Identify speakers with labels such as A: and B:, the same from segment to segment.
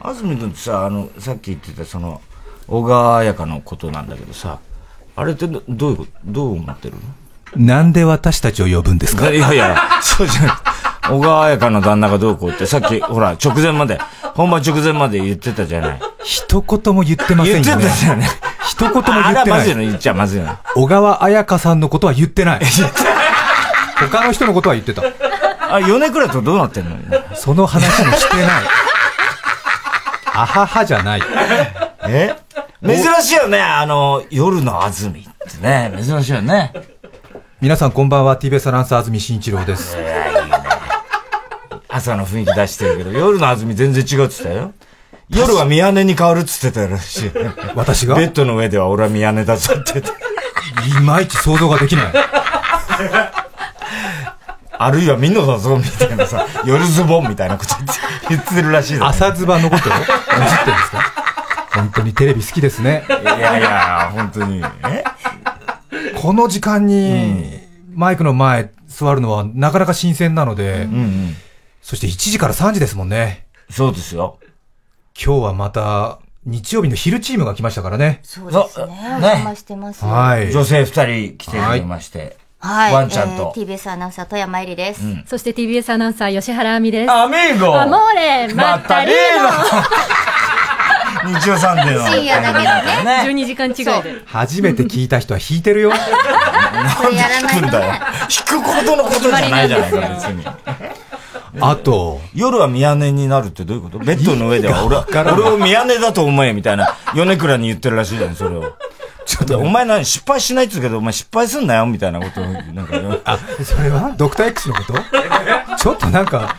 A: 安住君ってさ、あの、さっき言ってた、その、小川彩香のことなんだけどさ、あれってどどういうこと、どう思ってる
B: なんで私たちを呼ぶんですか
A: のいやいや、そうじゃなくて、小川彩香の旦那がどうこうって、さっき、ほら、直前まで、本番直前まで言ってたじゃない。
B: 一言も言ってませんよね。
A: 言ってたじゃない。
B: 一言も言
A: あ
B: っ
A: ら、
B: て
A: ま
B: な
A: ずいの
B: い。
A: 言っちゃまずいの。
B: 小川彩香さんのことは言ってない。他の人のことは言ってた。
A: あ、米倉とどうなってんの
B: その話もしてない。あははじゃない。
A: え珍しいよね、あの、夜の安住ってね、珍しいよね。
B: 皆さんこんばんは、TBS アナウンサー安住紳一郎です。
A: 朝の雰囲気出してるけど、夜の安住全然違うっつったよ。夜は宮根に変わるっつってたらしい。
B: 私が
A: ベッドの上では俺は宮根だぞって言って。
B: いまいち想像ができない。
A: あるいはみんなだぞみたいな さ、夜ズボンみたいなこと言って言ってるらしいだ
B: 朝ズバ のことをいじってるんですか本当にテレビ好きですね。
A: いやいや、本当に。え
B: この時間に、マイクの前座るのはなかなか新鮮なので、
A: うんうん。
B: そして1時から3時ですもんね。
A: そうですよ。
B: 今日はまた、日曜日の昼チームが来ましたからね。
C: そうですね。お
A: ね
C: 邪魔してます。い。
B: はい。
A: 女性二人来てくれまして。
C: はい。
A: ワンちゃんと
C: えー TBS アナウンサー、富山えりです。
D: そして TBS アナウンサー吉原亜美です。
A: アミーゴ
D: アモーレまったり
A: ーの 日曜サンデーの。
C: 深夜だけど
D: の !12 時間違いで。
B: 初めて聞いた人は弾いてるよ。
C: これやらな
A: 弾く
C: いと
A: んだよ
C: ね。。
A: 弾くことのことじゃないじゃないか、別に。
B: あと、
A: 夜は宮根になるってどういうことベッドの上では俺は、俺を宮根だと思え、みたいな、米倉に言ってるらしいじゃん、それを。ちょっと、お前な、失敗しないっつうけど、お前失敗すんなよ、みたいなことを、なんか、
B: それはドクター X のことちょっとなんか、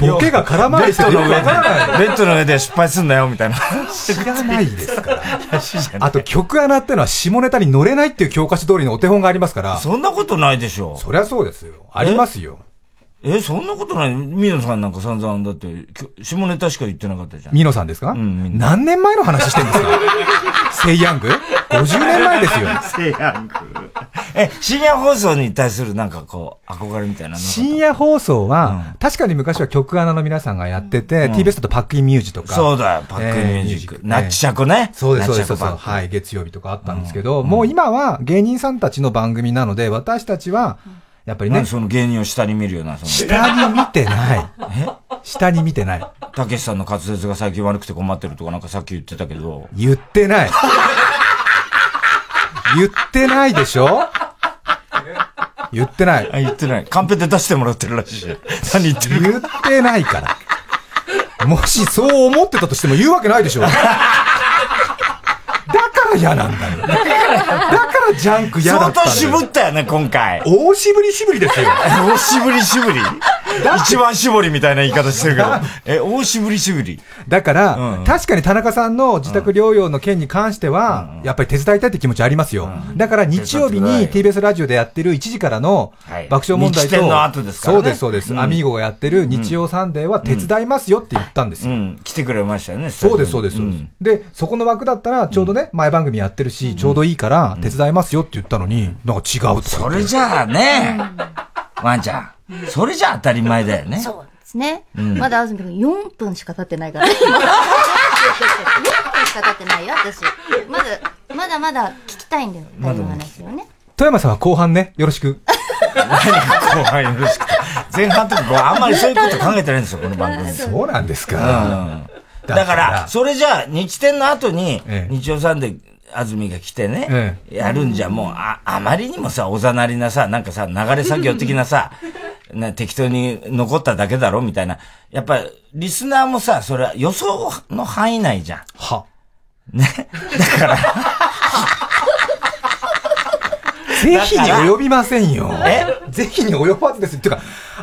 B: ボケが空回
A: ベ
B: りし
A: ッ
B: て
A: ド
B: るよ
A: の
B: く
A: 上
B: わ
A: で
B: からない。、
A: ベッドの上で失敗すんなよ、みたいな。
B: 知らないですから。あと曲穴ってのは下ネタに乗れないっていう教科書通りのお手本がありますから、
A: そんなことないでしょ。
B: そりゃそうですよ。ありますよ。
A: え、そんなことない。ミノさんなんか散々、だって、きょ下ネタしか言ってなかったじゃん。
B: ミノさんですか、
A: んミノ
B: 何年前の話してんですか セイヤング ?50 年前ですよ。
A: え、深夜放送に対するなんかこう、憧れみたいなのなかった。
B: 深夜放送は、確かに昔は曲穴の皆さんがやってて、TBS だとパックインミュージとか。
A: そうだよ、パックインミュージック。ナッチシャコね。
B: そうです、
A: ナ
B: そう
A: ッ
B: で
A: チ
B: す、
A: シ
B: そ
A: ャ
B: う
A: コパ
B: です
A: ック
B: はい、月曜日とかあったんですけど、もう今は芸人さんたちの番組なので、私たちは、やっぱりね
A: 何、その芸人を下に見るような、その、
B: 下に見てない。下に見てない。
A: たけしさんの滑舌が最近悪くて困ってるとかなんかさっき言ってたけど、
B: 言ってない。言ってないでしょ言ってない。
A: あ、言ってない。カンペで出してもらってるらしい。何言ってる
B: 言ってないから。もしそう思ってたとしても言うわけないでしょ。だから嫌なんだよ。だからジャンク嫌だ
A: 相
B: った
A: 当
B: んだよ。
A: 絞ったよね、今回。
B: 大絞り絞りですよ。
A: 大絞り絞り一番絞りみたいな言い方してるけど。 え、大絞り絞り。
B: だから、
A: うん
B: 確かに田中さんの自宅療養の件に関しては、やっぱり手伝いたいって気持ちありますよ。だから日曜日
A: 手伝っ
B: に
A: てく
B: TBS ラジオでやってる1時からの
A: はい
B: 爆笑問題と、
A: 日天の後ですからね
B: そうです、そうです、アミーゴがやってる日曜サンデーは手伝いますよって言ったんです
A: う
B: よ。
A: ん、来てくれましたよね、スタジ
B: そ
A: オ
B: うで
A: に
B: す、そうです、そうです
A: ん
B: で、そこの枠だったら、ちょうどね、前番組やってるし、ちょうどいいから、手伝いますよって言ったのに、なんか違うとか言って。
A: それじゃあね、ワンちゃん。それじゃ当たり前だよね。
C: そうですね。まだ安住君4分しか経ってな いから。今4分しか経ってないよ、私。まだ、まだまだ聞きたいんだよ。大丈夫話よね。
B: 富山さんは後半ね、よろしく。
A: 後半よろしく。前半とかこうあんまりそういうこと考えてないんですよ、この番組。うん。
B: そうなんですか。
A: だから、それじゃあ、日展の後に
B: え、え
A: 日曜さんで、安住が来てね
B: え、
A: やるんじゃ、もう、あ、あまりにもさ、おざなりなさ、なんかさ、流れ作業的な さ、な適当に残っただけだろ、みたいな。やっぱ、リスナーもさ、それは予想の範囲内じゃん。
B: は。
A: ね。
B: ぜひに及びませんよ。
A: え
B: ぜひに及ばずです。っていうか、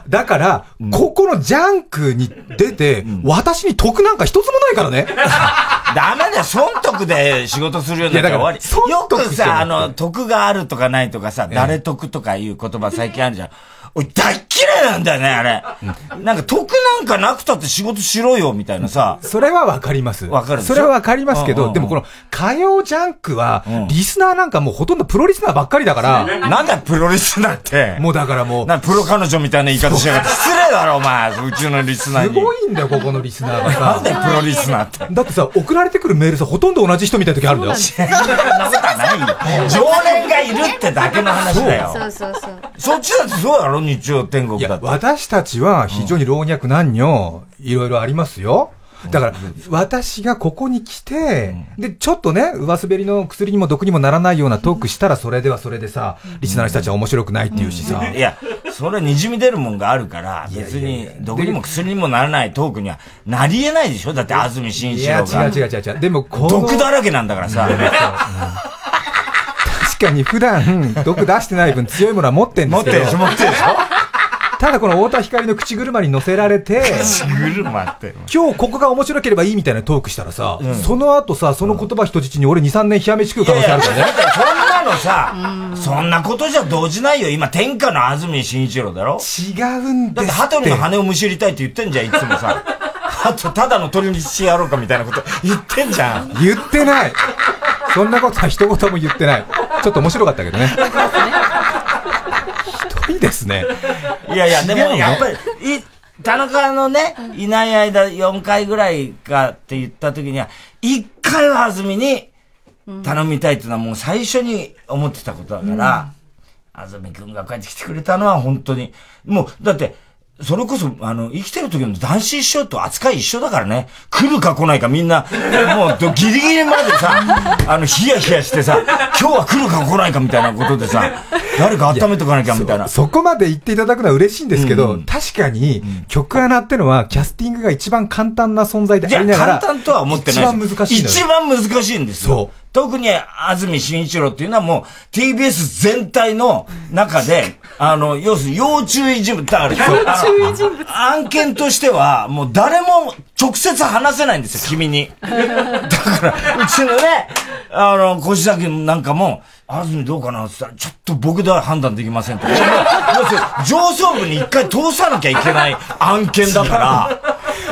B: だから、ここのジャンクに出て、私に得なんか一つもないからね。
A: ダメだよ、損得で仕事するようになったら
B: いやだから
A: 終わり。よ
B: 損得
A: く
B: して
A: さ、
B: な
A: あ
B: くて
A: の、得があるとかないとかさ、誰得とかいう言葉最近あるじゃん。俺大っ嫌いなんだよね、あれ。なんか得なんかなくたって仕事しろよ、みたいなさ。
B: それはわかります。
A: わかるでしょ
B: それはわかりますけ
A: うんうんう
B: ど、
A: ん
B: でもこの火曜ジャンクは
A: うん、
B: リスナーなんかもうほとんどプロリスナーばっかりだから、
A: なんだプロリスナーって。
B: もうだからもう、
A: なんかプロ彼女みたいな言い方しやがって。失礼だろ、お前。うちのリスナー
B: す
A: に。
B: ごいんだよ、ここのリスナーが
A: なん
B: さ。
A: だよプロリスナーって。
B: だってさ、送られてくるメールさ、ほとんど同じ人みたいな時あるんだよ。
A: そんなことはないよ。常連がいるってだけの話だよ。
C: そうそうそう。
A: そっちだってそうだろ日曜天国
B: い
A: だ
B: や
A: っ、て。
B: 私たちは非常に老若男女、いろいろありますよ。だから、私がここに来て、で、ちょっとね、上滑りの薬にも毒にもならないようなトークしたら、それではそれでさ、リスナーの人たちは面白くないっていうしさ。
A: いや、それは滲み出るもんがあるから、別に、毒にも薬にもならないトークにはなり得ないでしょだって安住紳
B: い
A: 一
B: や、
A: 郎
B: 違う
A: が。
B: 違う違う違う。でも、この、
A: 毒だらけなんだからさ。
B: 確かに普段、毒出してない分強いものは持ってんで
A: 持って
B: すけ
A: る
B: ど
A: でしょ持ってるでし
B: ただこの太田光の口車に乗せられて、
A: ょ車って。
B: 今日ここが面白ければいいみたいなトークしたらさ、その後さ、その言葉人質に俺2、3年冷や飯食う可能性あるからね。
A: だってそんなのさ、そんなことじゃ動じないよ。今、天下の安住紳一郎だろ
B: 違うん
A: だ
B: で
A: っ
B: す
A: て、
B: っ
A: ハ
B: て
A: ト。リの羽をむしりたいって言ってんじゃん、いつも さ。ハト、ただの鳥にしてやろうかみたいなこと言ってんじゃん。
B: 言ってないそんなことは一言も言ってない。ちょっと面白かったけどね。ひどいですね。
A: いやいや、で
B: 違う
A: も
B: の
A: やっぱり、い、田中のね、いない間4回ぐらいかって言った時には、1回は安住に頼みたいっていうのはもう最初に思ってたことだから、安住くんが帰ってきてくれたのは本当に、もう、だって、それこそ、あの、生きてる時の男子一緒と扱い一緒だからね。来るか来ないかみんな、もうど、ギリギリまでさ、あの、ヒヤヒヤしてさ、今日は来るか来ないかみたいなことでさ、誰か温めとかなきゃみたいな。
B: そこまで言っていただくのは嬉しいんですけ
A: う
B: ど、
A: んうん
B: 確かに、曲穴ってのは、キャスティングが一番簡単な存在で
A: じ
B: あ
A: ゃ
B: りながら、
A: 簡単とは思ってない
B: 一番難しいのよ
A: 一番難しいんですよ
B: そう。
A: 特に安住紳一郎っていうのはもう TBS 全体の中で、 あの、要するに要注意人物。だから、要注意人物。案件としては、もう誰も直接話せないんですよ、君に。だから、うちのね、あの、小崎なんかも、安住どうかなって言ったら、ちょっと僕では判断できませんと。要するに上層部に一回通さなきゃいけない案件だから。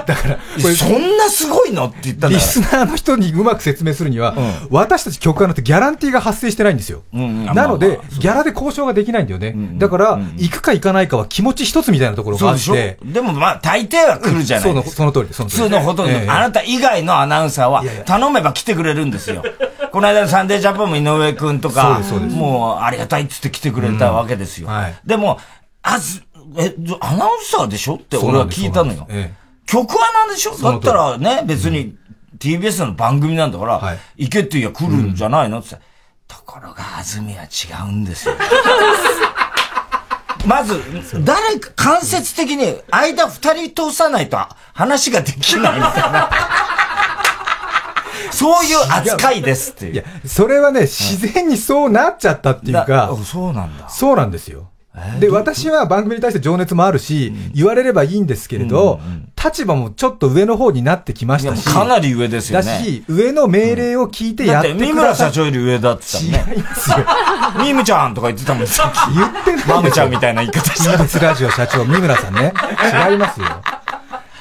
B: だから、こ
A: これ
B: れ、
A: そんなすごいのって言ったんだ
B: リ
A: か
B: スナーの人にうまく説明するには、私たち曲穴ってギャランティーが発生してないんですよ。
A: んうん
B: なの
A: まあ
B: で
A: ま、
B: ギャラで交渉ができないんだよね。だから、行くか行かないかは気持ち一つみたいなところ
A: ら。
B: が
A: そう
B: あ
A: で
B: っ
A: しょ
B: て、
A: でもまあ、大抵は来るじゃな
B: そ
A: い
B: の
A: ですか。
B: その通りです、その
A: 普
B: 通
A: 通
B: りで
A: の
B: す
A: ほとんど、
B: ええ
A: あなた以外のアナウンサーはい
B: やいや
A: 頼めば来てくれるんですよ。この間のサンデージャパンも井上くんとか
B: そうですそうで、す
A: もうありがたいっつって来てくれたわけですよ
B: うんはい。
A: でも、あず、え、アナウンサーでしょって
B: そう
A: 俺
B: な
A: は
B: んです
A: 聞いたのよ
B: そうなんですええ。
A: 曲アナでしょ
B: の
A: だっ
B: 通り
A: たらね、別に TBS の番組なんだから
B: はい、
A: 行けって言えば来るんじゃないのって言ったらところが、安住は違うんですよ。 まず、誰か、間接的に、間二人通さないと話ができないみたいな。 そういう扱いですっていう。
B: いや、それはね、自然にそうなっちゃったっていう
A: だ
B: か
A: あ、そうなんだ。
B: そうなんですよ。で、私は番組に対して情熱もあるし、言われればいいんですけれど、立場もちょっと上の方になってきまし
A: いや
B: た
A: もう
B: し、
A: かなり上ですよ
B: だ
A: ね。
B: し、上の命令を聞いてや
A: だ
B: っ
A: ってて、
B: く
A: 三
B: だ
A: 村
B: さ
A: 社
B: い。
A: 長より上だって言ったもん
B: 違いますよ。
A: ね。ミムちゃんとか言ってたもん、さっき。
B: 言ってないですよ
A: マムちゃんみたいな言い方して。
B: TBS ラジオ社長、三村さんね。違いますよ。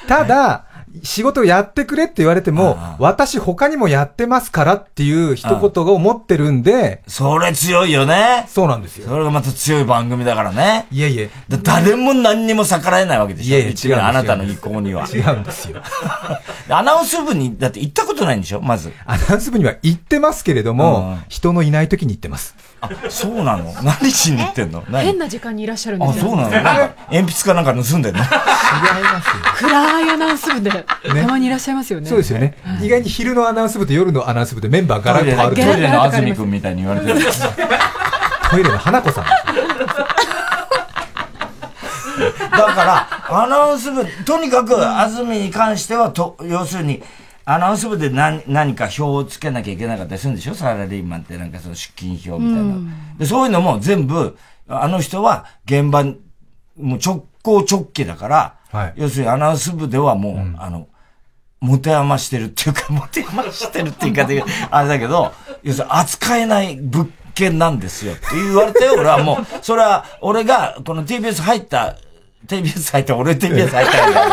B: ただ、仕事をやってくれって言われても、私他にもやってますからっていう一言を持ってるんで、
A: それ強いよね。
B: そうなんですよ。
A: それがまた強い番組だからね。
B: いえいえ、
A: だ誰も何にも逆らえないわけでしょ。
B: いやいや
A: 言ってみれば
B: 違う
A: あ
B: んです
A: なたの意向には。
B: 違うんですよ。
A: アナウンス部に、だって行ったことないんでしょまず。
B: アナウンス部には行ってますけれども、
A: うん
B: 人のいない時に行ってます。
A: あ、そうなの何しに行ってんの何
D: 変な時間にいらっしゃるんで
A: あ、
D: すよ。
A: そうなのなんか、鉛筆かなんか盗んでんの
B: 違いますよ。
D: 暗いアナウンス部で、たまにいらっしゃいますよね。
B: そうですよね。意外に昼のアナウンス部と夜のアナウンス部でメンバーが
A: ト
B: ら
A: イ
B: ッと
A: レ
B: 変わ
A: の、
B: る
A: ト
B: と
A: イレの安住くんみたいに言われてる。
B: トイレの花子さん。
A: だ から、アナウンス部、とにかく、安住に関しては、と、要するに、アナウンス部で何、何か表をつけなきゃいけなかったりするんでしょサラリーマンってなんかその出勤表みたいな。で、そういうのも全部、あの人は現場に、もう直行直帰だから、
B: はい
A: 要するにアナウンス部ではもう、あの、持て余してるっていうか、持て余してるっていうか、あれだけど、要するに扱えない部見なんですよって言われて、俺はもう、それは、俺が、この TBS 入った、TBS 入った、俺 TBS 入ったんだ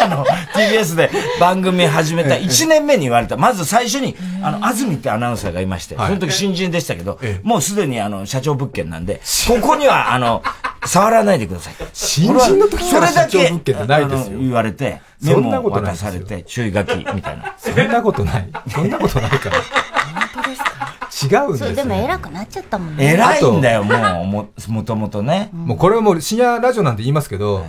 A: けどあの、TBS で番組始めた1年目に言われた。まず最初に、あの、安住ってアナウンサーがいまして、その時新人でしたけど、もうすでにあの、社長物件なんで、ここには、あの、触らないでください。
B: 新人の時から
A: 俺は
B: 社長物件ってないで
A: あ
B: すよ
A: の言われて、メ
B: そんな
A: モ
B: こ
A: を
B: とない
A: 渡
B: です
A: され
B: よ
A: て、注意書きみたいな。
B: そんなことない。そんなことないから。違うんです
C: そ
B: よ
C: う、でも偉くなっちゃったもんね。
A: 偉いんだよ、もう、も、もともとね。
B: もうこれはもう深夜ラジオなんて言いますけど、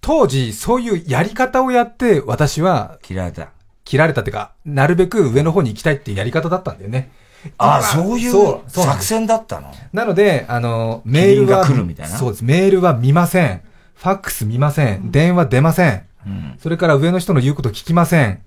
B: 当時そういうやり方をやって私は
A: 嫌われた。
B: 切られたっていうか、なるべく上の方に行きたいっていうやり方だったんだよね。
A: ああ、
B: だから
A: そうい
B: そううそうなんで
A: 作
B: す
A: 戦だったの
B: なので、あの、メールは、
A: キリンが来るみたいな
B: そうです。メールは見ません。ファックス見ません。電話出ません。それから上の人の言うこと聞きません。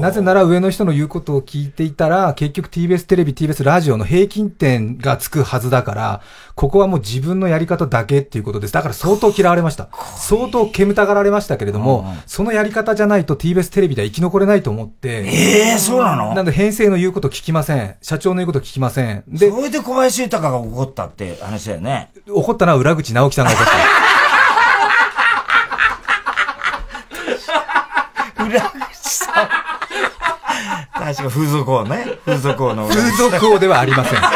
B: なぜなら上の人の言うことを聞いていたら、結局 TBS テレビ、TBS ラジオの平均点がつくはずだから、ここはもう自分のやり方だけっていうことです。だから相当嫌われました。相当煙たがられましたけれども、そのやり方じゃないと TBS テレビでは生き残れないと思って、
A: ええそうなの
B: なので編成の言うこと聞きません。社長の言うこと聞きません。
A: そ
B: で、
A: れで小林豊が怒ったって話だよね。
B: 怒ったのは裏口直樹さんが怒った。
A: 裏口さん。確か風俗王ね。風俗王の裏口
B: 風俗王ではありません。
C: そこ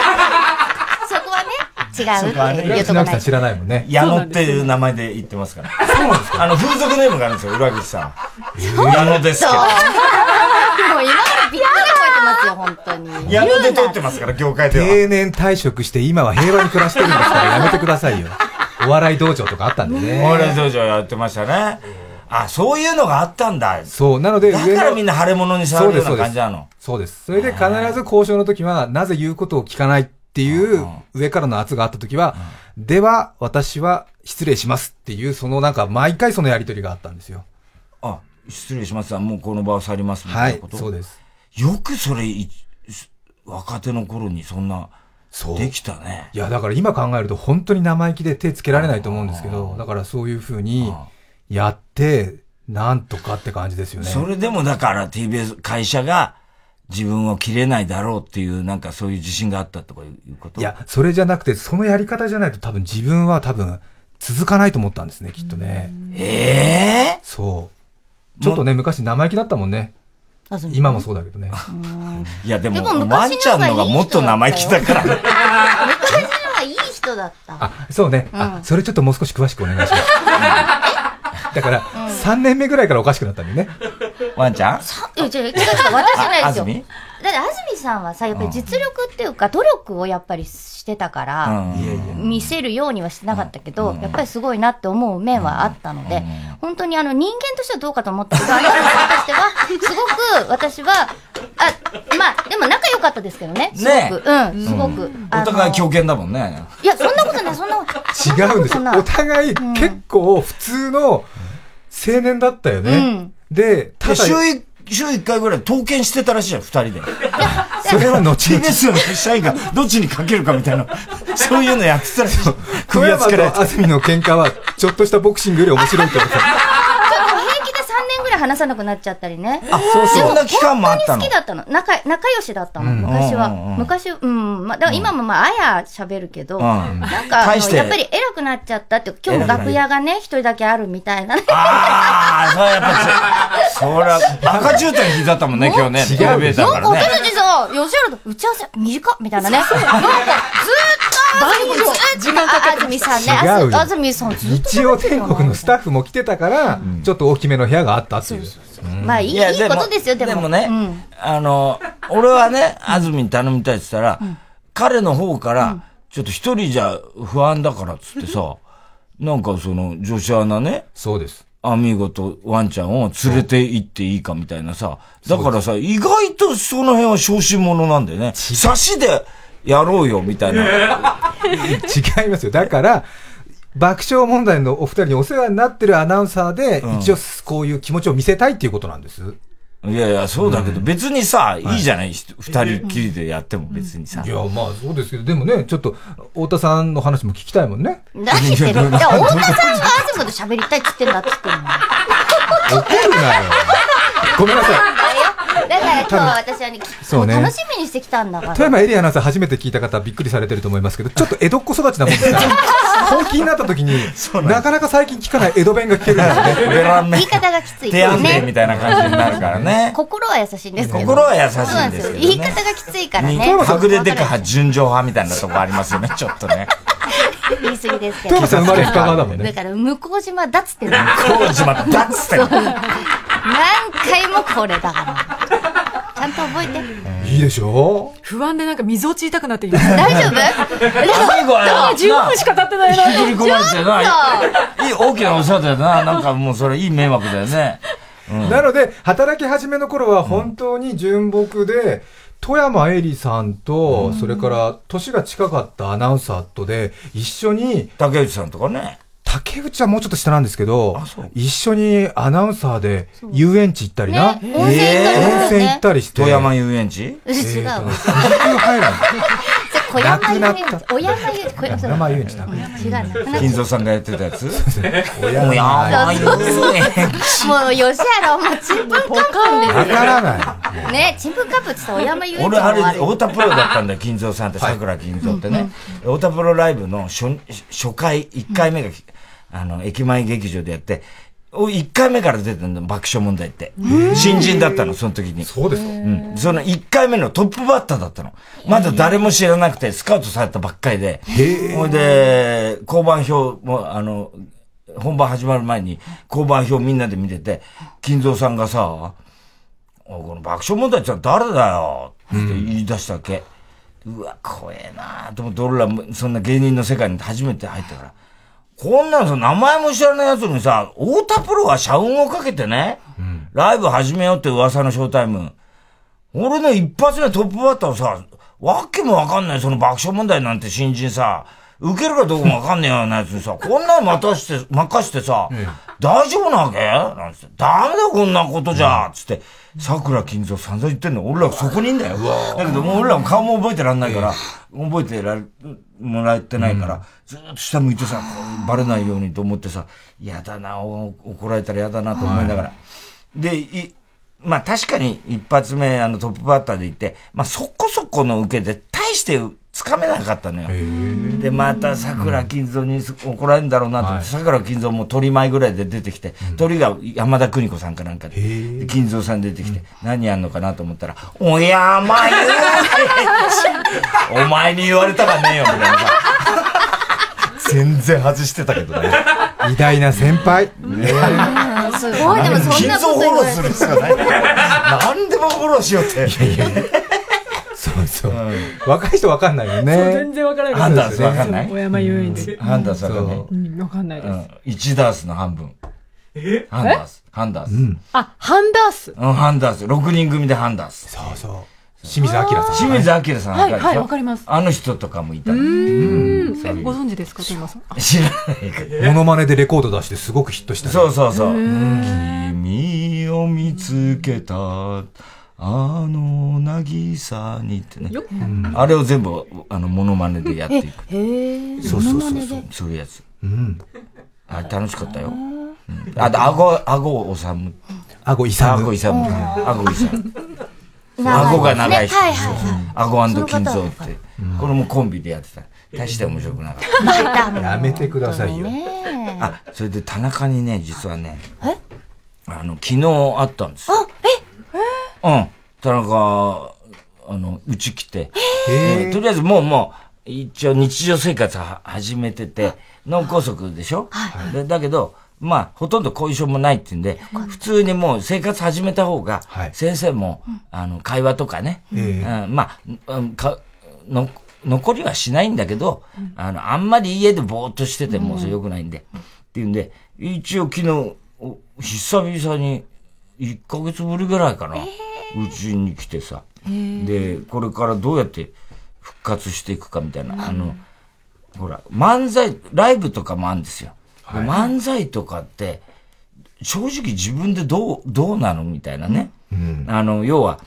C: はね、違う
A: そこは
C: っ
A: ね
C: て言うとこ
B: な
C: な
B: さん
C: い。
B: 知らないもんね。
A: 矢野っていう名前で言ってますから。そうなんですかあの、風俗ネームがあるんですよ、裏口さん。矢野ですけ
C: そう。
A: ど
C: も。う今までびっくり超えてますよ、本当に。
A: 矢野で通
C: 言う
A: ってますから、業界では。
B: 定年退職して今は平和に暮らしてるんです からやめてくださいよ。お笑い道場とかあったんで
A: モーレ
B: ね。
A: ン道場やってましたね。あ、そういうのがあったんだ。
B: そう、なので
A: だからみん
B: の。
A: な腫れ物に触
B: そう
A: る
B: で
A: よ
B: す、そうう
A: な
B: で
A: 感じ
B: す
A: なの。。
B: そうです。それで必ず交渉の時は、なぜ言うことを聞かないっていう上からの圧があった時は、では、私は失礼しますっていう、そのなんか毎回そのやりとりがあったんですよ。
A: あ、失礼します。もうこの場を去りますみた
B: はい
A: ないこ、と。
B: そうです。
A: よくそれい、若手の頃にそんな、
B: そう。
A: できたね。
B: いや、だから今考えると本当に生意気で手つけられないと思うんですけど、だからそういうふうにやって、なんとかって感じですよね。
A: それでもだから TBS 会社が自分を切れないだろうっていう、なんかそういう自信があったとかいうこと。
B: い、や、それじゃなくて、そのやり方じゃないと多分自分は多分続かないと思ったんですね、きっとね。
A: ええ
B: そう。ちょっとね、昔生意気だったもんね。
C: あそう
B: 今もそうだけどね。
A: いやでも、
C: でも
A: ワン
C: 昔
A: ちゃんのがもっと生意気だからね。
C: 昔のはいい人だった。
B: あ、そうね。あ、それちょっともう少し詳しくお願いします。だから、3年目ぐらいからおかしくなったんだよね。
A: ワンちゃん
C: いや違う違う違う、私じゃないです
A: あ安
C: よ。だ
A: 住
C: って安住さんはさ、やっぱり実力っていうか、努力をやっぱりしてたから、
A: うん。いやい
C: 見せるようにはしてなかったけど、やっぱりすごいなって思う面はあったので、本当にあの人間としてはどうかと思ったけど、安住さんとしては、すごく私は、あ、まあ、でも仲良かったですけどね、すごく。うん、すごく。あ
A: や。
C: の
A: お互い狂犬だもんね。
C: いや、そんなことない、そんな、そ
B: 違うんです
C: こと
B: よ
C: な。い
B: お互い結構普通の青年だったよね。
C: うん
B: で、た
A: で
B: だ、
A: 週一、週一回ぐらい刀剣してたらしいじゃん、二 人で。
B: それは後々。
A: TBS の社員がどっちにかけるかみたいな、 そういうのやってたらしい。
B: 小
A: 組み合わ
B: 山
A: せられて
B: と。安住の喧嘩は、ちょっとしたボクシングより面白いと思ってた。
C: 平気で3年ぐらい話さなくなっちゃったりね。
A: あ、そう、そんな期間もあ
C: 本
A: った
C: 当に
A: の
C: 好き。だったの。仲、仲良しだったの、昔は。
A: うんうんうん
C: 昔、うん。まあ、だから今もまあ、あや喋るけど、
A: ん
C: なんか、あ
A: 大し
C: の
A: て
C: やっぱり偉くなっちゃったっていうか、今日も楽屋がね、一人だけあるみたいなね。
A: ああ、そうやっぱそ、そ ら、赤絨毯引いてあったもんね、今日ね。
B: 違う
A: エレベーター
C: な
A: か
C: んから
A: ね
C: 私。たちさ、吉原と打ち合わせ短っみたいなね。なんか、ずーっと、ずーっと、あ安住さんね。
B: 違うよ
C: あ安住さんずっと。
B: 日曜天国のスタッフも来てたから、ちょっと大きめの部屋があったっていう。
C: まあ、いいいいことですよ、でも。
A: ね、
C: うん
A: あの、俺はね、安住に頼みたいって言ったら、彼の方から、ちょっと一人じゃ不安だからっつってさ、なんかその、女子アナね、
B: そうです。
A: アミーゴとワンちゃんを連れて行っていいかみたいなさ。だからさ、意外とその辺は小心者なんだよね。差しでやろうよみたいな。
B: 違いますよ。だから、爆笑問題のお二人にお世話になってるアナウンサーで、一応こういう気持ちを見せたいっていうことなんです。
A: いやいや、そうだけど、別にさ、いいじゃないひ二人きりでやっても別にさ
B: い。や、まあそうですけど、でもね、ちょっと、太田さんの話も聞きたいもんね。
C: 何言ってるい や、太田さんが安住と喋りたいって言ってんだって言ってんの。
B: 怒るなよ。ごめんなさい。
C: だだから今日は私はね、
B: そうね
C: 楽しみにしてきたんだから。
B: 富山エリアナウンサー初めて聞いた方はびっくりされてると思い ますけど、ちょっと江戸っ子育ちなもんです から、本気になった時に、なかなか最近聞かない江戸弁が聞けるんですよね。
A: ベランメ
C: 言い方がきつ
A: 手
C: いです
A: 安定み
C: ね。
A: たいな感じになるからね。
C: 心は優しいんですけど。
A: 心は優し
C: そうな
A: ん
C: いん
A: で
C: ですす
A: け
C: よ。
A: ど、ね。
C: 言い方がきついからね。
A: 隠れデカ派、純情派みたいなとこありますよね、ちょっとね。
C: 言い過ぎですけ
B: 富
C: ど。
B: 山さん生まれ深川だもん
C: だ
B: ね。
C: から、向島だっつってんの
A: 工事まだっつってんの
C: 何回もこれだから。ちゃんと覚えて。
B: いいでしょ
D: 不安でなんか水落ち痛くなって きました。
C: 大丈夫
A: 最後は
D: ああ、10分しか経ってないな。
A: 引きずり込まれてない。いい大きなお世話だよな。なんかもうそれいい迷惑だよ ね。
B: なので、働き始めの頃は本当に純朴で、富山エリさんと、それから年が近かったアナウンサーとで、一緒に、
A: 竹内さんとかね。
B: 竹内はもうちょっと下なんですけど
A: あそう、
B: 一緒にアナウンサーで遊園地行ったりな、
C: ね温泉行ったりね
B: 温泉行ったりして、
A: 富山遊園地
C: 違う。
B: えー
C: じゃ
B: と時給入るの
C: 小山
B: な
C: 遊
B: く
C: 園
B: なっ
C: 地。小山遊園地。小
B: 小
C: 山
B: 山
C: 遊園
B: 遊園地だ
C: 地。うん違うなくなっちゃ
A: 金
C: う。
A: 蔵さんがやってたやつ
B: 親
A: 富山遊園
C: もう、吉原、もう、ちんぷんかんぷんです
B: わからない。
C: ね、ちんぷんかんぷんって言ったら、小山遊園地
A: 俺
C: も
A: あ
C: あ
A: れ
C: る。
A: 太田プロだったんだよ金蔵さんって桜金蔵ってね太田プロライブの初初回1回目があの駅前劇場でやって1回目から出てるの爆笑問題って新人だったのその時に
B: そうですよ。
A: うんその1回目のトップバッターだったの。まだ誰も知らなくて、スカウトされたばっかりで。ほいで、交番表も、あの、本番始まる前に、交番表みんなで見てて、金蔵さんがさ、おこの爆笑問題ちゃん誰だよって言い出したわけ。うわ、怖えなと思って、俺らもそんな芸人の世界に初めて入ったから。こんなのさ、名前も知らない奴にさ、太田プロが社運をかけてね、ライブ始めようって噂のショータイム。俺の一発目トップバッターをさ、わけもわかんない、その爆笑問題なんて新人さ、受けるかどうかもわかんねえようなやつにさ、こんなの任して、 任してさ、大丈夫なわけなんつって、ダメだよこんなことじゃ、つって、桜金蔵散々言ってんの。俺らそこにいんだよ。だけどもう俺らも顔も覚えてらんないから、覚えてられもらえてないから、ずーっと下向いてさ、こうバレないようにと思ってさ、やだな、お怒られたらやだなと思いながら。で、い、まあ確かに一発目あのトップバッターで行って、まあそこそこの受けで大してつかめなかったのよ。で、また桜金蔵にす怒られるんだろうなと思って、桜金蔵も鳥前ぐらいで出てきて、鳥が山田邦子さんかなんかで、で金蔵さん出てきて、何やんのかなと思ったら、おやまゆうお前に言われたかねえ よ、みたいなさ。全然外してたけ どね。
B: 偉大な先輩。
C: すごい、でもそんなこと
A: 金蔵
C: 言
A: フォ
C: わ
A: ロー
C: れ
A: す
C: て
A: る必要ない。何でもフォローしようって。
B: そうそう。若い人わかんないよね
D: 全。然わから
A: ハ
D: な
A: ン
D: い
A: ダースわかんな
D: 小
A: い
D: 山遊園地。
A: ハンダースわかんない
B: そう
D: うん、わかんないで
A: う
D: す。
A: ん。1ダースの半分。ハンダース。ハンダース。うん、
D: あ、ハンダース。
A: ハンダース。6人組でハンダース。
B: そうそう。清水明さん。
A: 清水明さん
D: はい
A: わかるでしょ
D: はいわかります
A: あの人とかもいたの。
D: うん。えご存知ですか、トイマさん。あ
A: 知らないけど。
B: モノマネでレコード出してすごくヒットした。
A: そうそうそう。君を見つけた、あの渚にってね。うんあれを全部、あの、モノマネでやっていく。
C: へえ。
A: そうそうそうそう。そういうやつ。うん。あれ楽しかったよ。うんあと、顎、顎を収む。
B: あごいさ
A: 顎
B: む。
A: 勇む。顎勇む。
C: 長
A: 顎が
C: いですね
A: 長い人。
C: はいはいはい。
A: 顎金蔵って。これもコンビでやってた。大して面白くなかっ
C: またもう
B: やめてくださいよ。
C: ね
A: た。あ、それで田中にね、実はね。あの、昨日会ったんですよ。うん。田中、あの、うち来て。
B: へ
A: でとりあえずもうもう、一応日常生活は始めてて、脳梗塞でしょ、でだけど、まあ、ほとんど後遺症もないって言うんで、普通にもう生活始めた方が
B: はい、
A: 先生も、あの、会話とかね、
B: え
A: うんまあ、うんかの、残りはしないんだけど、あの、あんまり家でぼーっとしててもそれ良くないんで、っていうんで、一応昨日、お久々に、1ヶ月ぶりぐらいかな、うちに来てさ、で、これからどうやって復活していくかみたいな、あの、ほら、漫才、ライブとかもあるんですよ。で漫才とかって、正直自分でどう、どうなのみたいなね。あの、要は、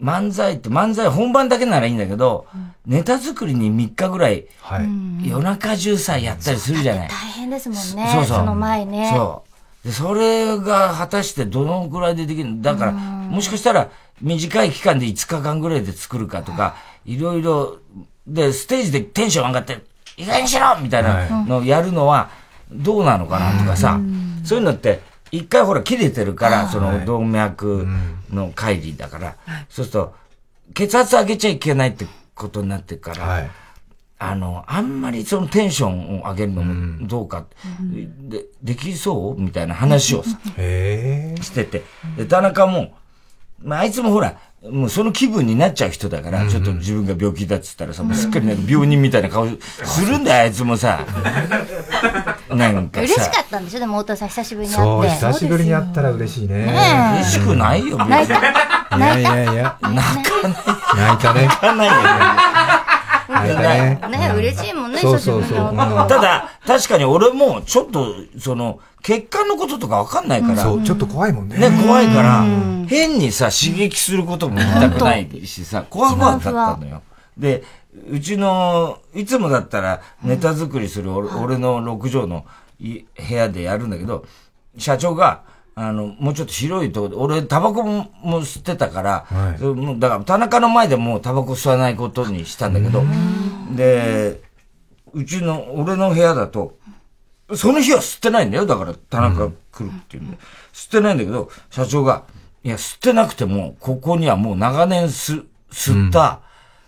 A: 漫才って漫才本番だけならいいんだけど、ネタ作りに3日ぐらい
B: はい。
A: 夜中中さやったりするじゃない。
C: 大変ですもんね。
A: そうそう
C: の前ね。
A: そう。で、それが果たしてどのくらいでできるのだから、もしかしたら短い期間で5日間ぐらいで作るかとか、いろいろ、で、ステージでテンション上がって、いい加減にしろみたいなのをやるのは、どうなのかなとかさ、そういうのって、一回ほら切れてるから、その動脈の乖離だから、そうすると、血圧上げちゃいけないってことになってるから、
B: はい。
A: あの、あんまりそのテンションを上げるのもどうか、で、できそうみたいな話をさ、
B: へえ。
A: してて。で、田中も、まあ、あいつもほら、もうその気分になっちゃう人だから、ちょっと自分が病気だっつったらさ、もうすっかりなんか病人みたいな顔するんだよ、あいつも さ。なんか
C: 嬉し
A: さ。
C: かったんでしょでも太田さん久しぶりに会
B: そう、
C: って。
B: 久しぶりに会ったら嬉しいね。
C: ね
A: 嬉しくないよ、別
C: 泣い
A: に。
C: た
B: いやいやいや、
A: 泣か
B: 泣いたね。
A: ないよ、ね。
B: 泣いたね。
C: ね嬉しいもんね、
B: そう
C: 久し
B: そ
C: ぶ
B: う
C: り
B: そ
C: に
B: う。う
C: 会
B: ん
C: ったら。
A: ただ、確かに俺も、ちょっと、その、血管のこととかわかんないから、
B: そう、ちょっと怖いもんね。
A: ね、怖いから、変にさ、刺激することも言いたくないしさ、怖くはだったのよ。で、うちの、いつもだったらネタ作りする俺,、俺の6畳のい部屋でやるんだけど、社長が、あの、もうちょっと広いとこで、俺、タバコもも吸ってたから、
B: はい
A: それもうだから田中の前でもうタバコ吸わないことにしたんだけど、で、うちの、俺の部屋だと、その日は吸ってないんだよ。だから、田中が来るっていうんで。吸ってないんだけど、社長が、いや、吸ってなくても、ここにはもう長年吸、吸った、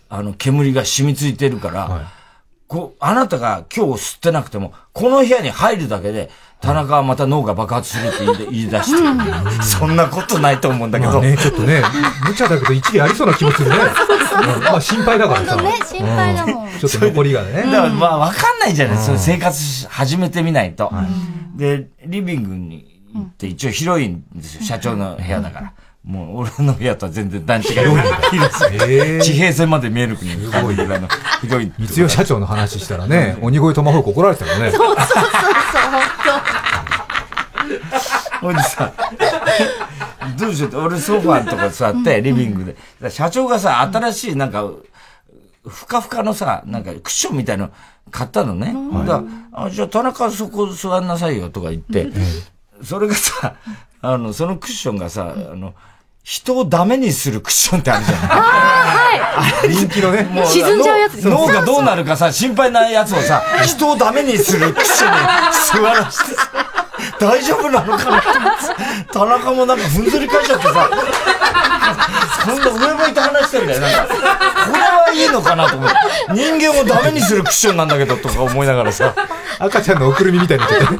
A: あの、煙が染みついてるから、こう、あなたが今日吸ってなくても、この部屋に入るだけで、田中はまた脳が爆発するって言い言い出 して、 そんなことないと思うんだけ
B: まあ
A: ど、
B: ね、ちょっとね、無茶だけど一理ありそうな気もす るね。うんまあ心配だから
C: 本
B: さ。
C: 当ね、心配だもん。
B: ちょっと残りがね
A: だ。からまあわかんないじゃない、その生活し始めてみないと。で、リビングに行って一応広いんですよ、社長の部屋だから。もう俺の部屋とは全然段違い。広すぎる
B: ええ
A: 地平線まで見える国に感じるぐらいの広い。
B: 三代社長の話したらね、鬼越トマホーク怒られてたよね。
C: そうそうそうそう、
A: ほいでさ、どうしようって、俺ソファーのとか座って、リビングで。だから社長がさ、新しいなんか、ふかふかのさ、なんかクッションみたいの買ったのね。だからあじゃあ田中そこ座んなさいよとか言って、それがさ、 あの、そのクッションがさ、あの、人をダメにするクッションってあるじゃ
B: 人気のね。
A: ん。
D: 沈んじゃうやつですね
A: 脳がどうなるかさ、心配なやつをさ、人をダメにするクッションに座らして さ、大丈夫なのかなと思って田中もなんかふんぞり返っちゃってさ、 そんな上向いて話してんだよ。なんか、これはいいのかなと思って。人間をダメにするクッションなんだけどとか思いながらさ、
B: 赤ちゃんのおくるみみたいになっちゃってね。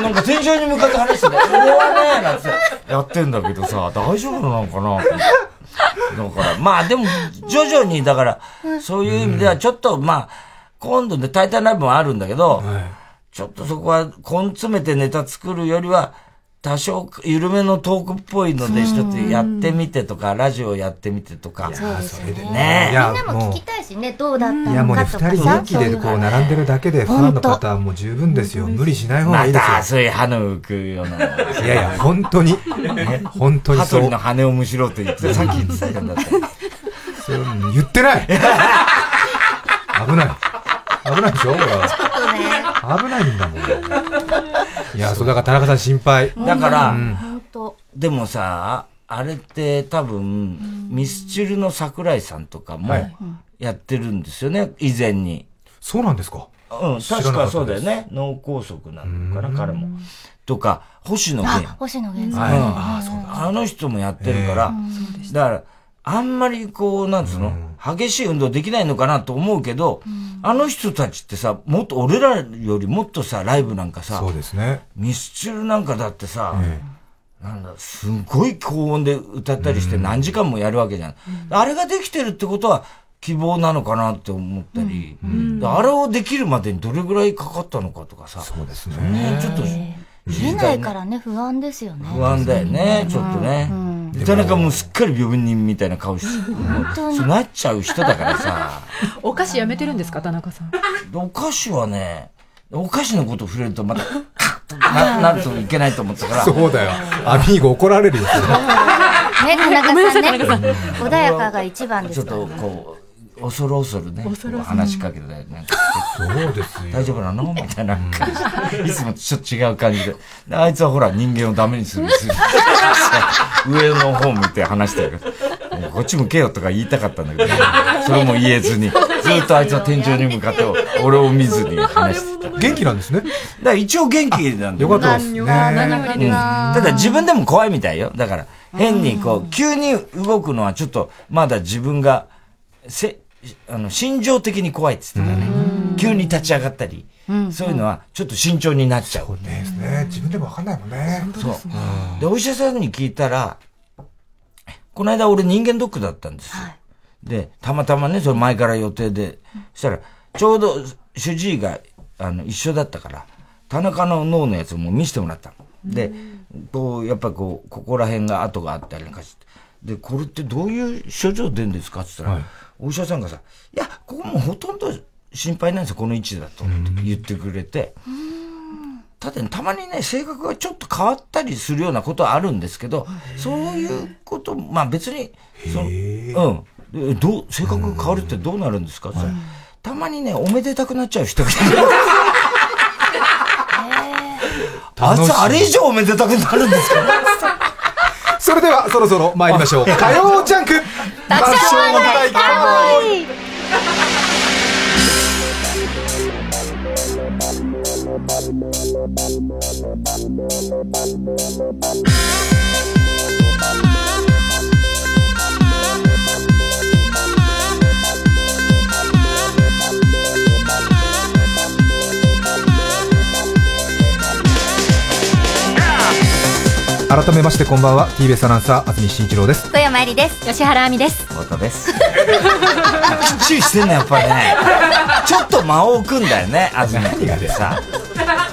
A: なんか天井に向かって話してんだよ。これはね、なんてやってんだけどさ、大丈夫なのかなと思ってだから、まあでも、徐々に、だから、そういう意味では、ちょっと、まあ、今度で、タイタンライブもあるんだけど、ちょっとそこは、根詰めてネタ作るよりは、多少、緩めのトークっぽいので、一つやってみてとか、ラジオやってみてとか。
C: そうですね。
A: ね
B: い
C: みん
B: や
C: なも聞きたいしね、どうだった
B: いやも
C: の
B: うね、
C: かとか
B: 二人
C: さ
B: 2。機でこう並んでるだけで、ファンの方はもう十分ですよ。無理しない方が
A: ま
B: いいです
A: た、そういう歯の浮くような。
B: よ。いやいや、本当に。本当に
A: 羽
B: そう
A: 鳥。の羽をむしろって言って、さっき言ってたじゃん、だって。
B: そううん言ってない危ない。危ないでしょほら
C: そうね
B: 危ないんだもん。いや、そうだから田中さん心配。
A: だから、
C: 本当
A: でもさ、あれって多分、ミスチルの桜井さんとかも
B: はい
A: やってるんですよね、以前に。
B: そうなんですか
A: うん、
B: 知らな
A: 確
B: か
A: か
B: ったです
A: そうだよね。脳梗塞なのかな、彼も。とか、星野
C: あ
A: 源。、
C: 星野源さん。
B: はい。
A: うん
B: ああ、そうだ。
A: あの人もやってるから、だから、あんまりこう、なんつうの、激しい運動できないのかなと思うけど、あの人たちってさ、もっと、俺らよりもっとさ、ライブなんかさ
B: そ、うですね。
A: ミスチルなんかだってさ、
B: え
A: なんだ、すごい高音で歌ったりして何時間もやるわけじゃん。あれができてるってことは希望なのかなって思ったり、であれをできるまでにどれぐらいかかったのかとかさ、
B: そうですね。
A: ねちょっと知りた
C: 見えないい
A: ね
C: からね、不安ですよね。
A: 不安だよね、ちょっとね。で田中もうすっかり病人みたいな顔して、
C: 当に
A: そうなっちゃう人だからさ、
D: お菓子やめてるんですか、田中さん。
A: でお菓子はね、お菓子のこと触れるとまた、カッとななるといけないと思ったから、
B: そうだよ。アミーゴ怒られるよ。
C: ね、田中さんね。穏やかが一番で
A: ちょ
C: す
A: っ
C: から
A: と
C: ね。
A: こう、恐る恐るね、こう話しかけたりなんか。
B: そうですよ。
A: 大丈夫なのみたいな感じでいつもちょっと違う感じで。であいつはほら、人間をダメにするんですよ。上の方向いて話してる。もうこっち向けよとか言いたかったんだけど、 それも言えずに、ずっとあいつは天井に向かって、俺を見ずに話してた。だか
B: 元気なんですね。
A: ら一応元気なんだよ
B: よかったですね。
D: 何よりです。
A: ただ自分でも怖いみたいよ。だから、変にこう、急に動くのはちょっと、まだ自分が、せ、あの、心情的に怖いって言ってたね。急に立ち上がったり、そういうのはちょっと慎重になっちゃう。
B: ねですね。自分でもわかんないもんね。
A: そう。で、お医者さんに聞いたら、この間俺人間ドックだったんですよ。で、たまたまね、それ前から予定で、そしたら、ちょうど主治医が、あの、一緒だったから、田中の脳のやつも見せてもらったの。で、こう、やっぱこう、ここら辺が跡があったりなんかして、で、これってどういう症状出るんですかって言ったら、
B: はい
A: お医者さんがさ、いや、ここもうほとんど心配ないんですよ、この位置だとって言ってくれて、ただね、たまにね、性格がちょっと変わったりするようなことはあるんですけど、そういうこと、まあ別に、そのうん。でどう、性格が変わるってどうなるんですかそれたまにね、おめでたくなっちゃう人がいる。あいつあれ以上おめでたくなるんですか
B: それでは、そろそろ参りま しょう。火曜ジャンク爆笑問題カーボーイ改めましてこんばんは TBS アナウンサー安住紳一郎です
C: 小山えりです。
D: 吉原亜美です。
A: 太田です。きっちりしてんね、やっぱりね。ちょっと間を置くんだよね、あずみ
B: 何がです
A: さ。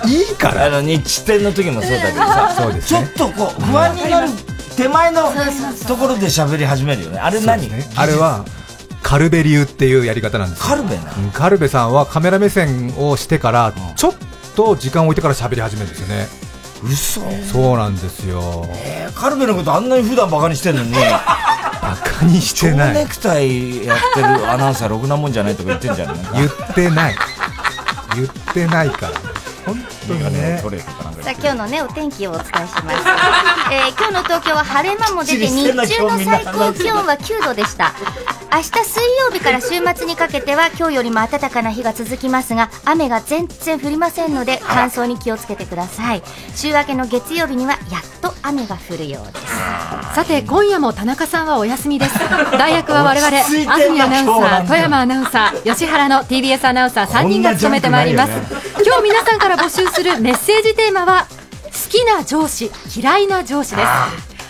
B: いいか
A: あの、日展の時もそうだけどさ。
B: そうです
A: ちょ
B: ね
A: っとこう、不安になる手前のところで喋り始めるよね。あれ何
B: ねあれはカルベ流っていうやり方なんですよ
A: カルベなの
B: うんカルベさんはカメラ目線をしてからちょっと時間を置いてから喋り始めるんですよね
A: 嘘
B: そうなんですよ
A: えーカルベのことあんなに普段バカにしてんのに、
B: バカにし
A: 蝶
B: てな
A: ネ
B: い
A: クタイやってるアナウンサーろくなもんじゃないとか言ってんじゃん。なんか
B: 言ってない言ってないから本当
A: メガ
B: に
A: ネ
B: ね
A: を取れとかなんか
C: さ
A: 言
C: あ
A: って
C: 今日のねお天気をお伝 えします、えー、今日の東京は晴れ間も出て日中の最高気温は9度でした明日水曜日から週末にかけては今日よりも暖かな日が続きますが雨が全然降りませんので乾燥に気をつけてください週明けの月曜日にはやっと雨が降るようです
D: さて、今夜も田中さんはお休み です。大役は我
A: 落
D: 々、安
A: ち着いてんな
D: 住アナウン
A: 今日なん
D: サー、
A: か
D: 富山アナウンサー、吉原の TBS アナウンサー3人が務めてまいります。
A: こんな
D: 今日皆さんから募集するメッセージテーマは、好きな上司、嫌いな上司です。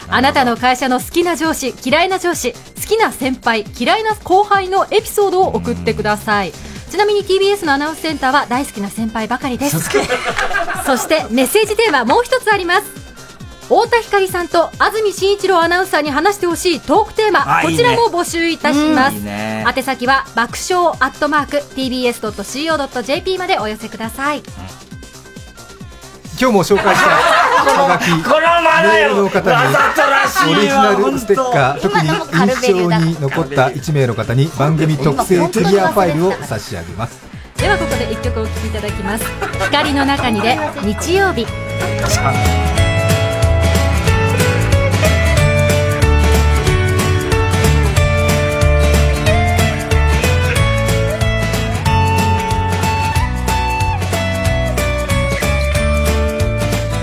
D: あなたの会社の好きな上司、嫌いな上司、好きな先輩、嫌いな後輩のエピソードを送ってください。ちなみに TBS のアナウンスセンターは大好きな先輩ばかりです。そしてメッセージテーマもう一つあります。太田光さんと安住紳一郎アナウンサーに話してほしいトークテーマ、
A: あ
D: こ
A: いい
D: ち
A: ね
D: らも募集いたします。
A: うんいいね
D: 宛先は爆笑アットマーク tbs.co.jp までお寄せください。
B: 今日も紹介したはがき
A: このマネ
B: メール
A: よ
B: の
A: わざ
B: 方
A: とらし
B: に
A: い
B: オ
A: わ
B: リジナルステッカー
A: 本
B: 特に印象に残った1名の方に番組特製フィギュアファイルを差し上げます
D: ではここで一曲お聴きいただきます。光の中にで日曜日。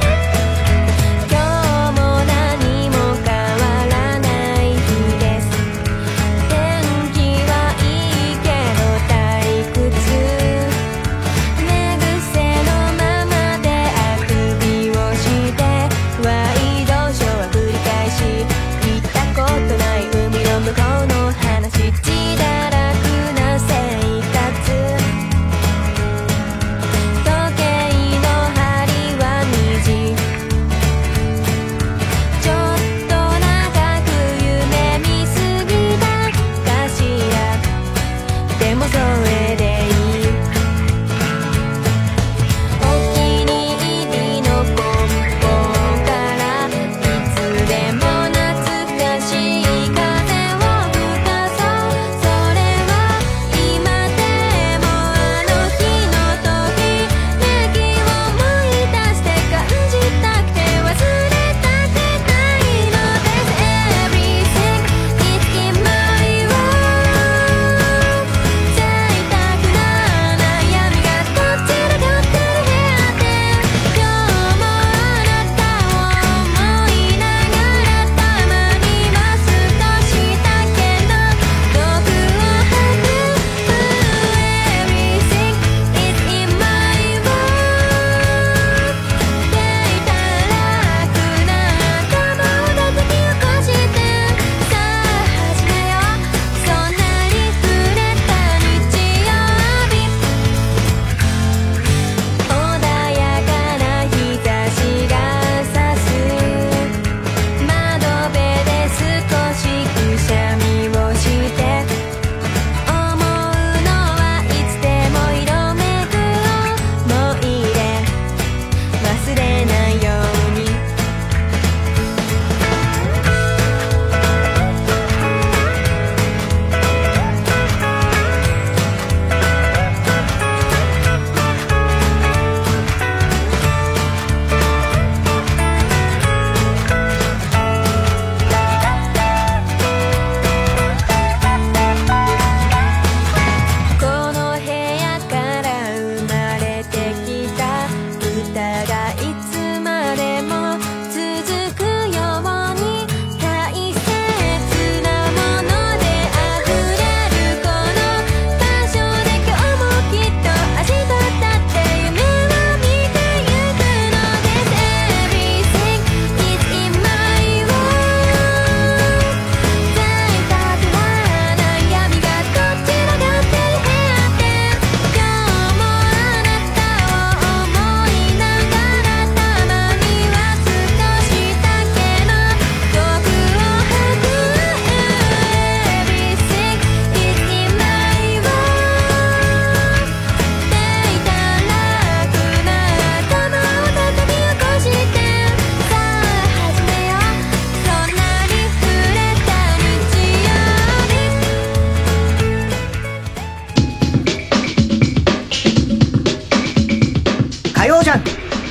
E: 「今日も何も変わらない日です」「天気はいいけど退屈」「寝癖のままであくびをして」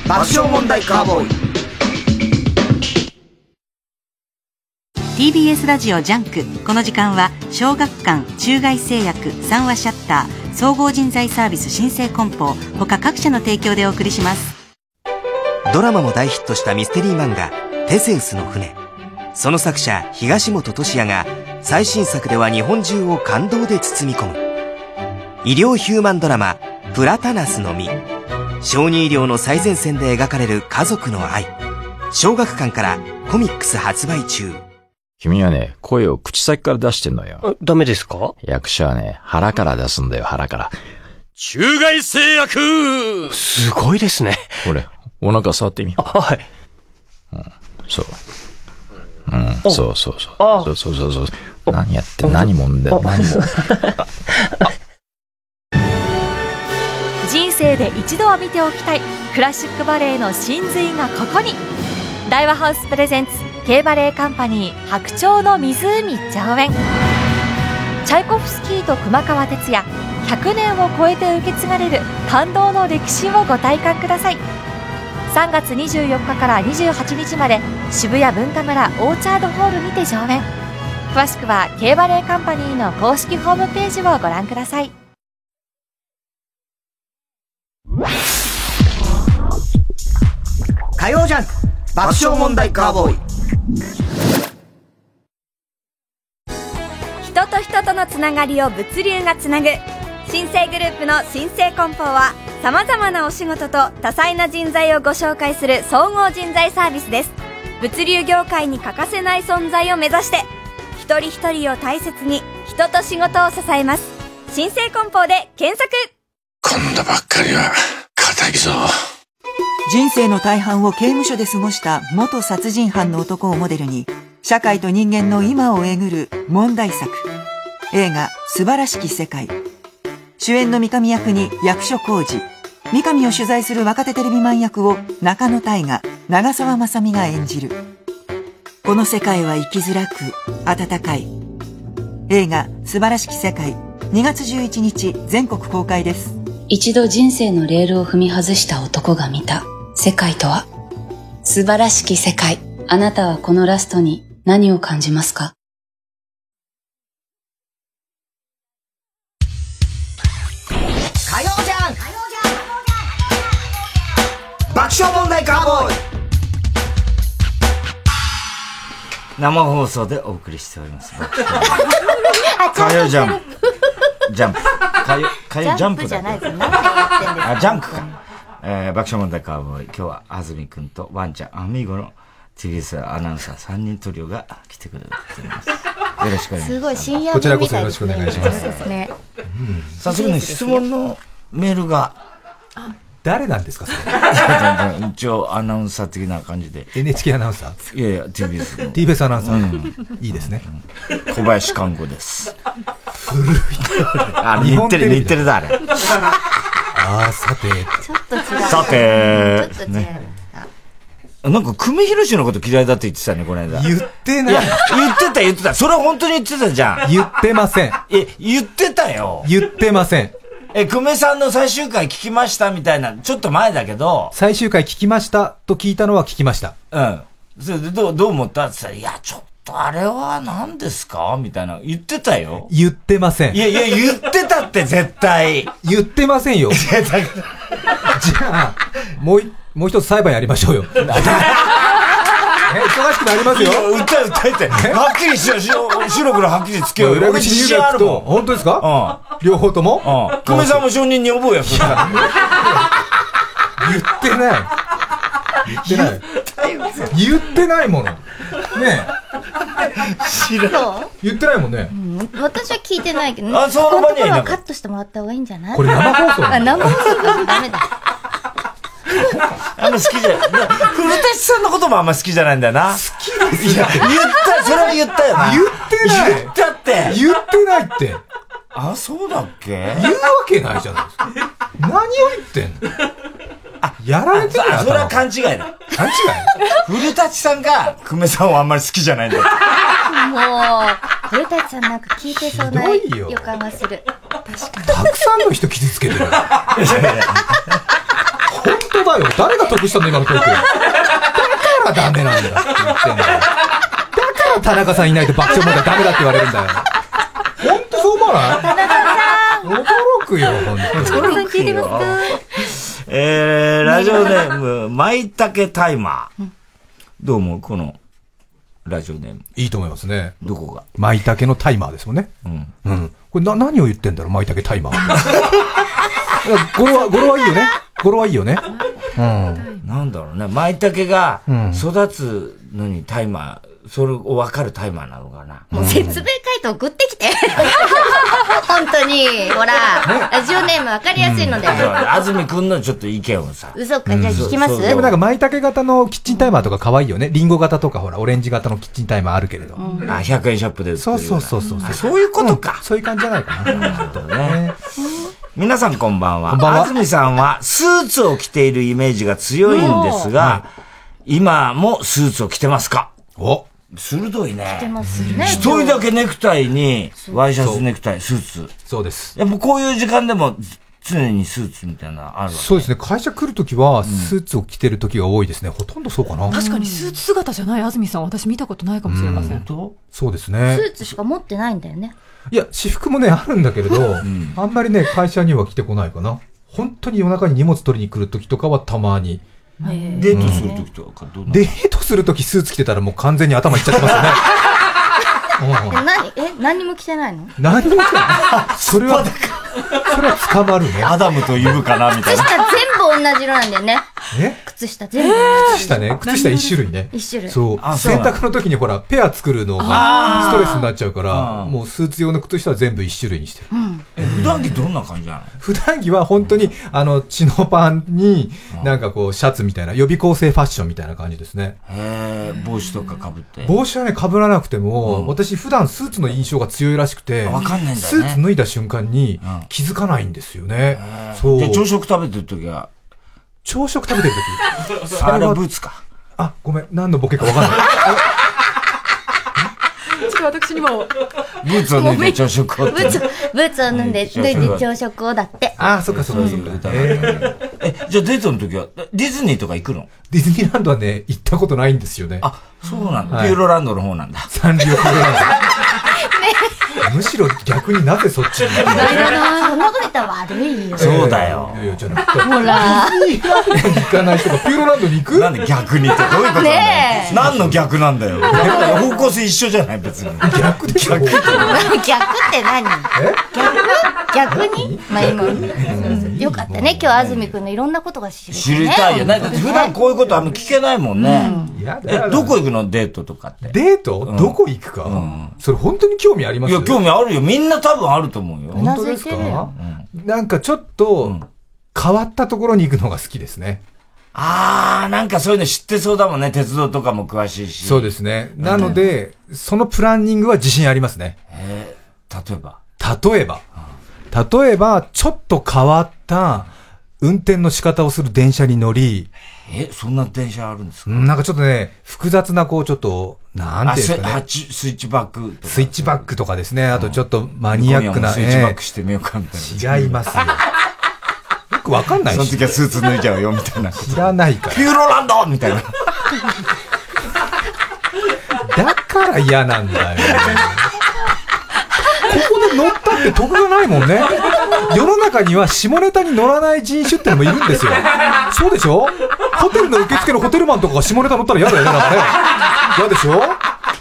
F: 爆笑問題カーボーイ
G: TBS ラジオジャンクこの時間は小学館中外製薬三話シャッター総合人材サービス新生梱包他各社の提供でお送りします
H: ドラマも大ヒットしたミステリー漫画「テセウスの船」その作者東本俊也が最新作では日本中を感動で包み込む医療ヒューマンドラマ「プラタナスの実」小児医療の最前線で描かれる家族の愛小学館からコミックス発売中
E: 君はね、声を口先から出してんのよ。
I: ダメですか
E: 役者はね、腹から出すんだよ、腹から。
I: 中外製薬すごいですね。
E: これ、お腹触ってみ。
I: あ、はい。
E: そう。うん、そうそうそう。そうそうそうそう。何やって、何もんだよ、何も。
J: 人生で一度は見ておきたいクラシックバレエの真髄がここに大和ハウスプレゼンツ K バレエカンパニー白鳥の湖上演チャイコフスキーと熊川哲也100年を超えて受け継がれる感動の歴史をご体感ください3月24日から28日まで渋谷文化村オーチャードホールにて上演詳しくは K バレエカンパニーの公式ホームページをご覧ください
F: 火曜ジャンク爆笑問題カーボーイ
K: 人と人とのつながりを物流がつなぐ新生グループの新生梱包はさまざまなお仕事と多彩な人材をご紹介する総合人材サービスです物流業界に欠かせない存在を目指して一人一人を大切に人と仕事を支えます新生梱包で検索
L: 今度ばっかりは、固いぞ。
M: 人生の大半を刑務所で過ごした元殺人犯の男をモデルに、社会と人間の今をえぐる問題作。映画、素晴らしき世界。主演の三上役に役所広司。三上を取材する若手テレビマン役を中野大河、長澤まさみが演じる。この世界は生きづらく、温かい。映画、素晴らしき世界。2月11日、全国公開です。
N: 一度人生のレールを踏み外した男が見た世界とは素晴らしき世界。あなたはこのラストに何を感じますか
F: 火曜ジャンク爆笑問題カーボーイ
A: 生放送でお送りしております。火曜ジャンプ。 ジャンプ。火曜、火曜ジャンプ
C: じ
A: だ
C: ゃ
A: よ
C: ないですよ。何やってんですか
A: あ、ジャンクか。えー、爆笑問題カーボーイ。今日は安住くんとワンちゃん、アミーゴの TBS アナウンサー3人トリオが来てくれています。よろしくお願いします。
C: すごい深夜
A: こちらこ
C: み
A: そ
C: た
A: よろ
C: いで
A: し
C: す
A: くお
C: ね。
A: 願いします
C: そうですね。
A: 早 速ね、質問のメールが。
B: 誰なんですか、それ。
A: 一応アナウンサー的な感じで。
B: NHK アナウンサ
A: ーいやいや、TBS の。
B: TBS アナウンサ
A: ー。
B: いいですね。
A: 小林看護です。古い。あ、
B: 日
A: 日
B: 本テ
A: テ
B: レ
A: レ、
B: ビ
A: 日テレだ、あれ。
B: ああ、さて。
A: さて、
C: ちょっと違う
A: ね。なんか、久米宏のこと嫌いだって言ってたね、この間。言って
B: ない
A: や言ってた、言ってた。それは本当に言ってたじゃん。
B: 言ってません。
A: え、言ってたよ。
B: 言ってません。
A: え、久米さんの最終回聞きましたみたいな、ちょっと前だけど、
B: 最終回聞きましたと聞いたのは聞きました。
A: うん。それで、どう、どう思ったって言ったら、いや、ちょっとあれは何ですかみたいな、言ってたよ。
B: 言ってません。
A: いやいや、言ってたって絶対。
B: 言ってませんよ。じ
A: ゃ
B: あ、もうい、もう一つ裁判やりま しょうよ。え忙しくなりますよ。
A: 歌え歌えって。はっきりしよう、しよう、白黒はっきりつけようよ。
B: 裏
A: 俺
B: 口
A: 自
B: 入
A: 信あ
B: 学
A: るも
B: と、
A: ん。
B: 本当ですかうん。両方ともうん。
A: 久米さんも承認に覚えや、そしたら
B: 言ってない。言ってない。言ってないもの。ねえ。
A: 知
C: らん。
B: 言ってないもんね。
C: うん私は聞いてないけど、
B: あその
C: こ
B: 場
C: の
B: に
C: とこ
B: はい
C: ろは
B: なかった
C: カットしてもらった方がいいんじゃない
B: これ生放送
C: あ、生放送だダメだ。
A: あんま好きじゃ ない。な古舘さんのこともあんま好きじゃないんだよな。好きですいや、言った、それは言ったよな。言
B: ってない
A: 言ったって。
B: 言ってないって。
A: あ、そうだっけ
B: 言うわけないじゃないですか。何を言ってんのやられてる
A: あ、それは勘違いだ。
B: 勘違い
A: 古舘さんが、久米さんをあんまり好きじゃないんだよ。
C: もう、古舘さんなんか聞いてそうな
B: ひどいよ
C: 予感がする。
B: たくさんの人傷つけてる。本当当だよ。誰が得したんだ、今のトーク。だからダメなんだって言ってんだよ。だから田中さんいないと爆笑問題ダメだって言われるんだよ。ほんとそう思わない驚くよ、ほんと。
A: 田中さん聞いてますかえー、ラジオネーム、まいたけタイマー。どうも、この、ラジオネーム。
B: いいと思いますね。
A: どこが
B: 舞茸のタイマーですもんね。うん。うん。これな、何を言ってんだろう、舞茸タイマ ー。語呂は、語呂はいいよね。語呂はいいよね。うん。
A: なんだろうね。舞茸が育つのにタイマー、それを分かるタイマーなのかな。
C: もう説明回答送ってき て。本当に、ほら、ラジオネームわかりやすいので。
A: だから安住くんのちょっと意見をさ。
C: 嘘か、じゃあ聞きます
B: でもなんか、舞茸型のキッチンタイマーとか可愛いよね。リンゴ型とかほら、オレンジ型のキッチンタイマーあるけれど。
A: んあ100円ショップで売ってるよ
B: そう
A: うな
B: そうそうそう。
A: あそういうことか。
B: そういう感じじゃないかな。
A: ね。皆さんこんばんは。
B: こんばんは
A: 安住さんはスーツを着ているイメージが強いんですが、今もスーツを着てますか
B: お
A: 鋭いね。
C: ますね
A: 一人だけネクタイに、ワイシャツネクタイ、スーツ。
B: そうです。
A: やっぱこういう時間でもず常にスーツみたいなのあるわ。
B: そうですね。会社来るときは、スーツを着てるときが多いですね。ほとんどそうかな。
D: 確かにスーツ姿じゃない安住さん、私見たことないかもしれませ
B: うん
D: ん。
B: そうですね。
C: スーツしか持ってないんだよね。
B: いや、私服もね、あるんだけれど、あんまりね、会社には来てこないかな。本当に夜中に荷物取りに来るときとかはたまに。
A: デートする時とかどうなの
B: デートするときスーツ着てたらもう完全に頭いっちゃってますよね。
C: え、
B: うん
C: 何、え、何も着てないの
B: 何もしてないそれは、それは捕まるね。
A: アダムとイブかなみ
C: 靴下全部同じ色なんだよね。
B: え
C: 靴下全部同
B: 靴
C: じ。
B: 下ね。靴下一種類ね。
C: 一種類
B: そう。
C: あそう
B: 洗
C: なんだ
B: 濯の時にほら、ペア作るのが
A: あー
B: ストレスになっちゃうから、もうスーツ用の靴下は全部一種類にしてる。
A: え普段着どんな感じなの
B: 普段着は本当に、あの、チノパンに、なんかこう、シャツみたいな、予備校生ファッションみたいな感じですね。
A: へー帽子とか被って。
B: 帽子はね、被らなくても、私普段スーツの印象が強いらしくて、
A: わかんないんだよね
B: スーツ脱いだ瞬間に気づかないんですよね。そう。
A: で、朝食食べてる時は、
B: 朝食食べてる時それは
A: あれブーツか。
B: あ、ごめん、何のボケかわかんない。
D: ちょっと私にも。
A: ブーツを脱いで朝食を
C: ブーツ、ブーツを脱いで、
A: 朝
C: 脱
A: 食
C: いで朝食をだ って。
B: ああ、そっかそっかそっか。
A: え、じゃあデートの時は、ディズニーとか行くの
B: ディズニーランドはね、行ったことないんですよね。
A: あ、そうなんだ。
B: はい
A: ピューロランドの方なんだ。
B: サンリオピューロラン ド。むしろ逆になぜそっちに行くの
C: そんなこと言ったら悪い よ。
A: そうだよ。
B: いやいや、じゃなくて。
C: ほら。
B: 行かない人がピューロランドに行く
A: なんで逆にってどういうことなんだよ
C: ねえ
A: 何の逆なん だよ。だから方向性一緒じゃない別に。
B: 逆で逆
C: 逆って何逆逆にまあ今、よかったね。今日、安住くんのいろんなことが知れて
A: 知
C: ね。
A: りたいよね。だって普段
C: ね
A: こういうことあんま聞けないもんね。え、どこ行くのデートとかって。
B: デートどこ行くかそれ本当に興味ありま
A: い
B: す
A: や、興味あるよ。みんな多分あると思うよ。
B: 本当ですかなんかちょっと、変わったところに行くのが好きですね。
A: あー、なんかそういうの知ってそうだもんね。鉄道とかも詳しいし。
B: そうですね。なので、そのプランニングは自信ありますね。
A: えー例えば。
B: 例えば、例えば、ちょっと変わった運転の仕方をする電車に乗り、
A: え、そんな電車あるんですか
B: うんなんかちょっとね、複雑な、こう、ちょっと、なん
A: あ、
B: ていうん
A: ス
B: です
A: イ
B: か
A: ハ
B: ね。
A: チスイッチバックとか。
B: スイッチバックとかですね。あとちょっとマニアック
A: 今夜
B: な。
A: もスイッチバッ
B: え
A: クしてみようかみたいな。
B: え違いますよ。よくわかんないし。
A: その時はスーツ脱いじゃうよみたいな。
B: 知らないから。
A: ピューロランドみたいな。
B: だから嫌なんだよ。ここで乗ったって得がないもんね。世の中には下ネタに乗らない人種ってのもいるんですよ。そうでしょホテルの受付のホテルマンとかが下ネタ乗ったら嫌だよね、なんかね。嫌でしょ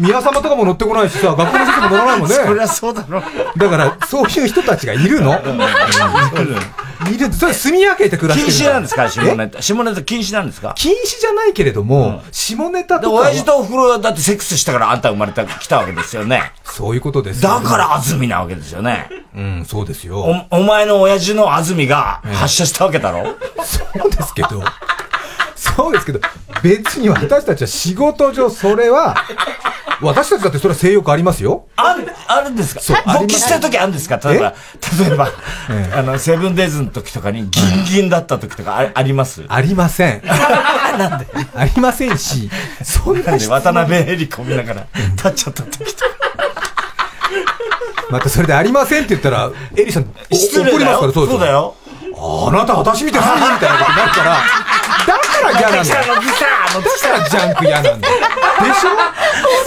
B: 宮様とかも乗ってこないしさ、学校の先生も乗らないもん ね。
A: そりゃそうだろ。
B: だから、そういう人たちがいるの。いる。それ、住み分けて暮らして
A: 禁
B: る。
A: 止なんですか下
B: え
A: ネタ。下ネタ禁止なんですか
B: 禁止じゃないけれども、下ネタ
A: で、
B: とかは。
A: 親父とおふくろはだってセックスしたからあんた生まれた、来たわけですよね。
B: そういうことです。
A: だから安住なわけですよね。
B: うん、そうですよ。
A: お、お前の親父の安住が発射したわけだろ、
B: そうですけど、そうですけど、別に私たちは仕事上、それは、私たちだってそれは性欲ありますよ。
A: ある、あるんですか
B: そうあり
A: 勃
B: ます
A: 起した時あるんですか例えば、 例えば、あの、セブンデイズの時とかにギンギンだった時とかああります
B: ありません。
A: なんで
B: ありませ んし、そん
A: な
B: なん
A: で
B: 質問
A: 渡辺恵理子見ながら立っちゃった時とか。
B: またそれでありませんって言ったら、エリさん、お
A: 失礼
B: 怒り
A: だ
B: ま
A: よ
B: すから、そうで
A: そ
B: す
A: うだよ。
B: あなた私見て不利みたいなことになるから、だから嫌なんだよ。
A: 乗ってきた
B: だからジャンク嫌なんだよ。でしょ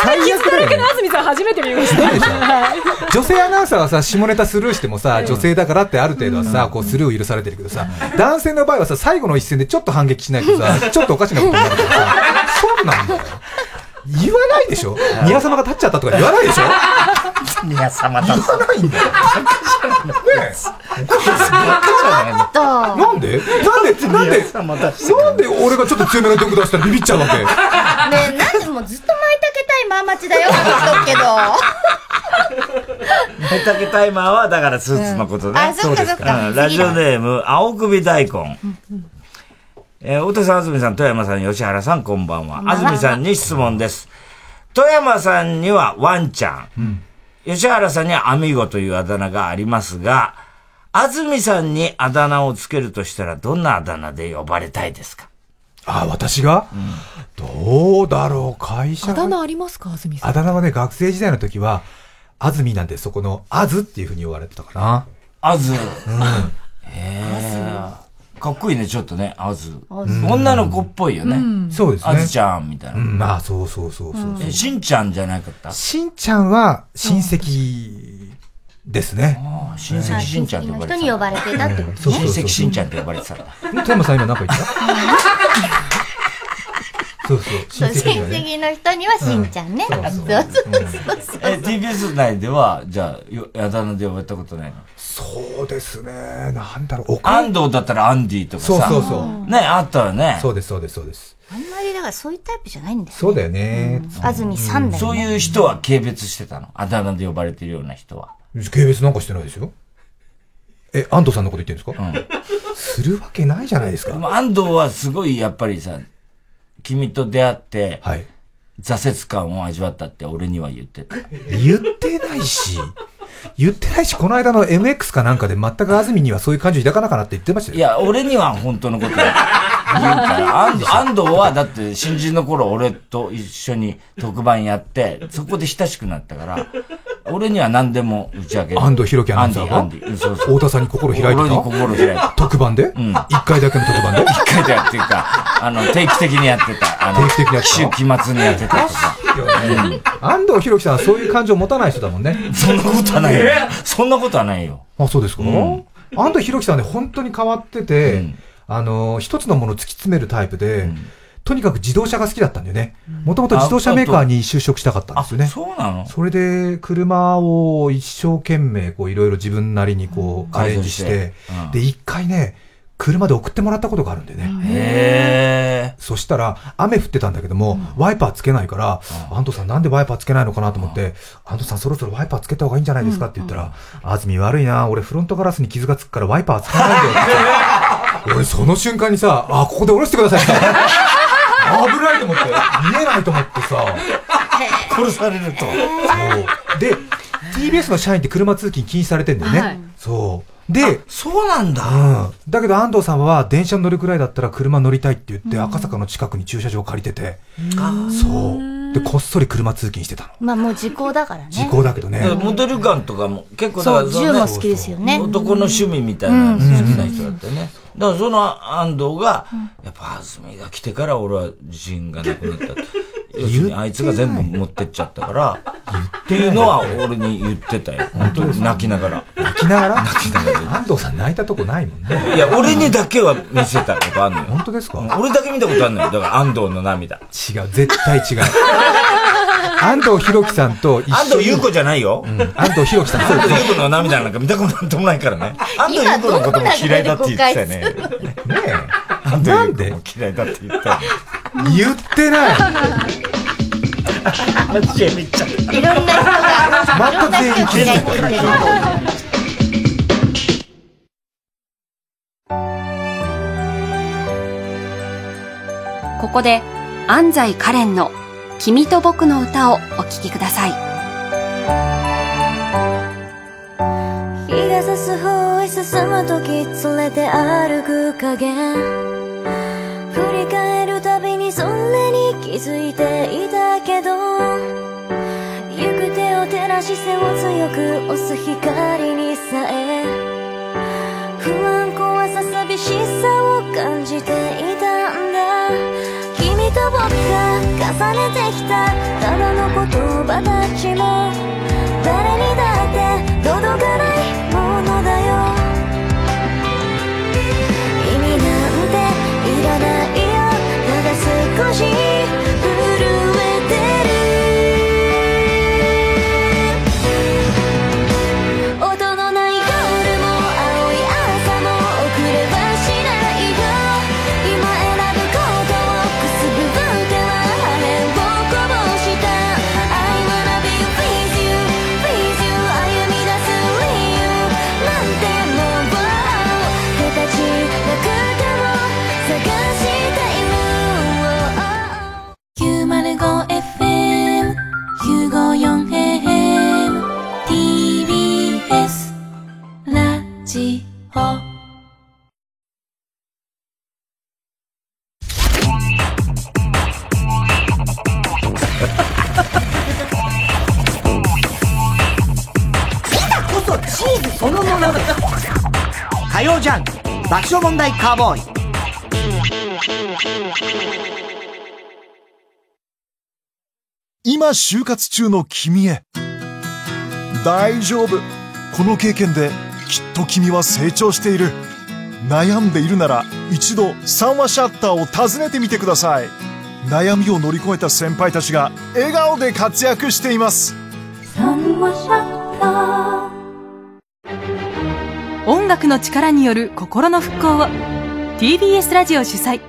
B: 最悪だよね。
O: 安住さん初めて見ました。
B: そうでしょ
O: はい
B: 女性アナウンサーはさ、下ネタスルーしてもさ、女性だからってある程度はさ、こうスルーを許されてるけどさ、男性の場合はさ、最後の一戦でちょっと反撃しないとさ、ちょっとおかしなことになるからさ、そうなんだよ。言わないでしょ宮様が立っちゃったとか言わないでしょ
A: 宮様
B: 言わないんだよ。なんでなんでなんでなんで俺がちょっと強めの毒出したらビビっちゃうわけ
C: ねえ、なんでもうずっと舞いたけたいママチだよって言っとくけど。
A: メタケタイマーは、だからスーツのことね。
C: うんあそっかそっか
A: うん
C: 次だ
A: ラジオネーム、青首大根。えー、太田さん、安住さん、富山さん、吉原さん、こんばんは。
C: んばんは
A: 安住さんに質問です。富山さんにはワンちゃん。吉原さんにはアミゴというあだ名がありますが、安住さんにあだ名をつけるとしたら、どんなあだ名で呼ばれたいですか
B: あ、私が、どうだろう、会社
O: あだ名ありますか、安住さん。
B: あだ名はね、学生時代の時は、安住なんで、そこの、あずっていうふうに呼ばれてたかな。
A: あず。うん。
B: へ
A: かっこいいね、ちょっとね、あず。
B: あず
A: 女の子っぽいよね。
B: うんそうですね
A: あずちゃん、みたいな。
B: うんあ、そうそうそうそうそう
A: えしんちゃんじゃなかった
B: しんちゃんは、親戚ですね。
A: 親戚しんちゃんって呼ばれてた。
C: 人に呼ばれてたってこと
B: そうそうそう
A: 親戚しんちゃんって呼ばれてたんだ。
B: 富山さん今なん か言ったそうそう、
C: そ
B: 親
C: う親
B: 戚だね。
C: 戚の人にはしんちゃんね。そうそうそうそう。
A: え、TBS 内では、じゃあ、よあだ名で呼ばれたことないの
B: そうですね。なんだろう、お
A: 安藤だったらアンディとかさ。
B: そうそうそう
A: ね、あったよね。
B: そうです、そうです、そうです。
C: あんまりだからそういうタイプじゃないんだよ。
B: そうだよね。
C: 安住さんだよ
A: そう
C: ね。
A: いう人は軽蔑してたの。あだ名で呼ばれてるような人は。
B: 軽蔑なんかしてないですよ。え、安藤さんのこと言ってるんですかするわけないじゃないですか。
A: でも安藤はすごいやっぱりさ、君と出会って、挫折感を味わったって俺には言ってた。
B: 言ってないし、言ってないし、この間の MX かなんかで全く安住にはそういう感情抱かなかなって言ってましたよ。
A: いや、俺には本当のこと言うから、安藤安藤はだって新人の頃俺と一緒に特番やって、そこで親しくなったから、俺には何でも打ち明ける。
B: 安藤弘樹アナウンサー
A: アンディ、アンディうんそうそう。
B: 太田さんに心開いてた
A: 俺に心開いてた。
B: 特番で一、回だけの特番で
A: 一回だよっていうか、あの、定期的にやってた。あの、
B: 定期的にやってた
A: 期期末にやってたとか。
B: 安藤博樹さんはそういう感情持たない人だもんね。
A: そんなことはないよ。そんなことはないよ。
B: あ、そうですか、
A: うん
B: 安藤博樹さんはね、本当に変わってて、あの、一つのものを突き詰めるタイプで、とにかく自動車が好きだったんだよね。もともと自動車メーカーに就職したかったんですよね。
A: そうなの
B: それで、車を一生懸命、こう、いろいろ自分なりに、こう、アレンジし
A: 改
B: て
A: 造してうん、
B: で、一回ね、車で送ってもらったことがあるんでね。
A: へ
B: そしたら、雨降ってたんだけども、ワイパーつけないから、安藤さんなんでワイパーつけないのかなと思って、安藤さんそろそろワイパーつけた方がいいんじゃないですかって言ったら、安住悪いな、俺フロントガラスに傷がつくからワイパーつかないでよ って。俺その瞬間にさ、あ、ここで下ろしてくださいって。危ないと思って、見えないと思ってさ、
A: 殺される と。
B: そう。で、TBS の社員って車通勤禁止されてんだよね。
A: はい
B: そう。で、
A: そうなんだ。
B: うん。だけど安藤さんは電車に乗るくらいだったら車乗りたいって言って、赤坂の近くに駐車場を借りてて、そう。で、こっそり車通勤してたの。
C: まあもう時効だからね。
B: 時効だけどね
A: だ。からモデルガンとかも結構だから
C: そう
A: の
C: 銃も好きですよね
A: 男の趣味みたいなの好きな人だったよね。だからその安藤が、やっぱ安住が来てから俺は自信がなくなった と。要するにあいつが全部持ってっちゃったから、っていうのは俺に言ってたよ。本当に泣きながら。
B: 泣きながら
A: 泣きながら。
B: 安藤さん泣いたとこないもんね。
A: いや、俺にだけは見せたことあんのよ。本
B: 当ですか
A: 俺だけ見たことあんのよ。だから安藤の涙。
B: 違う、絶対違う。安藤弘樹さんと一緒
A: 安
B: に。
A: 藤優子じゃないよ。
B: 安藤弘樹さん。
A: 安藤優子の涙なんか見たことなんともないからね。安藤優子のことも嫌いだって言ってたよね。ねえ。安藤優子も嫌いだって言ったよ。
B: 言ってない
A: マジでめっちゃ。
C: いろんな人が、いろんな人が嫌いって言ってる。
J: ここで安西カレンの「君と僕の歌」をお聴きください
E: 日が差す方へ進む時連れて歩く影振り返るたびにそれに気づいていたけど行く手を照らし背を強く押す光にさえ不安怖さ寂しさを感じていたんだてきたただの言葉たちも誰にだって届かないものだよ意味なんていらないよただ少し震えてる音のない夜も青い朝も遅れはしないよ今選ぶことをくすぶっては破片をこぼした I wanna be with you with you 歩み出す理由なんてもう形なくても探したいの 905FM954AM TBS ラジオ
F: こそチーズそのものだ火曜ジャンク爆笑問題カーボーイ
P: 今就活中の君へ大丈夫この経験できっと君は成長している悩んでいるなら一度三話シャッターを訪ねてみてください悩みを乗り越えた先輩たちが笑顔で活躍しています
Q: 音楽の力による心の復興を TBS ラジオ主催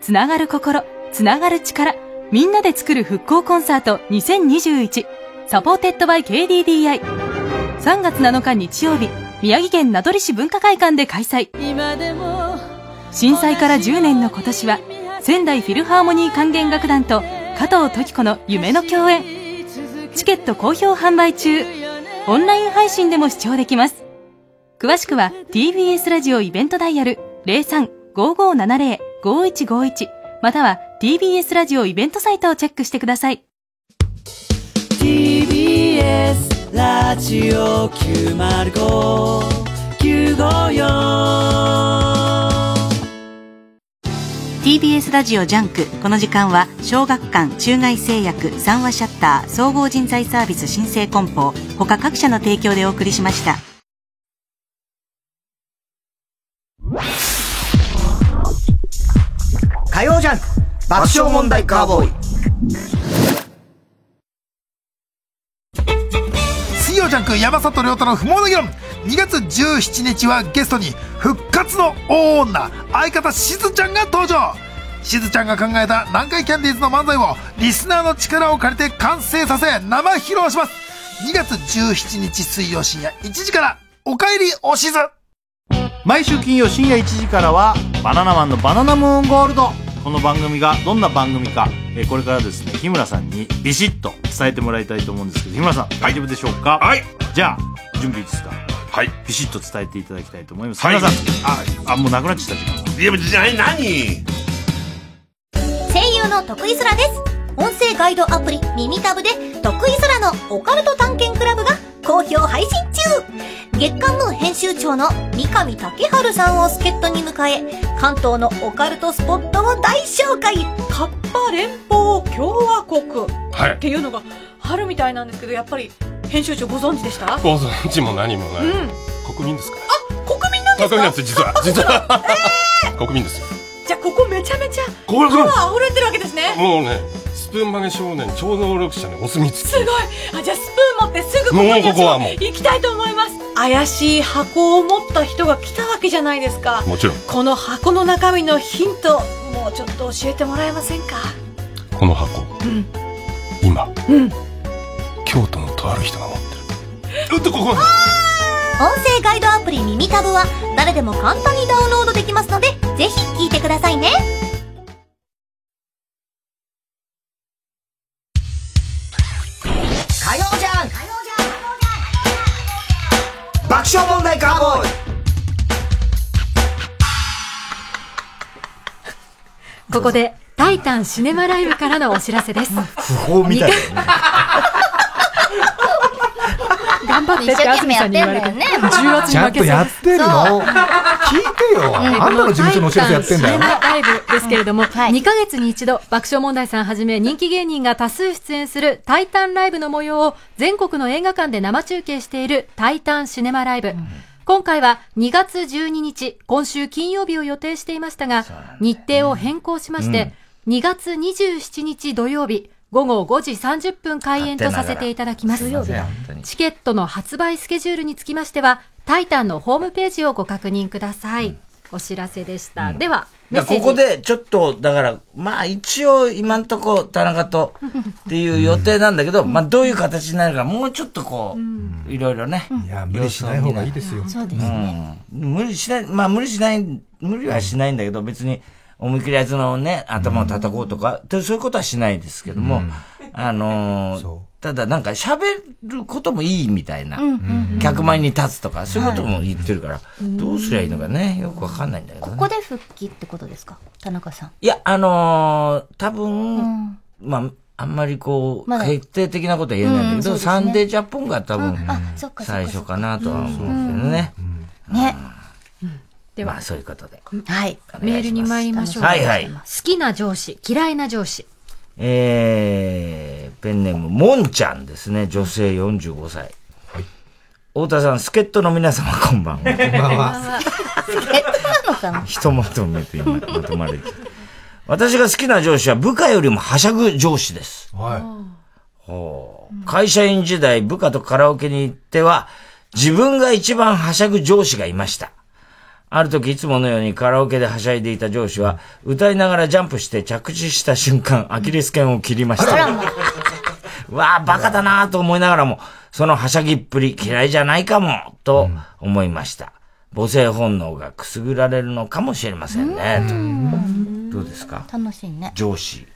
Q: つながる心つながる力みんなで作る復興コンサート2021サポーテッドバイ KDDI 3月7日日曜日宮城県名取市文化会館で開催震災から10年の今年は仙台フィルハーモニー管弦楽団と加藤時子の夢の共演チケット好評販売中オンライン配信でも視聴できます詳しくは TBS ラジオイベントダイヤル03-5570-5151または TBS ラジオイベントサイトをチェックしてください
R: TBS ラジオ905954
Q: TBS ラジオジャンクこの時間は小学館中外製薬三話シャッター総合人材サービス申請梱包他各社の提供でお送りしました
F: 火曜ジャンク爆笑問題カーボーイ
S: 水曜ジャンク山里亮太の不毛の議論2月17日はゲストに復活の大女相方しずちゃんが登場しずちゃんが考えた南海キャンディーズの漫才をリスナーの力を借りて完成させ生披露します2月17日水曜深夜1時から「おかえりおしず」
T: 毎週金曜深夜1時からは「バナナマンのバナナムーンゴールド」この番組がどんな番組か、えーこれからですね日村さんにビシッと伝えてもらいたいと思うんですけど日村さん大丈夫でしょうかはいじゃあ準備いいですかはいビシッと伝えていただきたいと思います、
U: はい
T: 日村さんああもうなくなっちゃった時間いやじゃ何
N: 声優の徳井空です音声ガイドアプリ耳タブで徳井空のオカルト探検クラブが好評配信中月刊ムー編集長の三上竹春さんを助っ人に迎え関東のオカルトスポットを大紹介カッパ連邦共和国
V: はい
O: っていうのが春みたいなんですけどやっぱり編集長ご存知でした
V: ご存知も何もない、
O: うん
V: 国民ですか
O: 国民なんです
V: 国民
O: か
V: なんです実は実は、国民ですよ
O: じゃあここめちゃめちゃパ
V: こ
O: ワ
V: れそう
O: ー溢れてるわけですね
V: もうねスプーン曲げ少年超能力者のお墨付き
O: すごいあじゃあスプーン持ってすぐここに
V: もうここはもう
O: 私行きたいと思います怪しい箱を持った人が来たわけじゃないですか
V: もちろん
O: この箱の中身のヒントもうちょっと教えてもらえませんか
V: この箱
O: うん
V: 今
O: うん
V: 京都のとある人が持ってるうっとここ
N: 音声ガイドアプリ耳タブは誰でも簡単にダウンロードできますのでぜひ聞いてくださいね
F: 火曜ジャンク爆笑問題カーボーイ
D: ここで、タイタンシネマライブからのお知らせです。
A: 不法みたいなね。
D: 頑張ってって
C: 一生
D: 安
C: 懸命
D: 住
C: や
D: さ
C: って
D: んに言
C: んだよ
D: われて
C: ね
D: 重圧に負けず
B: ちゃんとやってるの
D: そう
B: 聞いてよ
D: えー
B: あんたの事務所のお知らせやってんだよ
D: このタイタンシネマライブですけれども、2ヶ月に一度、爆笑問題さんはじめ人気芸人が多数出演するタイタンライブの模様を全国の映画館で生中継しているタイタンシネマライブ。今回は2月12日、今週金曜日を予定していましたが、日程を変更しまして、2月27日土曜日、午後5時30分開演とさせていただきます。チケットの発売スケジュールにつきましては、タイタンのホームページをご確認ください。お知らせでした。では、メ
A: だ
D: ッ
A: か
D: セー
A: ら
D: ジ。
A: ここで、ちょっと、だから、まあ一応今んとこ田中と っていう予定なんだけど、まあどういう形になるか、もうちょっとこう、いろいろね。いや、無理しない方がいいですよ。
C: そうです
A: ね。無理しない、まあ無理しない、無理はしないんだけど、別に思いっきりあいつのね、頭を叩こうとか、でそういうことはしないですけども、あのー、ただなんか喋ることもいいみたいな
C: うんうんうん。
A: 客前に立つとか、そういうことも言ってるから、
C: い
A: どうすりゃいいのかね、よくわかんないんだけどね。
C: ここで復帰ってことですか田中さん。
A: いや、あのー多分、
C: うん
A: まあ、あんまりこう、
C: まだ
A: 決定的なことは言えないんだけど、
C: うんそうですね
A: サンデージャポンが多分、
C: そっかそっ
A: 最
C: か
A: 初かなとは思うんですけどね。
C: ね。
D: で
A: まあ、そういうことで。
C: はい。
D: メールに参りましょう。
A: はいはい
D: 好きな上司、嫌いな上司。
A: えー、ペンネーム、もんちゃんですね。女性45歳。太田さん、助っ人の皆様、こんばんは。
C: え、どうなのかな
A: ひとまとめて今、まとまれて。私が好きな上司は部下よりもはしゃぐ上司です。ほう会社員時代、部下とカラオケに行っては、自分が一番はしゃぐ上司がいました。ある時、いつものようにカラオケではしゃいでいた上司は、歌いながらジャンプして着地した瞬間、アキレス腱を切りました。わあ、バカだなあと思いながらも、そのはしゃぎっぷり嫌いじゃないかも、と思いました。母性本能がくすぐられるのかもしれませんね。とどうですか
C: 楽しいね。
A: 上司。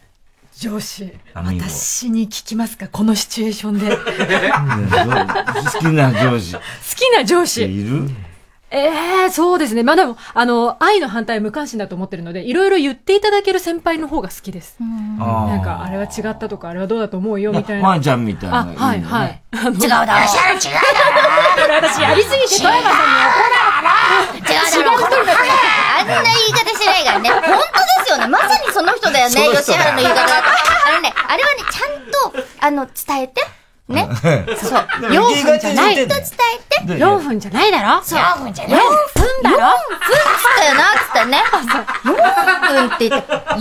O: 上司、
A: アミーゴ
O: 私に聞きますかこのシチュエーションで。好
A: うん好きな上司。
D: きな上司。
A: いる
D: ええそうですね。まあでも、あの、愛の反対は無関心だと思ってるので、いろいろ言っていただける先輩の方が好きです。
A: あー
D: なんか、あれは違ったとか、あれはどうだと思うよ、みたいな。
A: ワンちゃんみたいな
D: あ、はい、はい。違う
C: だろ
D: 違うだろ私やりすぎて、富山さん
C: 違うだろ、このあんな言い方しないからね。本当ですよね。まさにその人だよね。
E: その人
C: 吉
E: だ
C: 原の言い方だと。あのね、あれはね、ちゃんと、あの、伝えて。ね。そう。4分じゃない。ちゃんと伝えて。
D: 4分じゃないだろ
C: そう。4分じゃない。
D: 4
C: 分だろ ?4 分 だよな、つってね。4分って言って、4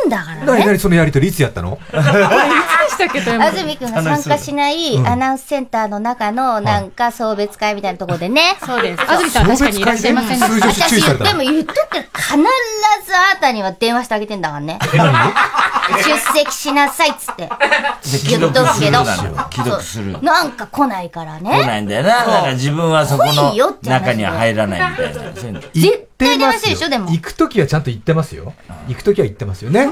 C: 分だからね。
B: なになにそのやりとりいつやったの
D: したけど
C: 安住くんが参加しない
B: うん
C: アナウンスセンターの中のなんか送別会みたいなところでね。
D: そうです安住さんは確かにいらっしゃいませんでした
C: 私
D: 送別会で数字注意さ
C: 言っ
D: れた
C: ても言っとくけど、必ずあなたには電話してあげてんだからね。出席しなさいっつって。
A: 既読するなの。既読する。来
C: なんか来ないからね。
A: ないんだよな。だから自分はそこ
C: 来いよ
A: の
C: って話
A: 中には入らないみたいな。そういうの
C: 絶対電話してるでしょ、でも。
B: 行くときはちゃんと行ってますよ行くときは行ってますよね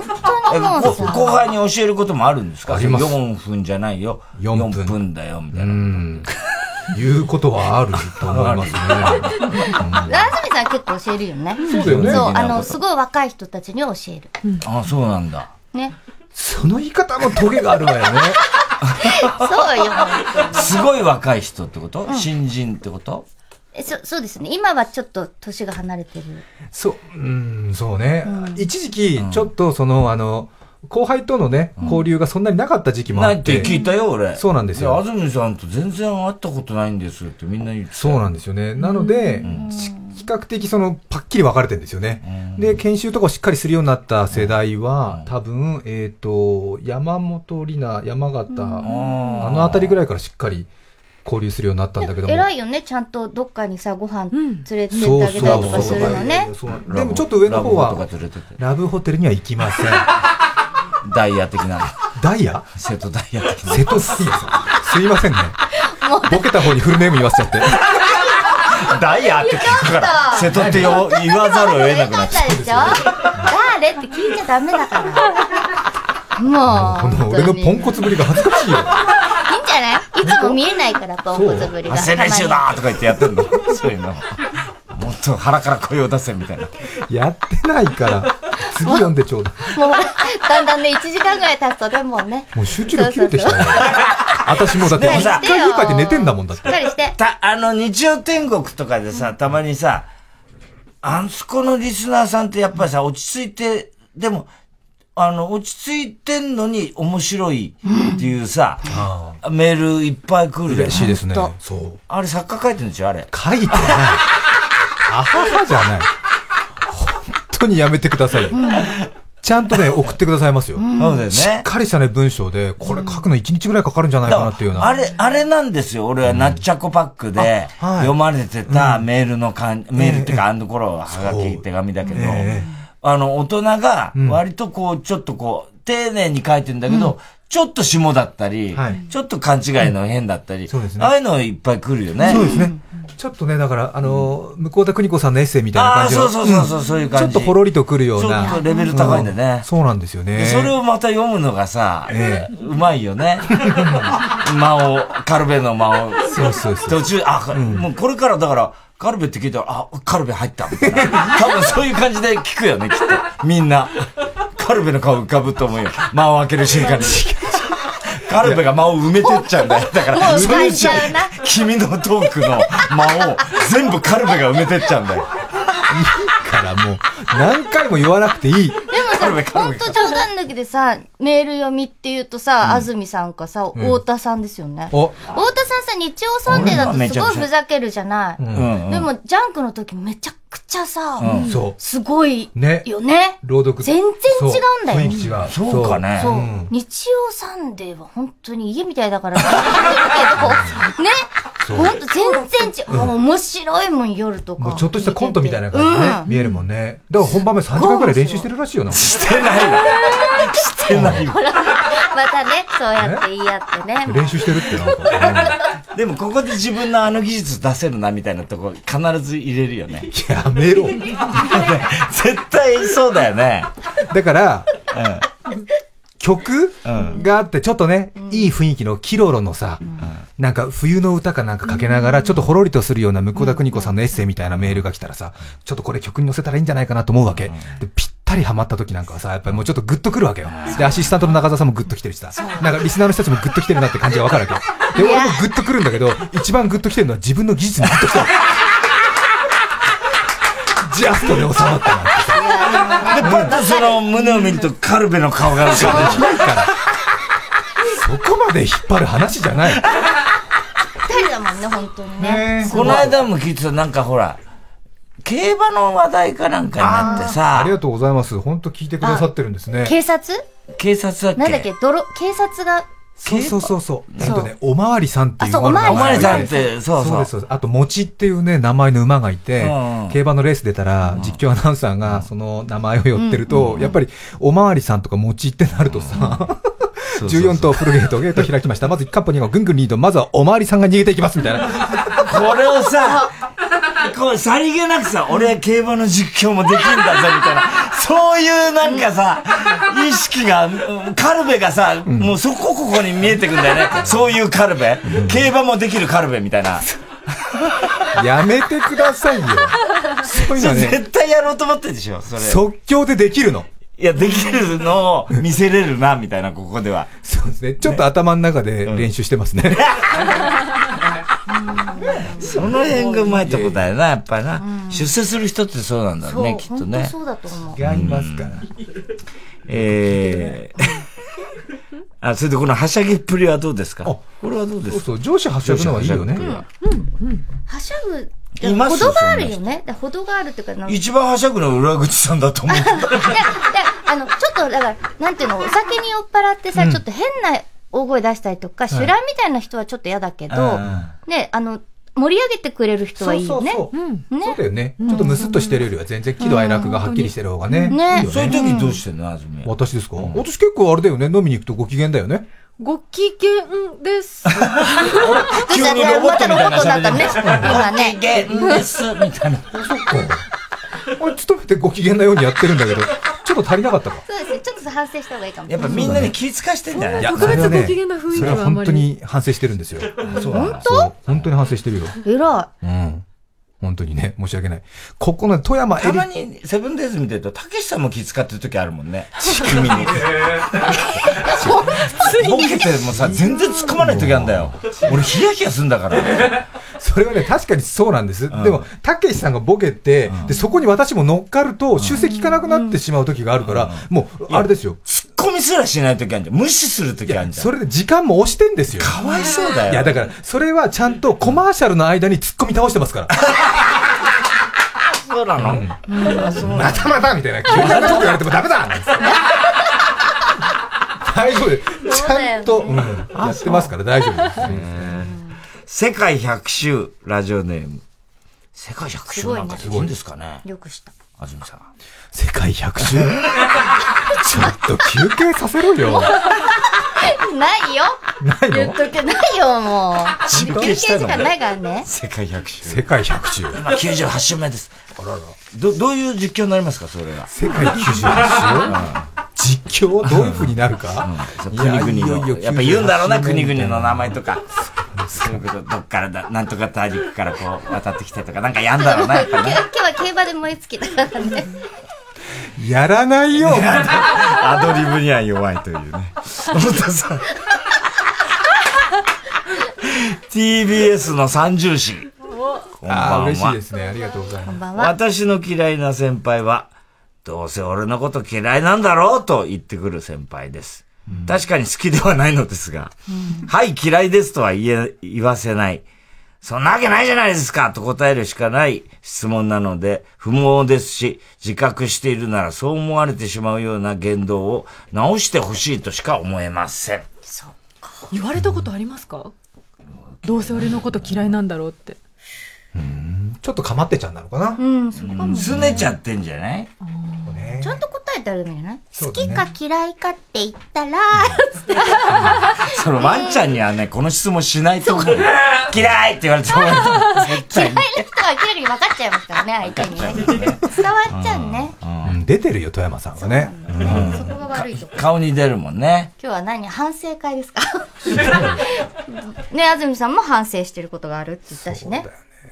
A: えこ後輩に教えることもあるんですか
B: あります
A: 4分じゃないよ。4分だよ、みたいな。
B: 言うことはあると思いますね
C: 安住さん結構教えるよね。
B: そうだよね
C: そう、
B: みんな
C: あ
B: のこ
C: の、
B: と
C: すごい若い人たちに教える。
A: あ、そうなんだ。
C: ね。
B: その言い方もトゲがあるわよね
C: そうよ。
A: すごい若い人ってこと新人ってこと
C: えそそうですね。今はちょっと年が離れてる。
B: そううんそうね一時期ちょっとそのあの後輩とのね交流がそんなになかった時期もあ
A: ない
B: っ
A: って
B: て
A: 聞いたよ、俺。
B: そうなんですよ
A: いや安住さんと全然会ったことないんですってみんな言って。
B: そうなんですよね。なので、ち比較的その、パッキリ分かれてるんですよね。で、研修とかをしっかりするようになった世代は、多分、えっ、と、山本里奈、山形、あのあたりぐらいからしっかり交流するようになったんだけども。
C: 偉いよね。ちゃんとどっかにさ、ご飯連れてってあげたりとかするのね。
B: そうそうそうでもちょっと上の方
A: ラブホとか連
B: は
A: れてて、
B: ラブホテルには行きません。
A: ダイヤ的な。
B: ダイヤ
A: 瀬戸ダイヤ的な。
B: 瀬戸ダイヤさん。すいませんね。ボケた方にフルネーム言わせちゃって。
A: ダイヤって聞くから、瀬戸ってよ言わざるを得なくなっちゃう。
C: でしょ誰って聞いちゃダメだから。も う、
B: 俺のポンコツぶりが恥ずかしいよ。
C: いいんじゃないいつも見えないから、ポンコツぶりが。
A: 汗練習だーとか言ってやってんの。そういうの。もっと腹から声を出せみたいな。
B: やってないから、次読んでちょうだい。
C: たまにもう、だんだんね、1時間ぐらい経つとでもね。
B: もう集中力切れてきたよ。私もうだって、
A: でも
B: 一
A: さ
B: 回家帰って寝てんだもんだって。
C: して。
A: た、あの、日曜天国とかでさ、たまにさ、あんすこのリスナーさんってやっぱりさ、落ち着いて、でも、あの、落ち着いてんのに面白いっていうさ、メールいっぱい来るじゃん
B: 嬉しいですね
A: ほんと
B: そう。
A: あれ作家書いてるんでしょあれ。
B: 書いてない。あははじゃない。本当にやめてください。ちゃんとね、送ってくださいますよ。
A: んそうだよね
B: しっかりしたね、文章で、これ書くの1日ぐらいかかるんじゃないかなっていうような。
A: あれ、あれなんですよ。俺はなっちゃこパックで読まれてたメールのかん、メールっていうか、あの頃ははがき手紙だけど、あの、大人が割とこう、ちょっとこう、丁寧に書いてんだけど、ちょっと下だったり、ちょっと勘違いの変だったり、ああいうのいっぱい来るよね。
B: そうですね。ちょっとね、だから、あの、向田邦子さんのエッセイみたいな感じの
A: あーそうそうそうそうそういう感じ
B: ちょっとほろりとくるような。
A: ちょっとレベル高いんだね
B: うそうなんですよね。
A: それをまた読むのがさ、
B: え
A: うまいよ ね。間を、カルベの間を。
B: そうそう
A: 途中、あ、もうこれからだから、カルベって聞いたら、あ、カルベ入ったみたいな。多分そういう感じで聞くよね、きっと。みんな。カルベの顔浮かぶと思うよ。間を開ける瞬間に。カルベが間を埋めてっちゃうんだよ。だか
N: もう
A: ら、
N: 浮かんじゃうな
A: 君のトークの 間を全部カルベが埋めてっちゃうんだよ。
B: からもう、何回も言わなくていい。
C: でもさ、本当冗談抜きでさ、メール読みっていうとさ、安住さんかさ、
A: うん
C: 太田さんですよね。
A: お
C: 太田さんさ、日曜サンデーだとすごいふざけるじゃな
A: めちゃくちゃうんうん
C: い。でも、ジャンクの時めちゃくちゃさ
A: うんそう、
C: すごい
B: ね
C: よね。
B: 朗読
C: 全然違うんだよ。
B: そう雰囲気違う。
A: そうかね。
C: そううん日曜サンデーは本当に家みたいだから、ね、本当全然違う。もう面白いもん、夜と
B: も
C: か
B: うち。ょっとしたコントみたいな感じでね、
C: うん
B: 見えるもんね。だから本番目3時間くらい練習してるらしい よな。して
A: ない
B: わ。
A: してないわ。
C: ほら、またね、そうやって言い合ってね。
B: 練習してるってなんか。
A: でもここで自分のあの技術出せるなみたいなとこ必ず入れるよね。
B: やめろ。
A: 絶対そうだよね。
B: だから、曲があって、ちょっとね、いい雰囲気のキロロのさ、なんか冬の歌かなんかかけながら、ちょっとほろりとするような向田邦子さんのエッセイみたいなメールが来たらさ、ちょっとこれ曲に乗せたらいいんじゃないかなと思うわけ。で、ぴったりハマった時なんかはさ、やっぱりもうちょっとグッとくるわけよ。で、アシスタントの中澤さんもグッと来てるしさ、なんかリスナーの人たちもグッと来てるなって感じがわかるわけ。で、俺もグッとくるんだけど、一番グッと来てるのは自分の技術にグッと来てる。 ジャストで収まったな。
A: で、パッとその胸を見るとカルベの顔が浮かんで
B: る。そこまで引っ張る話じゃない。
C: 二人だもんね、本当にね。
A: この間も聞いてた、なんかほら、競馬の話題かなんかになってさ、
B: ありがとうございます。本当聞いてくださってるんですね。
C: 警察
A: 警察だっけ
C: なんだっけ、泥、警察が、
B: そうそうそうそう。え
C: そう
B: っとね、おまわりさんっていう馬の
C: あそうおまわりさん
B: 名前がい
A: おまわりさんってそうそう
B: そうですですあと、もちっていうね、名前の馬がいて
A: うんうん、
B: 競馬のレース出たら、実況アナウンサーがその名前を寄ってる
A: うんうん
B: と
A: う、ん
B: やっぱり、おまわりさんとかもちってなると さ、14頭フルゲート、ゲート開きました。まず1カップ2号、ぐんぐんリード。まずはおまわりさんが逃げていきます、みたいな。
A: これを さ、こう、さりげなくさ、俺は競馬の実況もできるんだぜ、みたいな。そういうなんかさ、意識が、うんカルベがさ、もうそこここに見えてくんだよね。そういうカルベ。競馬もできるカルベみたいな。
B: やめてくださいよ。そういうのはね
A: それ絶対やろうと思ってるでしょ、それ。
B: 即興でできるの。
A: いや、できるのを見せれるな、みたいな、ここでは。
B: そうですね。ちょっと頭の中で練習してますね。
A: その辺がうまいとこだよな、やっぱりな。出世する人ってそうなんだ
C: そう、
A: ね、きっと
C: 本当
A: ね。
C: そうだと思う。
B: 違いますから。
A: え ー、あ、それでこのはしゃぎっぷりはどうですかこれはどうですか
B: そうそう上司はしゃぐのはいいよね
A: 上司はしゃぐっぷ
C: はしゃぐ、
A: います
C: ほどがあるよね。だほどがあるっていうか、なん
A: りは一番はしゃぐのは裏口さんだと思う。
C: で、で、あの、ちょっと、だから、なんていうの、お酒に酔っ払ってさ、
A: うん
C: ちょっと変な大声出したりとか、
A: い
C: 修羅みたいな人はちょっと嫌だけど、ね、あの、盛り上げてくれる人はいいよね。
B: そう
C: うんね。
B: そうだよね。ちょっとムスッとしてるよりは全然喜怒哀楽がはっきりしてる方がね。
C: うんね
B: いいよ
C: そういう時どうして
A: んのあずみ。
B: 私ですか私結構あれだよね。飲みに行くとご機嫌だよね。
D: ご機嫌です。
A: 急にロボットみたいな喋りだね
C: 今ね。
A: です、みたいな。
B: 俺勤めてご機嫌なようにやってるんだけど、ちょっと足りなかったか。
C: そうですね。ちょっと反省した方がいいかも。
A: やっぱみんなに気付かしてんじゃない
B: いや
A: 特別
B: それはね
A: ご機嫌な雰囲気
B: それ
A: は
B: は
A: あんま
B: 本
A: り
B: 当に反省してるんですよ。
A: そう
C: 本
B: 当本当に反省してるよ。
C: 当 偉
B: うん。本当にね、申し訳ない。ここの富山エリ
A: たまに、セブンデイズ見 てると、たけしさんも気遣ってる時あるもんね。仕組みに。
C: い。
A: ボケてもさ、全然突っ込まない時あるんだよ。俺ヒヤヒヤするんだから。
B: それはね、確かにそうなんです。でも、たけしさんがボケて、で、そこに私も乗っかると、修正効かなくなってしまう時があるから、もう、あれですよ。
A: 突っ込みすらしない時あるじゃん。無視する時あるじゃん。
B: それで時間も押してんですよ。
A: かわいそうだよ。
B: いや、だから、それはちゃんとコマーシャルの間に突っ込み倒してますから。
A: そうなの、
B: またまたみたいな、急にあんなこと言われてもダメだなんつって大丈夫です。ちゃんと、うんやってますから大丈夫です。
A: 世界100周ラジオネーム。世界100周なんかすごいんですかね。
C: よくした。
A: あずみさん。
B: 世界100周ちょっと休憩させろよ。
C: ないよ。
B: ないの
C: 言っとけないよ、もう。
A: 実
C: 休
A: 験
C: 憩
A: したの
C: 時間ないからね。
A: 世界100周。
B: 世界100 周。
A: 今98周目です。ど、どういう実況になりますか、それが。
B: 世界98 実況どういう風になるか、
A: うんそう国々の。やっぱ言うんだろうな、国々の名前とか。 そういうこと、どっからだ、なんとか大陸からこう、渡ってきてとか、なんかやんだろうな、やっぱ
C: 今日
A: ね。
C: 今日は競馬で燃え尽きたからね。
B: やらない よ。
A: アドリブには弱いというね。太田さん。TBS の三重士。こんばんは。
B: あー嬉しいですね。ありがとうございます。
A: 私の嫌いな先輩は、どうせ俺のこと嫌いなんだろうと言ってくる先輩です。確かに好きではないのですが、はい、嫌いですとは言え、言わせない。そんなわけないじゃないですかと答えるしかない質問なので、不毛ですし、自覚しているならそう思われてしまうような言動を直してほしいとしか思えません。
D: 言われたことありますかどうせ俺のこと嫌いなんだろうって
B: ちょっとかまってちゃんなのかな。
C: うん、そこも。
A: すねちゃってんじゃない
C: ちゃんと答えてあるんじゃない
A: そ
C: 好
A: うだね
C: きか嫌いかって言ったら、
A: そのワンちゃんにはね、この質問しないと思う。嫌いって言われてもらうと絶
C: 嫌
A: 対
C: い
A: に
C: な人は明らかに分かっちゃいますからね、相手にね。伝わっちゃうね。
B: うん出てるよ、富山さんはね。
C: そこが悪いとこ。
A: 顔に出るもんね。
C: 今日は何反省会ですか ね、安住さんも反省してることがあるって言ったしね。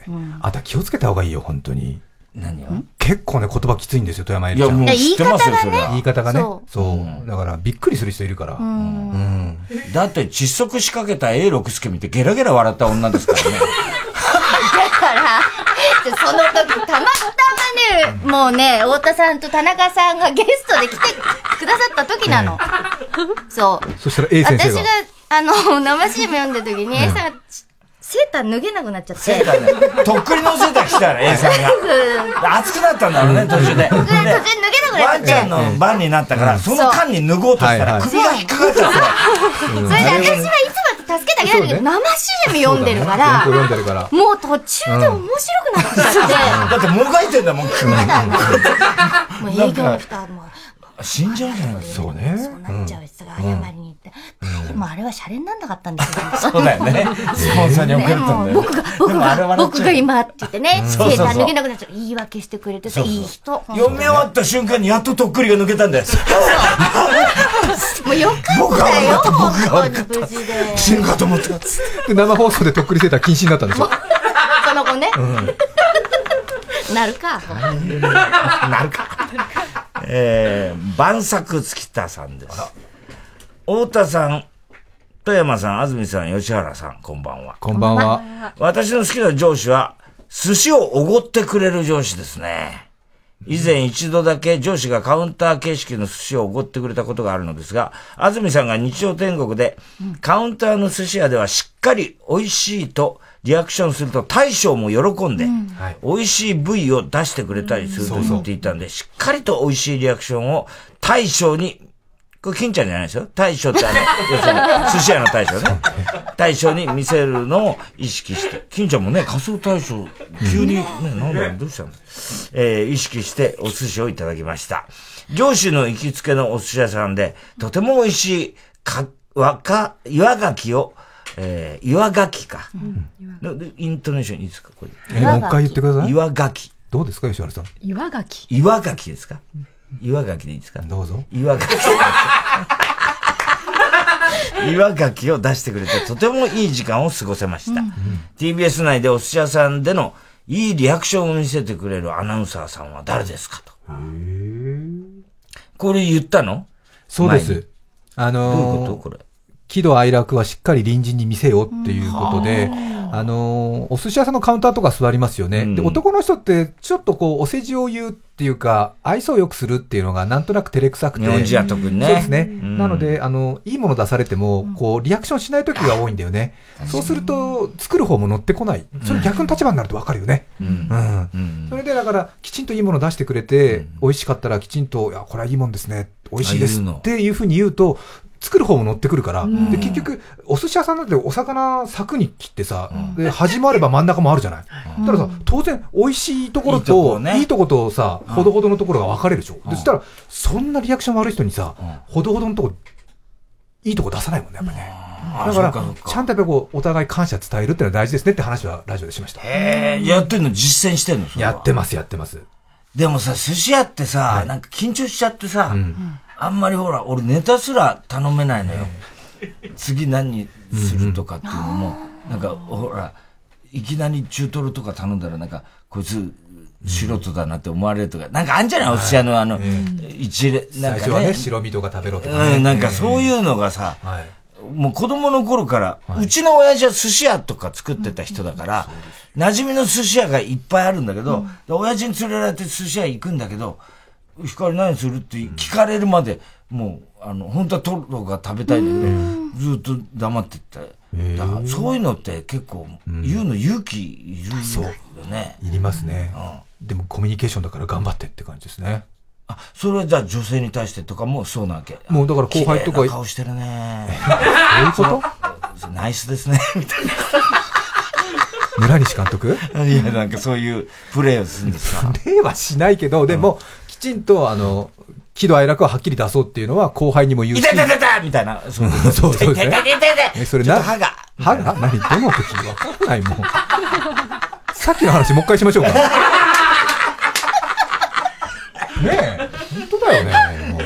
C: うん
B: あんた気をつけた方がいいよ、本当に。
A: 何を
B: 結構ね、言葉きついんですよ、富山えりちゃん。
A: いやもう知ってますよそれは
B: 言い方がね。
A: そ
B: そう。だから、びっくりする人いるから。
A: だって窒息しかけた A 六輔見てゲラゲラ笑った女ですから ね。
C: だから、その時たまたまね、もうね、太田さんと田中さんがゲストで来てくださった時なの。そう。
B: そしたら A 先生
C: 私が
B: が。、
C: あの、生 CM 読んだ時に、A さんがセーター脱げなくなっちゃって。
A: セーターね。とっくりのセーター着てたら A さんが。
C: うん
A: 熱くなったんだろうね、途中で。
C: 途中で脱げなくなっちゃ
A: ワ
C: っ
A: ン
C: て。
A: ちゃんの番になったから、その間に脱ごうとしたら、首が引っかかっちゃった。
C: それで私はいつも助けてあげないんだけど、生 CM 読んでるから、
A: そうだね原稿読んでるから
C: もう途中で面白くなっちゃ
A: だってもがいてんだもん、首
C: って、もう営業の人はもう、
A: 死んじゃうじゃないそうね。
C: そうなっちゃう人が謝りに行って、でもあれはシャレになんなかったんです よ。
A: そうだよね。スポンサーに送るとね。僕が、
C: 僕が、僕が今って言ってね、セ
A: そうそう
C: ー
A: そう
C: ター脱げなくなっちゃう。言い訳してくれてさ、
A: そうそう
C: いい人。
A: 読み終わった瞬間にやっととっくりが抜けたんだよ。
C: もうよかったよ、本当に無事で。
A: 死ぬかと思った。
B: で生放送でとっくりセーター禁止になったん ですよ。
C: その後ね、
B: うん
C: なるか。
A: なるか。えー、晩作月田さんです。太田さん、富山さん、安住さん、吉原さん、こんばんは。
B: こんばんは。
A: 私の好きな上司は、寿司をおごってくれる上司ですね。以前一度だけ上司がカウンター形式の寿司をおごってくれたことがあるのですが、安住さんが日曜天国で、カウンターの寿司屋ではしっかり美味しいとリアクションすると大将も喜んで、美味しい部位を出してくれたりすると言っていたんで、しっかりと美味しいリアクションを大将に、これ金ちゃんじゃないですよ。大将ってあの、要するに寿司屋の大将ね。大将に見せるのを意識して、金ちゃんもね、仮想大将、急に、ね、なんだろうどうしたんですえー意識してお寿司をいただきました。上司の行きつけのお寿司屋さんで、とても美味しい、か、若、岩牡蠣を、えー岩牡蠣か。のでイントネーションいいですかこれ。
B: えもう一回言ってください
A: 岩牡蠣。
B: どうですか、吉原さん。
D: 岩垣
A: 岩牡蠣ですか岩牡蠣でいいですかどうぞ。岩牡蠣。岩牡蠣を出してくれて、とてもいい時間を過ごせました。TBS 内でお寿司屋さんでのいいリアクションを見せてくれるアナウンサーさんは誰ですかと。これ言ったの
B: そうで
A: 前に
B: す。あのー
A: どういうことこれ。
B: 喜怒哀楽はしっかり隣人に見せよっていうことで、あのーお寿司屋さんのカウンターとか座りますよね。で、男の人って、ちょっとこう、お世辞を言うっていうか、愛想を良くするっていうのが、なんとなく照れくさくて。
A: 日本人は特にね
B: そうですね。
A: うん
B: なので、あの、いいもの出されても、こう、リアクションしない時が多いんだよね。そうすると、作る方も乗ってこない。それ逆の立場になるとわかるよね。うんそれでだから、きちんといいもの出してくれて、美味しかったらきちんと、いや、これはいいもんですね。美味しいです
A: あ言うの
B: っていうふうに言うと、作る方も乗ってくるから、で結局、お寿司屋さんなんてお魚柵に切ってさ、で端もあれば真ん中もあるじゃない。
A: うん
B: たださ、当然、美味しいところ
A: いいと
B: と
A: こ、ね
B: いいとことさ、ほどほどのところが分かれるでしょ。
A: うん
B: でそしたら、そんなリアクション悪い人にさ、ほどほどのとこ、いいとこ出さないもんね、やっぱね。だから、
A: そうか
B: ちゃんとやっぱこう、お互い感謝伝えるってのは大事ですねって話はラジオでしました。
A: えー、やってんの実践してんのやって
B: ます、やってます。
A: でもさ、寿司屋ってさ、なんか緊張しちゃってさ、あんまりほら、俺ネタすら頼めないのよ。次何するとかっていうのも、なんかほら、いきなり中トロとか頼んだらなんか、こいつ、素人だなって思われるとか、なんかあんじゃないお寿司屋のあの、一例、なんか
B: 最初はね、白身とか食べろとかね。
A: うん、なんかそういうのがさ、もう子供の頃から、うちの親父は寿司屋とか作ってた人だから、馴染みの寿司屋がいっぱいあるんだけど、で親父に連れられて寿司屋行くんだけど、光何するって聞かれるまで、もう、あの、本当はトロが食べたいんだけど、ずっと黙ってて。だからそういうのって結構、言うの勇気いるよね。
B: いりますね。でもコミュニケーションだから頑張ってって感じですね。
A: あ、それはじゃあ女性に対してとかもそうなわけ。
B: もうだから後輩とか
A: 綺麗な顔してるね。
B: どういうこと
A: そうナイスですね、 みたいな。
B: 村西監督
A: いや、なんかそういうプレーをするんですか。
B: プレーはしないけど、でも、きちんと、あの、喜怒哀楽ははっきり出そうっていうのは後輩にも言うし。
A: 痛い痛い痛い痛いみたい な。そう
B: そうそうですね
A: 痛い痛い痛い痛い
B: えそれ
A: ちょっ
B: な、
A: と歯が。
B: 歯が何どの口わかんないもん。さっきの話もう一回しましょうか。ねえ、本当だよね。 もう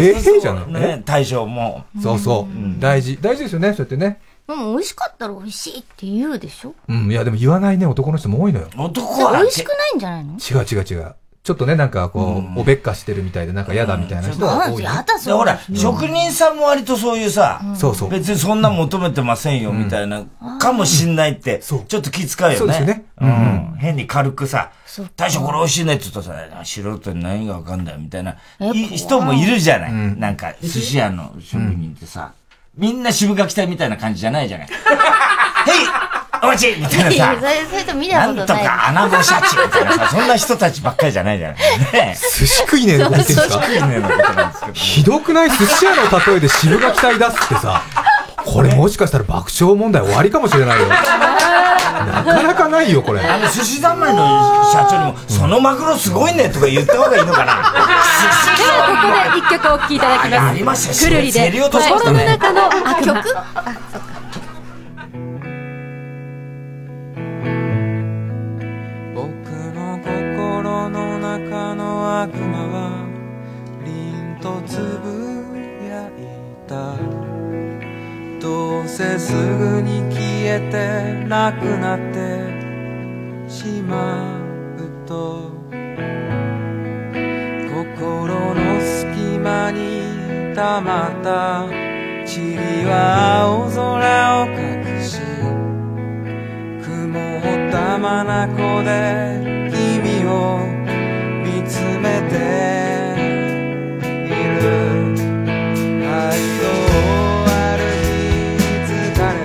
B: ええじゃない。
A: ね大将も。
B: そうそう。大事、大事ですよね、そうやってね。
C: でも美味しかったら美味しいって言うでしょ
B: うん、いやでも言わないね、男の人も多いのよ。
A: 男
C: 美味しくないんじゃないの
B: 違う違う違う。ちょっとね、なんかこう、おべっかしてるみたいで、なんか嫌だみたいな人は多いね。
A: でほら、職人さんも割とそういうさ、
B: そうそう。
A: 別にそんな求めてませんよ、みたいな、かもしんないって、ちょっと気遣うよね。
B: そうですよね
A: う
B: うん
A: ん。変に軽くさ
C: そうか、
A: 大将これ美味しいねって言ったらさ、素人に何がわかんないみたいな、
C: え怖
A: い
C: い
A: 人もいるじゃない。なんか、寿司屋の職人ってさ、みんな渋垣隊みたいな感じじゃないじゃ ない。へいお待ちみたいなさ。
C: いやそれそれと見た
A: な
C: こ
A: ん
C: と
A: と
C: ない。
A: か穴子シャチみたいなさ、そんな人たちばっかりじゃないじゃない。ね
B: 寿司食いねえのこと言ってんすか
A: 寿司食いねえのことなんですけど。
B: ひどくない寿司屋の例えで渋が期待出すってさ、これもしかしたら爆笑問題終わりかもしれないよ。なかなかないよ、これ。
A: あの寿司三昧の社長にも、そのマグロすごいねとか言った方がいいのかな。
D: ではここで一曲お聴きいただきます
A: ありましたし
D: くるりで
A: 競り落としました
D: 心の
A: ね
D: 中の悪魔
C: 曲
R: 心の中の悪魔は凛とつぶやいたどうせすぐに消えてなくなってしまうと心の隙間にたまった塵は青空を隠し雲をたまなこで君を見つめている街を歩き疲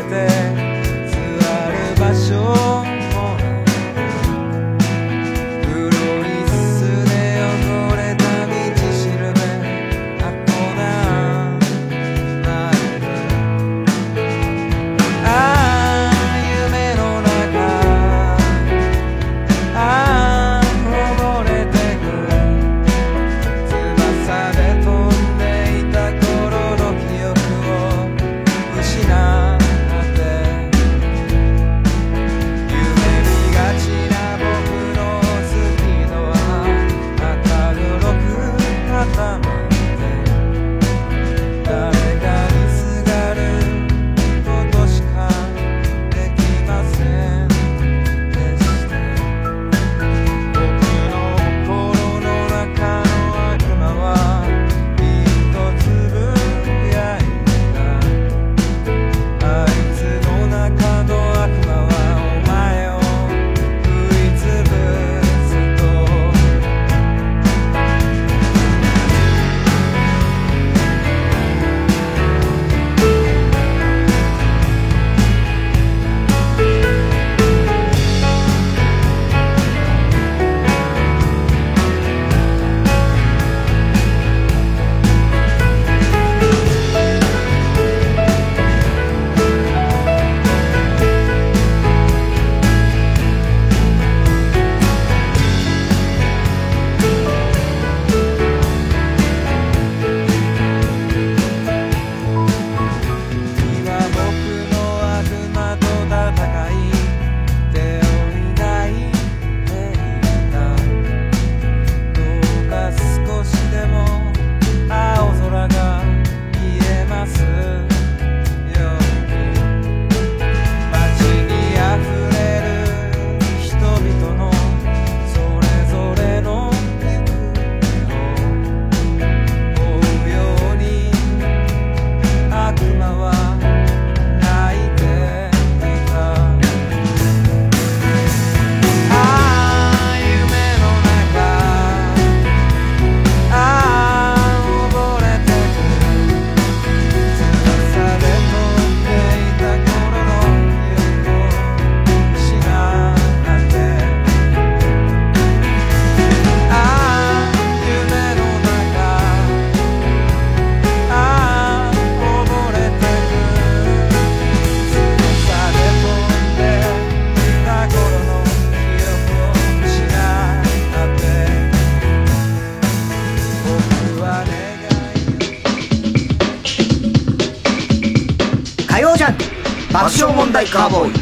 R: れて座る場所もない黒い椅子で汚れた道しるべ箱なんないああ夢の中ああ
F: 火曜ジャンク爆笑問題カーボーイ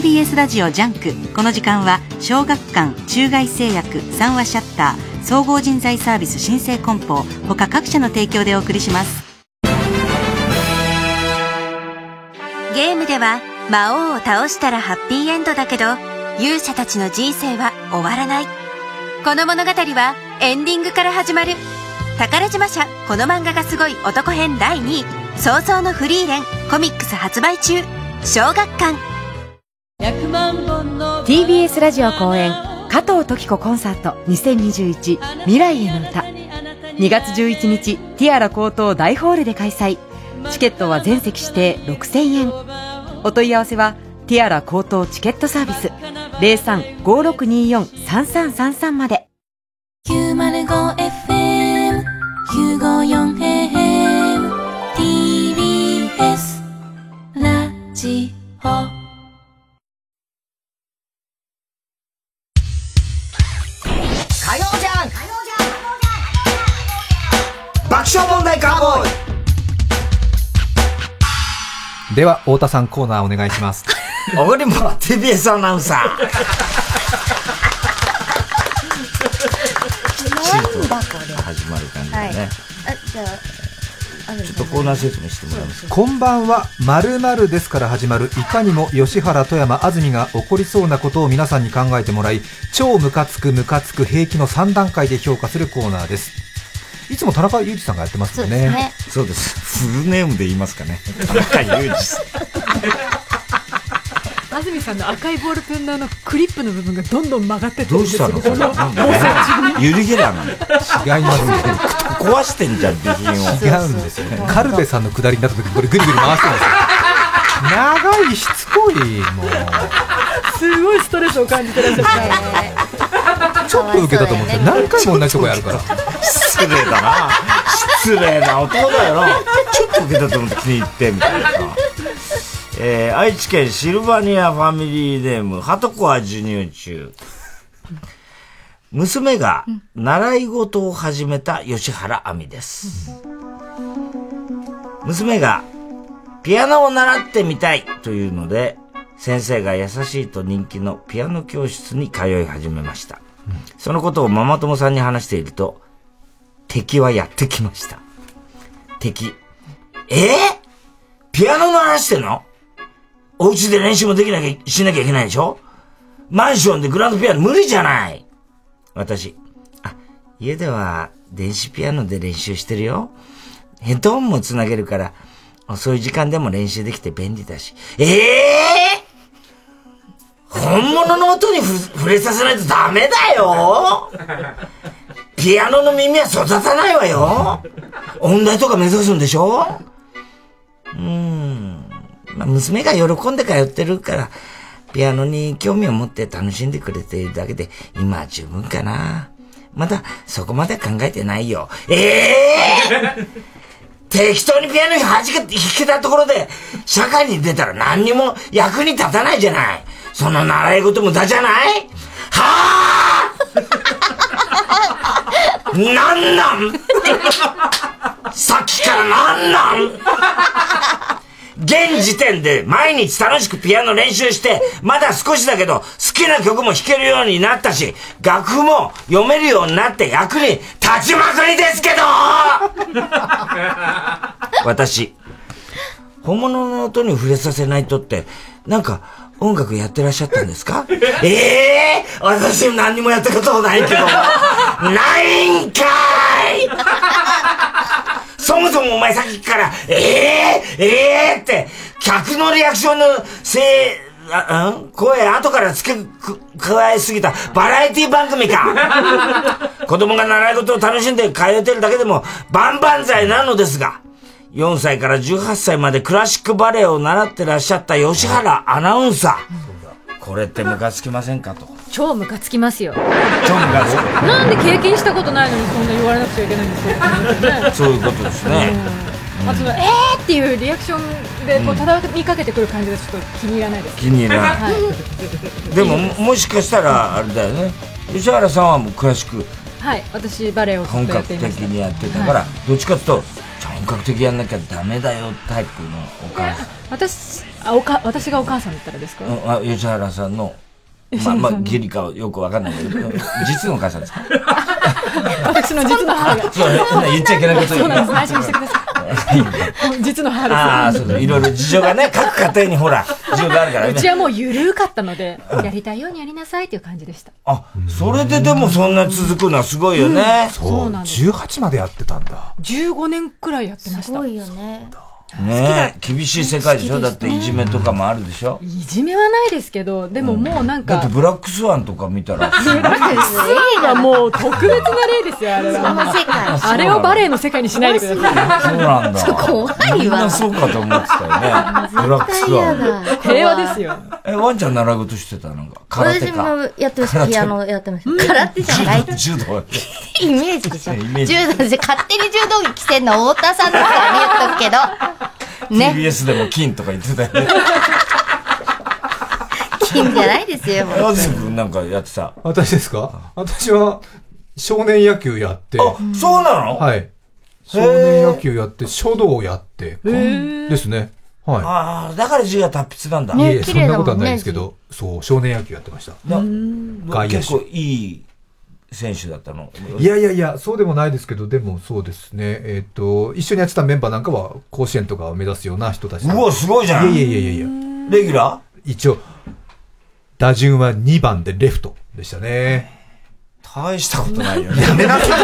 G: TBS ラジオジャンクこの時間は小学館中外製薬三話シャッター総合人材サービス新生梱包他各社の提供でお送りします
J: ゲームでは魔王を倒したらハッピーエンドだけど勇者たちの人生は終わらないこの物語はエンディングから始まる宝島社この漫画がすごい男編第2位想像のフリーレンコミックス発売中小学館
D: TBS ラジオ公演加藤時子コンサート2021未来への歌2月11日ティアラ高等大ホールで開催チケットは全席指定6000円お問い合わせはティアラ高等チケットサービス0356243333まで
J: 905FM954AM TBS ラジオ
F: 火曜ジャンク爆笑問題カーボーイ
B: では、太田さんコーナーお願いします。
F: おごりも TBS アナウンサ
A: なんだこれ。始まる感じだね。
E: あ、じゃあ、ある
A: ちょっとコーナー説明してもらいます。
B: こんばんは、まるまるですから始まる、いかにも吉原、富山、安住が起こりそうなことを皆さんに考えてもらい、超ムカつく、ムカつく、平気の3段階で評価するコーナーです。いつも田中裕二さんがやってますよね。
A: そうです。フルネームで言いますかね。田中裕二さん。
O: 安住さんの赤いボールペンのあのクリップの部分がどんどん曲がってって
A: どうしたのそれ。なんだユリゲラーなの。
B: 違いますね。
A: 壊してんじゃん、備品を。
B: 違うんですよね。カルベさんの下りになった時、これぐるぐる回してますよ。長い、しつこい、もう。
O: すごいストレスを感じてらっしゃる
B: ちょっと受けたと思って、何回も同じとこやるから。
A: 失礼だな。失礼な男だよな。ちょっと受けたと思って気に入って、みたいなさ。えー、愛知県シルバニアファミリーネーム、ハトコは授乳中。娘が習い事を始めた吉原亜美です。娘がピアノを習ってみたいというので、先生が優しいと人気のピアノ教室に通い始めました。そのことをママ友さんに話していると、敵はやってきました。敵。えー、ピアノの話してんのお家で練習もできなきゃ、しなきゃいけないでしょマンションでグランドピアノ無理じゃない私。あ、家では電子ピアノで練習してるよ。ヘッドホンもつなげるから、遅い時間でも練習できて便利だし。ええ本物の音にふ触れさせないとダメだよピアノの耳は育たないわよ音大とか目指すんでしょうーん。まあ、娘が喜んで通ってるから、ピアノに興味を持って楽しんでくれているだけで、今は十分かな。まだそこまで考えてないよ。ええ適当にピアノ弾け弾けたところで、社会に出たら何にも役に立たないじゃない。その習い事無駄じゃないはあなんなんさっきからなんなん現時点で毎日楽しくピアノ練習して、まだ少しだけど好きな曲も弾けるようになったし、楽譜も読めるようになって役に立ちまくりですけど私、本物の音に触れさせないとって、なんか音楽やってらっしゃったんですかえ え私何にもやったことないけど、ないんかいそもそもお前さっきから、ええええって、客のリアクションのせい、あ、ん声後から付けく加えすぎたバラエティ番組 か子供が習い事を楽しんで通ってるだけでも万々歳なのですが、4歳から18歳までクラシックバレエを習ってらっしゃった吉原アナウンサー。これってムカつきませんかと。
O: 超ムカつきますよ
A: 超ムカつく。
O: なんで経験したことないのにそんな言われなくちゃいけないんですか、ね、
A: そういうことですね。
O: あそのえーっていうリアクションでこう畳みかけてくる感じがちょっと気に入らないです
A: 気に入らない
O: はい、
A: でも、ももしかしたら、あれだよね。吉原さんはもうクラシック
O: はい、私バレエをず
A: 本
O: っとやっ
A: 格
O: てい
A: 的
O: ました
A: にやってたから、どっちかっていうと、本格的やんなきゃダメだよタイプのお母さん
D: 私あおか私がお母さんだったらですか、
A: うんあ吉原さんのまあまあギリかはよくわかんないけ ど実のお母さんですか
D: 私の実の母が
A: そう言っちゃいけないこと
D: そうなんです
A: 言う
D: 安心してください実の母です
A: ああそうそういろいろ事情が ね各家庭にほら事情があるからね
D: うちはもう緩かったので やりたいようにやりなさいっていう感じでした
A: それででもそんな続くのはすごいよね、
D: うんそうなんです
B: 18までやってたんだ。
D: 15年くらいやってましたすごいよ
C: ね
A: ねえ厳しい世界でしょ
D: 好き
A: だ
D: で
A: っ
D: し
A: て
D: たね
A: いじめとかもあるでしょ
D: いじめはないですけどでももうなん
A: だって
D: か、
A: ブラックスワンとか見たら
D: ブラックスワンはもう特別な例ですよ、あれは。
A: その世界
D: あれをバレエの世界にしないでください。
A: そうなんだ。みんなそうかと思ってたよね。ブラックスワン。
D: 平和ですよ。
A: え、ワンちゃん習い事してたなんか、空手
C: 私
A: か。
C: もやってました。
A: 空手
C: ピアノやってました。空手じゃない。
A: 柔道。
C: イメージでしょ。
A: イ
C: 柔
A: メージ
C: 道で勝手に柔道着着てんの太田さんだから見えと くけど。ね。
A: TBS でも金とか言ってたよね。
C: 金じゃないですよ。もう
A: 和津君なんかやってた。
B: 私ですか私は、少年野球やって。あ、
A: そうなの
B: はい。少年野球やって、書道やって、ですね。はい。
A: ああ、だから字が達筆なんだ。
B: いえいえ、そんなことはないですけど、そう、少年野球やってました。
A: な。
B: 外野手
A: 結構いい選手だったの。
B: いやいやいや、そうでもないですけど、でもそうですね。えっ、と、一緒にやってたメンバーなんかは、甲子園とかを目指すような人たちだ。
A: うわすごいじゃん
B: いやいやいやいやい
A: や。レギュラ
B: 一応、打順は2番でレフトでしたね。
A: 大したことないよね。やめなさい。2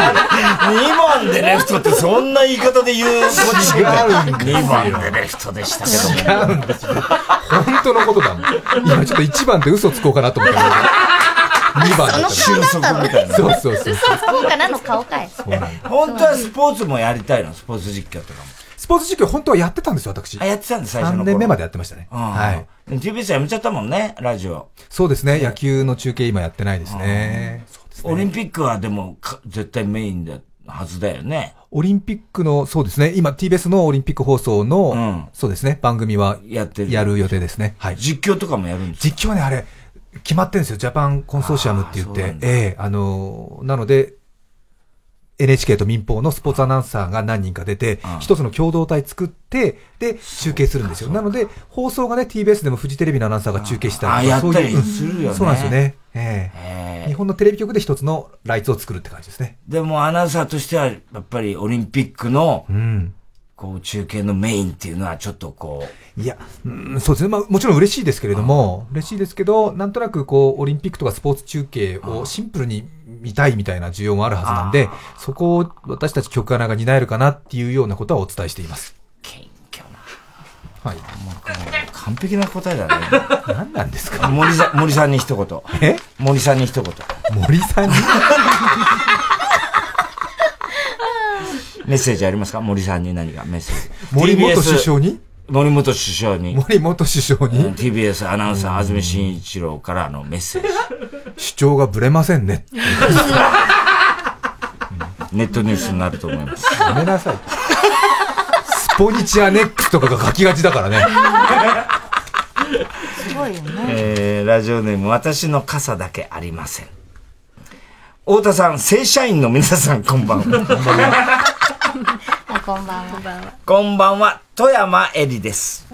A: 番でレフトってそんな言い方で言うご自身
B: 違うんですよ
A: 2番でレフトでしたけども。
B: 違うんですよ。本当のことだもん。今ちょっと1番で嘘つこうかなと思ったけど。2番だ
A: その顔だったのね
B: ったそうそうそう。
C: 嘘つこうかなの顔かい。
A: 本当はスポーツもやりたいの、スポーツ実況とかも。
B: スポーツ実況本当はやってたんですよ、私。
A: あ、やってたんです、最初の頃。
B: 3年目までやってましたね。
A: うん
B: はい。
A: TBS やめちゃったもんね、ラジオ。
B: そうですね、野球の中継今やってないですね。
A: オリンピックはでも、か絶対メインだ、はずだよね。
B: オリンピックの、そうですね、今 TBS のオリンピック放送の、そうですね、番組は
A: やってる。
B: やる予定ですね。はい。
A: 実況とかもやるんです
B: 実況はね、あれ、決まってるんですよ。ジャパンコンソーシアムって言って、ええあの、なので、NHK と民放のスポーツアナウンサーが何人か出て、一つの共同体作って、で、集計するんですよ。なので、放送がね、TBS でもフジテレビのアナウンサーが中継した
A: あ
B: りと
A: や
B: か、
A: ったりするよね
B: うんそうなんですよね。ええ日本のテレビ局で一つのライツを作るって感じですね。
A: でもアナウンサーとしては、やっぱりオリンピックの、
B: うん。
A: こう、中継のメインっていうのはちょっとこう。
B: いや、うんそうですね。まあ、もちろん嬉しいですけれども、嬉しいですけど、なんとなくこう、オリンピックとかスポーツ中継をシンプルに見たいみたいな需要もあるはずなんで、そこを私たち局アナが担えるかなっていうようなことはお伝えしています。謙虚な。
A: 完璧な答えだね。
B: 何なんですか
A: 森さん、森さんに一言。
B: え
A: 森さんに一言。
B: 森さんに
A: メッセージありますか森さんに何かメッセージ。
B: 森元
A: TBS
B: 首相に
A: 森元首相に。
B: 森元首相に
A: TBS アナウンサー、安住紳一郎からのメッセージ。
B: はい主張がぶれませんね。
A: ネットニュースになると思います。
B: やめなさい。スポニチアネックスとかが書きがちだからね。
C: すごいよね。
A: えー、ラジオネーム、私の傘だけありません。太田さん、正社員の皆さん、こんばんは。
C: あこんばんは。
A: こんばんは、富山えりです。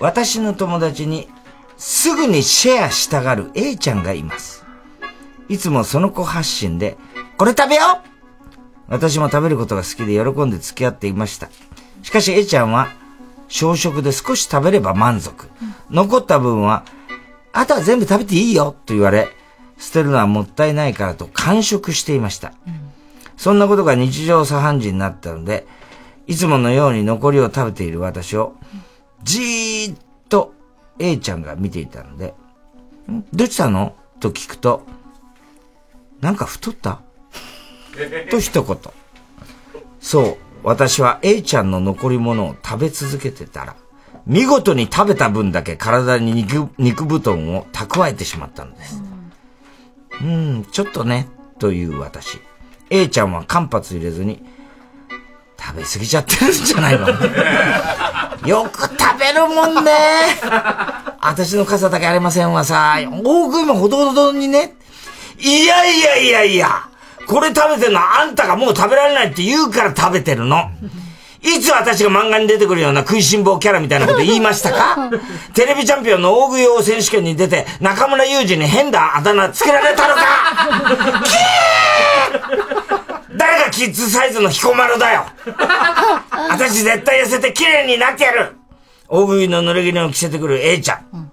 A: 私の友達に、すぐにシェアしたがる A ちゃんがいます。いつもその子発信で、これ食べよう私も食べることが好きで喜んで付き合っていました。しかし A ちゃんは、小食で少し食べれば満足。残った分は、あとは全部食べていいよと言われ、捨てるのはもったいないからと完食していました。そんなことが日常茶飯事になったので、いつものように残りを食べている私を、じーっと A ちゃんが見ていたので、んどうしたのと聞くと、なんか太ったと一言。そう、私は A ちゃんの残り物を食べ続けてたら、見事に食べた分だけ体に肉肉布団を蓄えてしまったのです。うん、ちょっとね、という私。A ちゃんは間髪入れずに、食べ過ぎちゃってるんじゃないの よく食べるもんね。私の傘だけありませんわさ。大食いもほどほどにね。いやいやいやいや。これ食べてるのはあんたがもう食べられないって言うから食べてるの。いつ私が漫画に出てくるような食いしん坊キャラみたいなこと言いましたかテレビチャンピオンの大食い王選手権に出て中村雄二に変なあだ名つけられたのか誰がキッズサイズの彦丸だよ私絶対痩せて綺麗になってやる大食いの濡れ衣を着せてくる A ちゃん。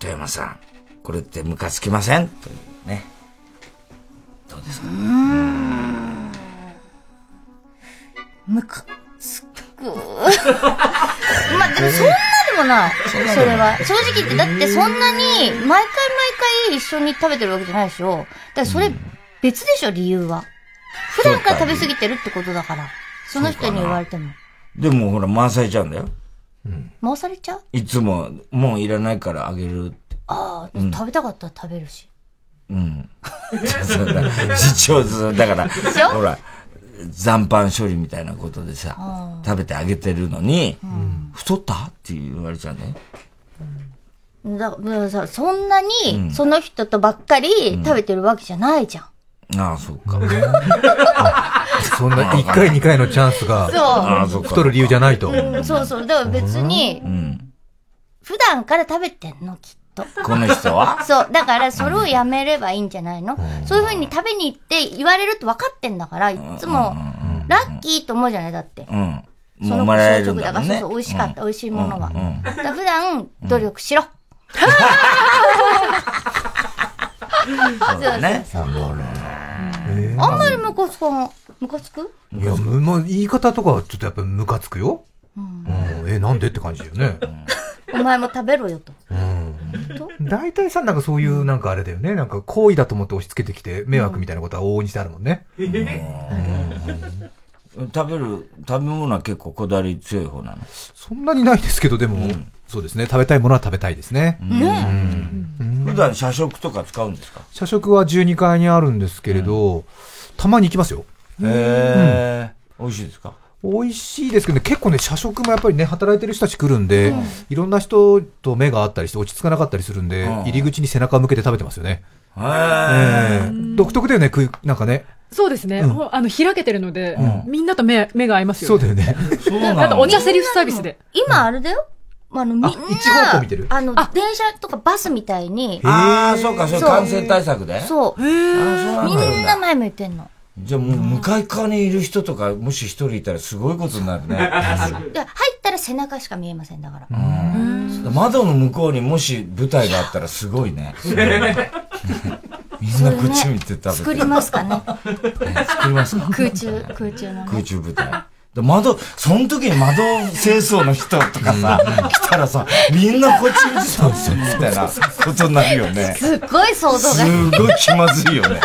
A: 富山さん、これってムカつきませんというね。どうですか
C: むかつく。まあでもそんなでもない。それは。正直言って、だってそんなに、毎回毎回一緒に食べてるわけじゃないでしょ。だからそれ別でしょ、理由は。普段から食べ過ぎてるってことだから。その人に言われても。
A: でもほら、回されちゃうんだよ。
C: 回されちゃう
A: いつも、もういらないからあげるって。
C: ああ、
A: うん
C: 食べたかったら食べる し。
A: うん。 そうだ、一応そうだから
C: しょ、
A: ほら、残飯処理みたいなことでさ
C: あ、ー
A: 食べてあげてるのに、太ったって言われちゃうね。
C: だからさ、そんな
A: う
C: に、
A: ん
C: その人とばっかり食べてるわけじゃないじゃん。
A: ああ、そうか。
B: そんな1回2回のチャンスが
C: そうあーそっか
B: 太る理由じゃないと。
C: うん、そうそう。だから別に、普段から食べてんの、きっと。
A: この人は
C: そう。だから、それをやめればいいんじゃないの、そういうふうに食べに行って言われると分かってんだから、いつも、ラッキーと思うじゃないだって。
A: うん。
C: そ
A: もう
C: の
A: もらえるん
C: だ
A: だ
C: か
A: も
C: ら、
A: ん
C: そ
A: ね
C: うそう、。美味しかった、美味しいものは。
A: うんうん
C: だから普段、努力しろ。
A: そうだね。
C: あんまりムカつかん。ムカつく
B: いや、むまあ、言い方とかはちょっとやっぱムカつくよ。うん。え、なんでって感じだよね。
C: お前も食べろよと。
B: 大体さ、なんかそういう、なんかあれだよね。なんか行為だと思って押し付けてきて、迷惑みたいなことは往々にしてあるもんね。
A: 食べる、食べ物は結構こだわり強い方なの。
B: そんなにないですけど、でも、そうですね。食べたいものは食べたいですね。
A: 普段社食とか使うんですか
B: 社食は12階にあるんですけれど、たまに行きますよ。
A: へー。美味しいですか
B: 美味しいですけどね、結構ね、社食もやっぱりね、働いてる人たち来るんで、いろんな人と目があったりして、落ち着かなかったりするんで、
A: うん
B: 入り口に背中を向けて食べてますよね。
A: へ
B: ええ独特だよね、食い、なんかね。
K: そうですね。
B: うん
K: ほあの、開けてるので、みんなと目、目が合いますよ、
B: そうだよね。
K: あと、お茶セリフサービスで。
C: 今あれだよあの、みんな、
A: 方向見てる
C: あの、電車とかバスみたいに、
A: ああ、そうか、それ感染対策で
C: そ
A: そ
C: う。
A: う
C: み
A: なんだ
C: んな前向いてんの。
A: じゃあもう向かい側にいる人とか、もし一人いたらすごいことになるね。
C: で入ったら背中しか見えませんだから。
A: 窓の向こうにもし舞台があったらすごいね。みんなこっち見て食べてる。
C: 作りますかね。
A: 作りますか
C: 空中、空中のね。
A: 空中舞台。で窓、その時に窓清掃の人とかさ、来たらさ、みんなこっち見てたんですよ、みたいなことになるよね。
C: すっごい想像
A: す
C: が。
A: ごい気まずいよ ね。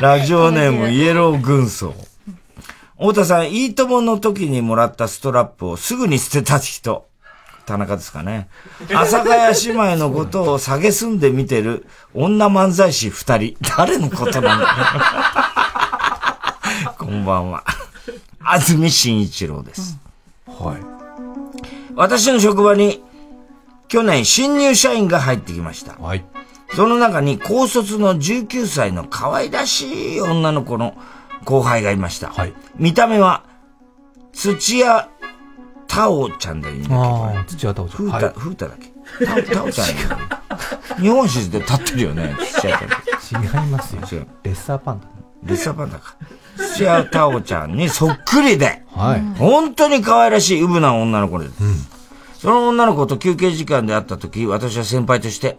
A: ラジオネーム、イエロー軍曹。太田さん、いいともの時にもらったストラップをすぐに捨てた人。田中ですかね。阿佐ヶ谷姉妹のことを下げすんで見てる女漫才師二人。誰の ことなんだこんばんは。安住紳一郎です。はい。私の職場に去年新入社員が入ってきました。その中に高卒の19歳の可愛らしい女の子の後輩がいました。見た目は土屋太鳳ちゃんだよね。
B: ああ、土屋太鳳
A: ふうた、ふうただっけたたおちゃん。日本史で立ってるよね、土屋
B: ちゃん。違いますよ。
A: 違う。
B: レッサーパンダ。
A: レッサーパンダか。土屋太鳳ちゃんにそっくりで、
B: はい
A: 本当に可愛らしいウブな女の子です。その女の子と休憩時間で会った時、私は先輩として、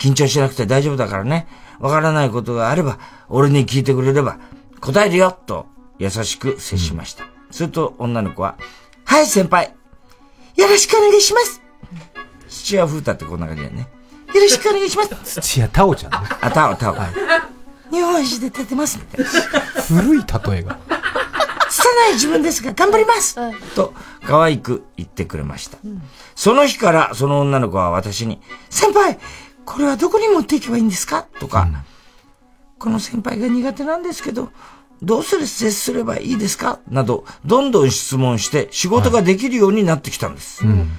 A: 緊張しなくて大丈夫だからね。わからないことがあれば、俺に聞いてくれれば、答えるよと、優しく接しました。すると女の子は、はい先輩、よろしくお願いします。土屋風太ってこんな感じだよね。よろしくお願いします。
B: 土屋太鳳ちゃんね。
A: あ、太鳳、太鳳。
W: 日本史で立てます。
B: 古い例えが。
W: 拙い自分ですが、頑張ります。
A: と可愛く言ってくれました。その日からその女の子は私に、
W: 先輩、これはどこに持っていけばいいんですかとか、この先輩が苦手なんですけど、どうする接すればいいですか
A: など、どんどん質問して仕事ができるようになってきたんです。
W: うん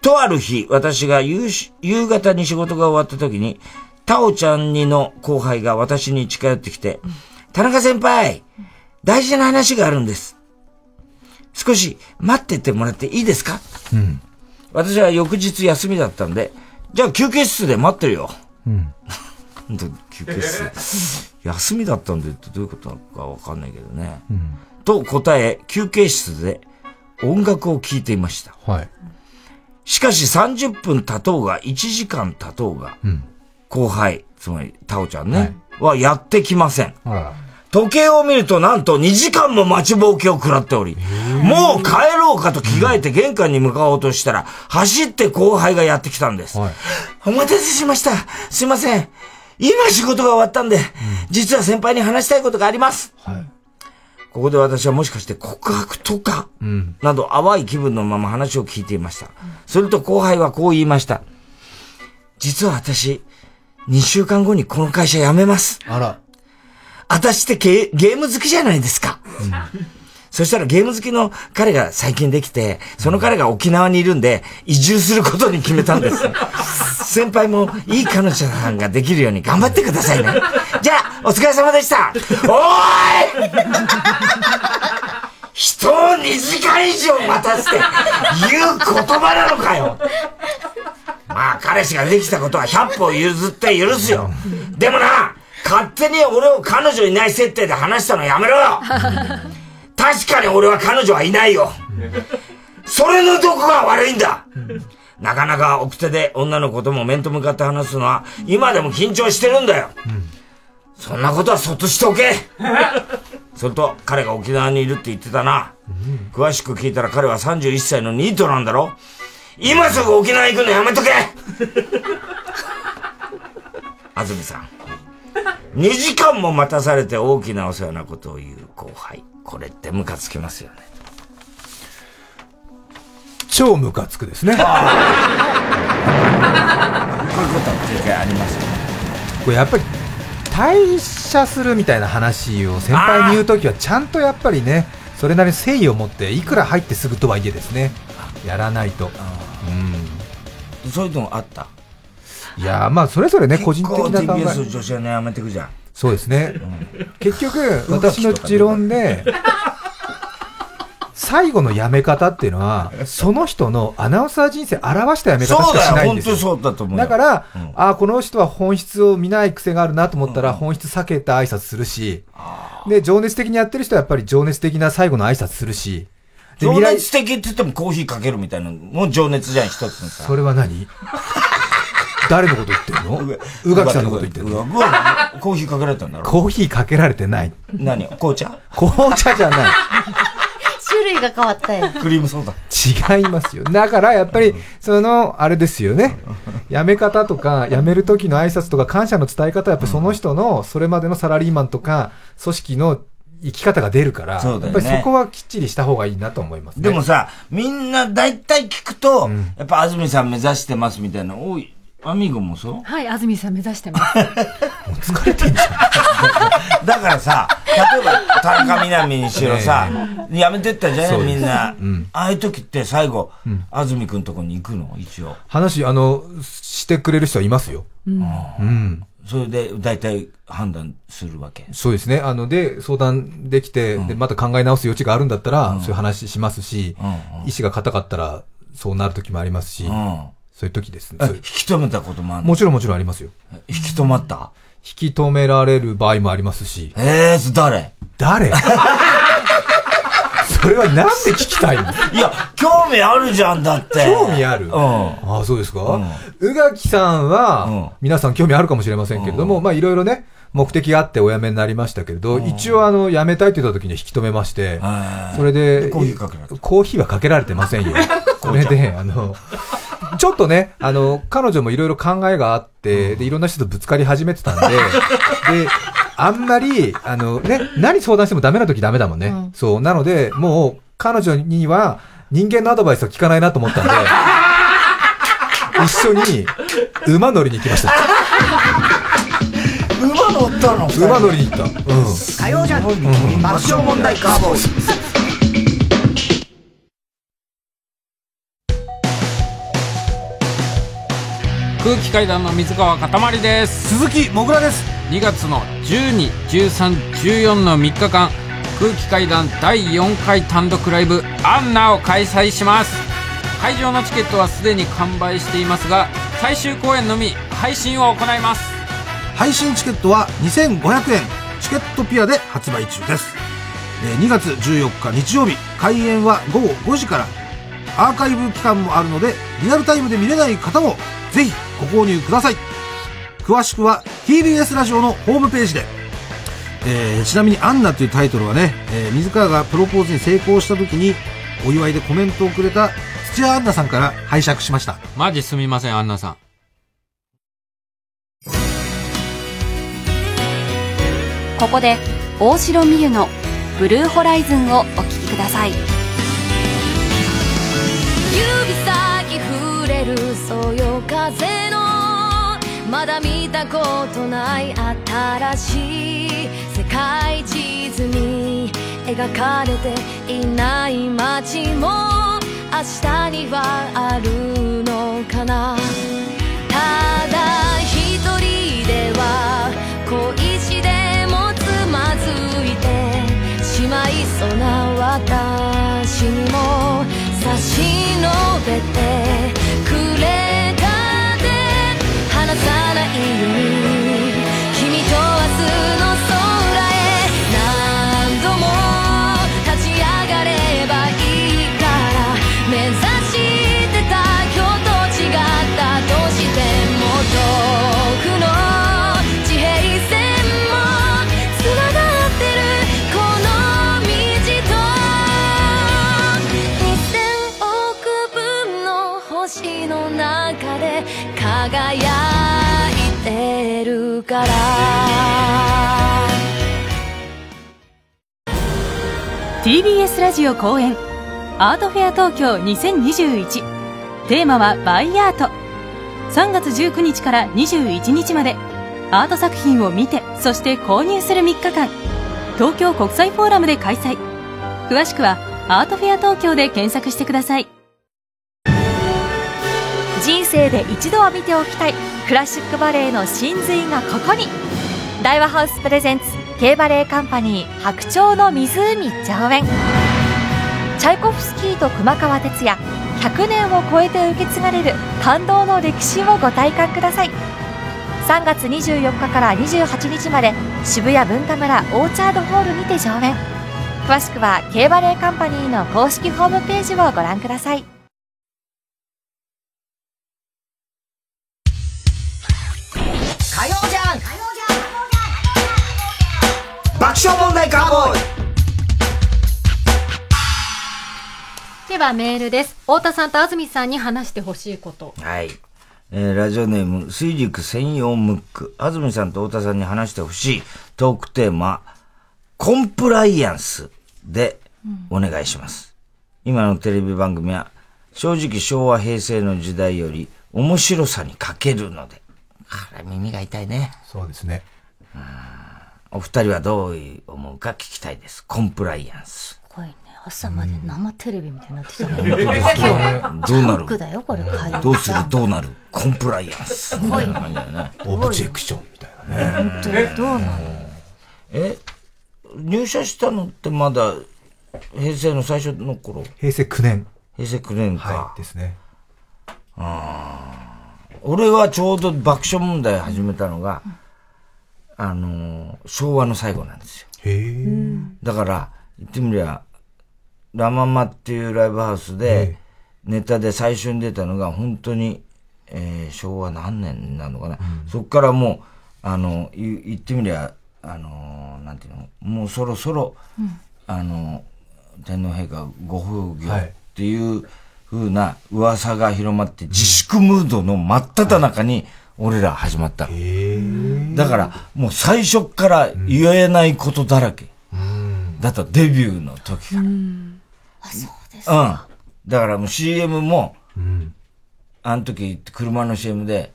A: とある日、私が夕し夕方に仕事が終わった時に、太タオちゃんにの後輩が私に近寄ってきて、田中先輩、大事な話があるんです。少し待っててもらっていいですか
B: うん。
A: 私は翌日休みだったんで、じゃあ休憩室で待ってるよ。
B: うん。
A: 本当に休憩 室。休みだったんでってどういうことなのかわかんないけどね。
B: うん
A: と答え、休憩室で音楽を聴いていました。
B: はい。
A: しかし30分経とうが、1時間経とうが、
B: うん
A: 後輩、つまり、タオちゃんね、はやってきません。
B: あら。
A: 時計を見るとなんと2時間も待ちぼうけを食らっており、もう帰ろうかと着替えて玄関に向かおうとしたら、走って後輩がやってきたんです。お待たせしました。すいません。今仕事が終わったんで、実は先輩に話したいことがあります。ここで私はもしかして告白とか、
B: うん。
A: など淡い気分のまま話を聞いていました。すると後輩はこう言いました。実は私、2週間後にこの会社辞めます。
B: あら。
A: 私ってゲーゲーム好きじゃないですか。そしたらゲーム好きの彼が最近できて、その彼が沖縄にいるんで、移住することに決めたんです。先輩もいい彼女さんができるように頑張ってくださいね。じゃあ、お疲れ様でした。おーい人を2時間以上待たせて言う言葉なのかよ。まあ、彼氏ができたことは100歩譲って許すよ。でもな、勝手に俺を彼女いない設定で話したのやめろよ。確かに俺は彼女はいないよ。それのどこが悪いんだなかなか奥手で女の子とも面と向かって話すのは今でも緊張してるんだよ。そんなことはそっとしておけ。それと彼が沖縄にいるって言ってたな。詳しく聞いたら彼は31歳のニートなんだろ今すぐ沖縄行くのやめとけ安住さん。2時間も待たされて大きなお世話なことを言う後輩。これってムカつきますよね。
B: 超ムカつくですね。
A: こういうことは経験ありますよね。
B: これやっぱり退社するみたいな話を先輩に言うときはちゃんとやっぱりねそれなりに誠意を持っていくら入ってすぐとはいえですねやらないと、
A: うん、そういうのあった
B: いやーまあそれぞれね個人的
A: こう
B: な考え
A: TBS 女子はね、やめてくじゃん。
B: そうですね、結局私の持論で最後の辞め方っていうのはその人のアナウンサー人生表した辞め方しかしないんですよ
A: そうだよ本当そうだと思うよ
B: だから、ああこの人は本質を見ない癖があるなと思ったら、本質避けた挨拶するしで情熱的にやってる人はやっぱり情熱的な最後の挨拶するしで
A: 情熱的って言ってもコーヒーかけるみたいなのもう情熱じゃん、一つのさ。
B: それは 何誰のこと言ってるの宇垣さんのこと言ってるの
A: うわうわコーヒーかけられたんだろ
B: コーヒーかけられてない
A: 何紅茶
B: 紅茶じゃない
C: 種類が変わったよ。
A: クリームソーダ。
B: 違いますよ。だからやっぱり、その、あれですよね。辞め方とか、辞める時の挨拶とか、感謝の伝え方はやっぱその人の、それまでのサラリーマンとか、組織の生き方が出るから、
A: そうだ
B: やっ
A: よ
B: ぱ
A: ね
B: りそこはきっちりした方がいいなと思いますね。
A: でも、さ、みんな大体聞くと、やっぱ安住さん目指してますみたいな、多い。アミーゴもそ
D: はい、安住さん目指してます。
A: うだからさ、例えば、田中みな実にしろさ、やめてったじゃ
B: そ
A: ん、
B: うで
A: み
B: す
A: んな。
B: うん
A: ああいう時って最後、安住くんとこに行くの一応。
B: 話、あの、してくれる人はいますよ。
A: うん
B: うん。
A: それで、大体判断するわけ。
B: そうですね。あの、で、相談できて、で、また考え直す余地があるんだったら、そういう話しますし、意志が硬かったら、そうなる時もありますし、そういう時ですね。
A: え引き止めたこともある
B: もちろんもちろんありますよ。
A: 引き止まった
B: 引き止められる場合もありますし。
A: えー、誰
B: 誰それはなんで聞きたいの
A: いや、興味あるじゃんだって。
B: 興味ある、
A: うん。
B: ああ、そうですか、宇垣さんは、皆さん興味あるかもしれませんけれども、まあいろいろね、目的があってお辞めになりましたけれど、一応あの、辞めたいって言った時には引き止めまして、それで、コーヒーはかけられてません よ。これで、あの、ちょっとね、あの、彼女もいろいろ考えがあって、で、いろんな人とぶつかり始めてたん で、で、あんまり、あのね、何相談してもダメな時ダメだもんね。そう。なので、もう、彼女には人間のアドバイスは聞かないなと思 ったんで、一緒に馬乗りに行きま した。
F: 馬乗ったの
B: 馬乗りに行った。うん。
F: 火曜じゃん爆笑問題カーボーイ
M: 空気階段の水川かたまりです
T: 鈴木もぐらです
M: 2月の121314の3日間空気階段第4回単独ライブ「アンナ」を開催します会場のチケットはすでに完売していますが最終公演のみ配信を行います
S: 配信チケットは2500円チケットピアで発売中ですえー2月14日日曜日開演は午後5時からアーカイブ期間もあるのでリアルタイムで見れない方もぜひご購入ください詳しくは TBS ラジオのホームページで、えーちなみに「アンナ」というタイトルはね、えー水川がプロポーズに成功した時にお祝いでコメントをくれた土屋アンナさんから拝借しました
M: マジすみませんアンナさん
Q: ここで大城美優の「ブルーホライズン」をお聴きください
X: 指先触れるそよ風のまだ見たことない新しい世界地図に描かれていない街も明日にはあるのかなただ一人では恋しでもつまずいてしまいそうな私にも差し伸べてくれたで離さないように君と明日の空へ何度も立ち上がればいいから目指してた今日と違ったとしても遠くの地平線もつながってるこの道と2000億分の星の中で輝いてるから
Q: TBS ラジオ公演アートフェア東京2021テーマはバイアート3月19日から21日までアート作品を見てそして購入する3日間東京国際フォーラムで開催詳しくはアートフェア東京で検索してください
J: 人生で一度は見ておきたいクラシックバレエの真髄がここに大和ハウスプレゼンツ K バレエカンパニー白鳥の湖上演チャイコフスキーと熊川哲也100年を超えて受け継がれる感動の歴史をご体感ください3月24日から28日まで渋谷文化村オーチャードホールにて上演詳しくは K バレエカンパニーの公式ホームページをご覧ください
F: 火曜じゃん爆笑問題カーボー
D: で
F: イ
D: はメールです太田さんと安住さんに話してほしいこと
A: はい。えーラジオネーム、水陸専用ムック。安住さんと太田さんに話してほしいトークテーマ、コンプライアンスでお願いします。今のテレビ番組は、正直昭和平成の時代より面白さに欠けるので。あら、耳が痛いね。
B: そうですね。
A: お二人はどう思うか聞きたいです。コンプライアンス。
C: 怖いね。朝まで生テレビみたいになってきた
A: 本当ですよねどうなる
C: ショックだよ、これ。火曜
A: どうするどうなるコンプライアンス。
C: すごい
A: みたいな感じだよね
C: オブジェクションみたいなね本当にどうなの
A: え、入社したのってまだ、平成の最初の頃
B: 平成9年。
A: 平成9年か。
B: はい、ですね。
A: 俺はちょうど爆笑問題始めたのが、あのー昭和の最後なんですよ。
B: へ
A: だから、言ってみりゃ、ラママっていうライブハウスで、ネタで最初に出たのが、本当に、えー昭和何年になるのかな。そっからもう、あの、い言ってみりゃ、あのーなんていうの、もうそろそろ、あの、天皇陛下ご封業っていう風な噂が広まって、自粛ムードの真っ只中に、俺ら始まったの。だから、もう最初っから言えないことだらけ。だったデビューの時が。
C: あ、そうです
A: うん。だからもう CM も、あの時車の CM で、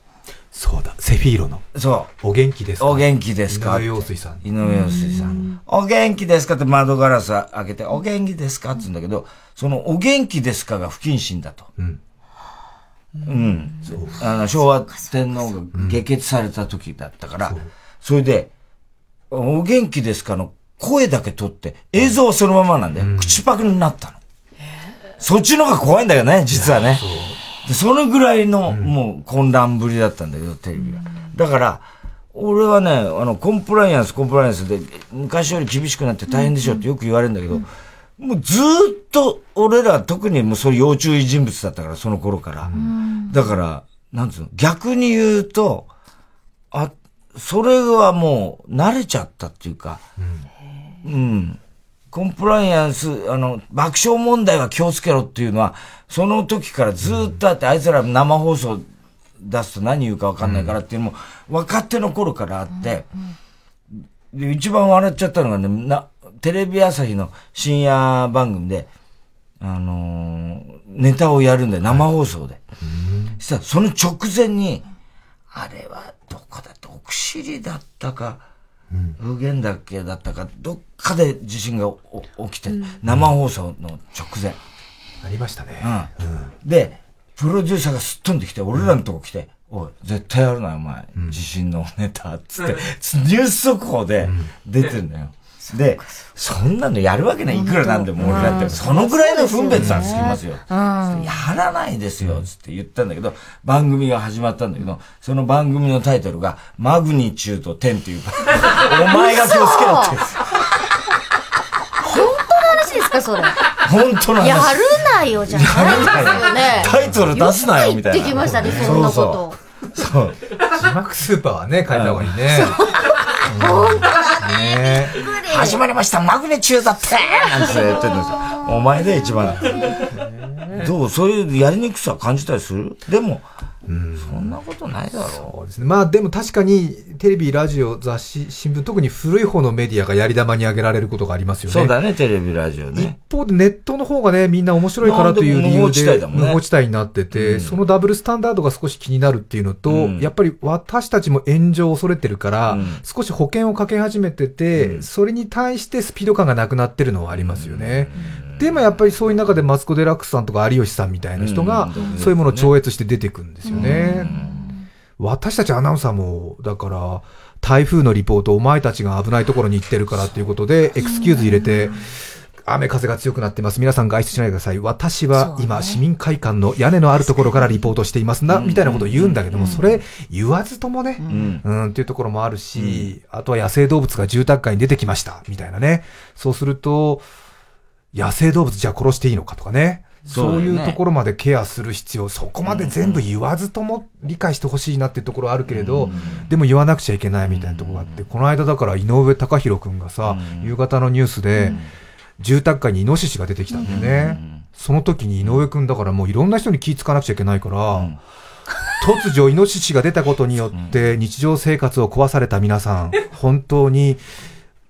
B: そうだ、セフィーロの。
A: そう。
B: お元気ですか
A: お元気ですか
B: 井上陽水さん。
A: 井上陽水さん。お元気ですかって窓ガラス開けて、お元気ですかって言うんだけど、そのお元気ですかが不謹慎だと。うん。あの、昭和天皇が激血された時だったから、それで、お元気ですかの声だけ撮って、映像はそのままなんで、口パクになったの。そっちの方が怖いんだけどね、実はね。でそのぐらいの、もう混乱ぶりだったんだけど、テレビは。だから、俺はね、あの、コンプライアンス、コンプライアンスで、昔より厳しくなって大変でしょってよく言われるんだけど、もうずーっと、俺ら特にもうそういう要注意人物だったから、その頃から。だから、なんつうの、逆に言うと、あ、それはもう慣れちゃったっていうか、うん。コンプライアンス、あの、爆笑問題は気をつけろっていうのは、その時からずーっとあって、あいつら生放送出すと何言うか分かんないからっていうのも、若手の頃からあって、で、一番笑っちゃったのがね、な、テレビ朝日の深夜番組で、あのーネタをやるんだよ、生放送で。そしたら、その直前に、あれはどこだって、奥尻だったか、無限だっけだったか、どっかで地震がお起きて、
B: うん
A: 生放送の直前。
B: ありましたね。
A: うん。で、プロデューサーがすっ飛んできて、俺らのとこ来て、おい、絶対やるなよ、お前。地震のネタ、つって、 ニュース速報で出てんだよ。で、そんなのやるわけない、いくらなんでも俺だっ
U: う
A: て、
U: ん
A: そのぐらいの分別はつきますよ。
U: うん。
A: やらないですよ、つって言ったんだけど、番組が始まったんだけど、その番組のタイトルが、マグニチュード10っていう、お前が気をつけろっていう。
C: 本当の話ですか、それ。
A: 本当の話。
C: やるなよ、じゃ
A: やるな
C: ない
A: よ
C: ですよね。
A: タイトル出すなよ、みたいな。
C: できましたね、そんなこと。
A: そう。
B: 字幕スーパーはね、変えた方がいいね。
C: 本
B: ね
A: 始まりました、マグネチュードってなんて言ってんですよ。お前で一番。どうそういうやりにくさ感じたりするでも、そんなことないだろう。
B: まあでも確かにテレビ、ラジオ、雑誌、新聞、特に古い方のメディアがやり玉に挙げられることがありますよね。
A: そうだね、テレビ、ラジオね。
B: 一方でネットの方がね、みんな面白いからという理
A: 無法
B: 由
A: 地帯
B: で、
A: だもんね
B: 無法地帯になってて、そのダブルスタンダードが少し気になるっていうのと、
A: うん
B: やっぱり私たちも炎上を恐れてるから、少し保険をかけ始めてて、それに対してスピード感がなくなってるのはありますよね。でもやっぱりそういう中でマツコ・デラックスさんとか有吉さんみたいな人が、そういうものを超越して出てくるんですよね。私たちアナウンサーも、だから、台風のリポート、お前たちが危ないところに行ってるからっていうことで、エクスキューズ入れて、雨風が強くなってます。皆さん外出しないでください。私は今、市民会館の屋根のあるところからリポートしていますな、みたいなことを言うんだけども、それ言わずともね、うん、っていうところもあるし、あとは野生動物が住宅街に出てきました、みたいなね。そうすると、野生動物じゃあ殺していいのかとかね。
A: そうだ
B: そう
A: よね
B: いうところまでケアする必要、そこまで全部言わずとも理解してほしいなっていうところはあるけれど、でも言わなくちゃいけないみたいなところがあって、この間だから井上貴弘君がさ、夕方のニュースで、住宅街にイノシシが出てきたんだよね。その時に井上君だからもういろんな人に気ぃつかなくちゃいけないから、突如イノシシが出たことによって日常生活を壊された皆さん、本当に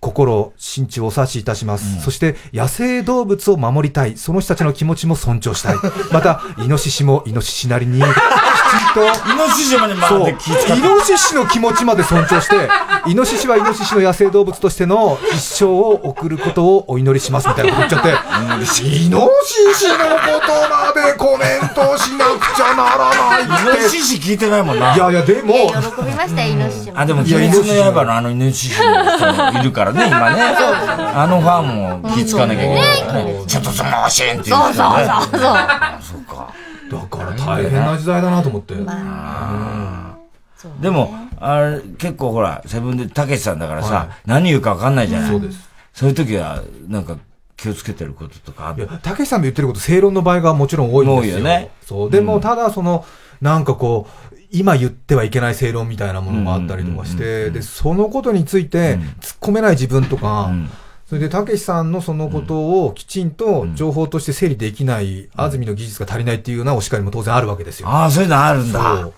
B: 心、心中をお察しいたします、そして野生動物を守りたい。その人たちの気持ちも尊重 したい。また、イノシシもイノシ シなりに、きちんと。
A: イノシシまで
B: そ
A: 学ん
B: う
A: で気遣って
B: イノシシの気持ちまで尊重して、イノシシはイノシシの野生動物としての一生を送ることをお祈りしますみたいなこと言っちゃって、イノシシのことまでコメントしなくちゃならないって。
A: イノシシ聞いてないもんな。
B: いやいや、でも、
C: 喜びましたよ、イノシシも。
A: あ、でも、
B: い
A: 鬼
B: や
A: 滅の刃のあのイノシシの人もいるからね、今 ね。あのファンも気ぃつかなきゃいけないからね。ちょっとそのマシンって言
C: そううん
A: だよね
C: そうそうそう。
B: 大変な時代だなと思って。
A: でも、あれ、結構ほら、セブンで、たけしさんだからさ、何言うか分かんないじゃない。そう
B: です。
A: そういう時は、なんか、気をつけてることとかある
B: たけしさんの言ってること、正論の場合がもちろん多いんですよ。
A: 多いよね
B: そう。でも、ただ、その、なんかこう、今言ってはいけない正論みたいなものがあったりとかして、で、そのことについて、突っ込めない自分とか、それで、たけしさんのそのことをきちんと情報として整理できない、安住の技術が足りないっていうようなお叱りも当然あるわけですよ。
A: ああ、そういうのあるん
B: そ
A: だ
B: う。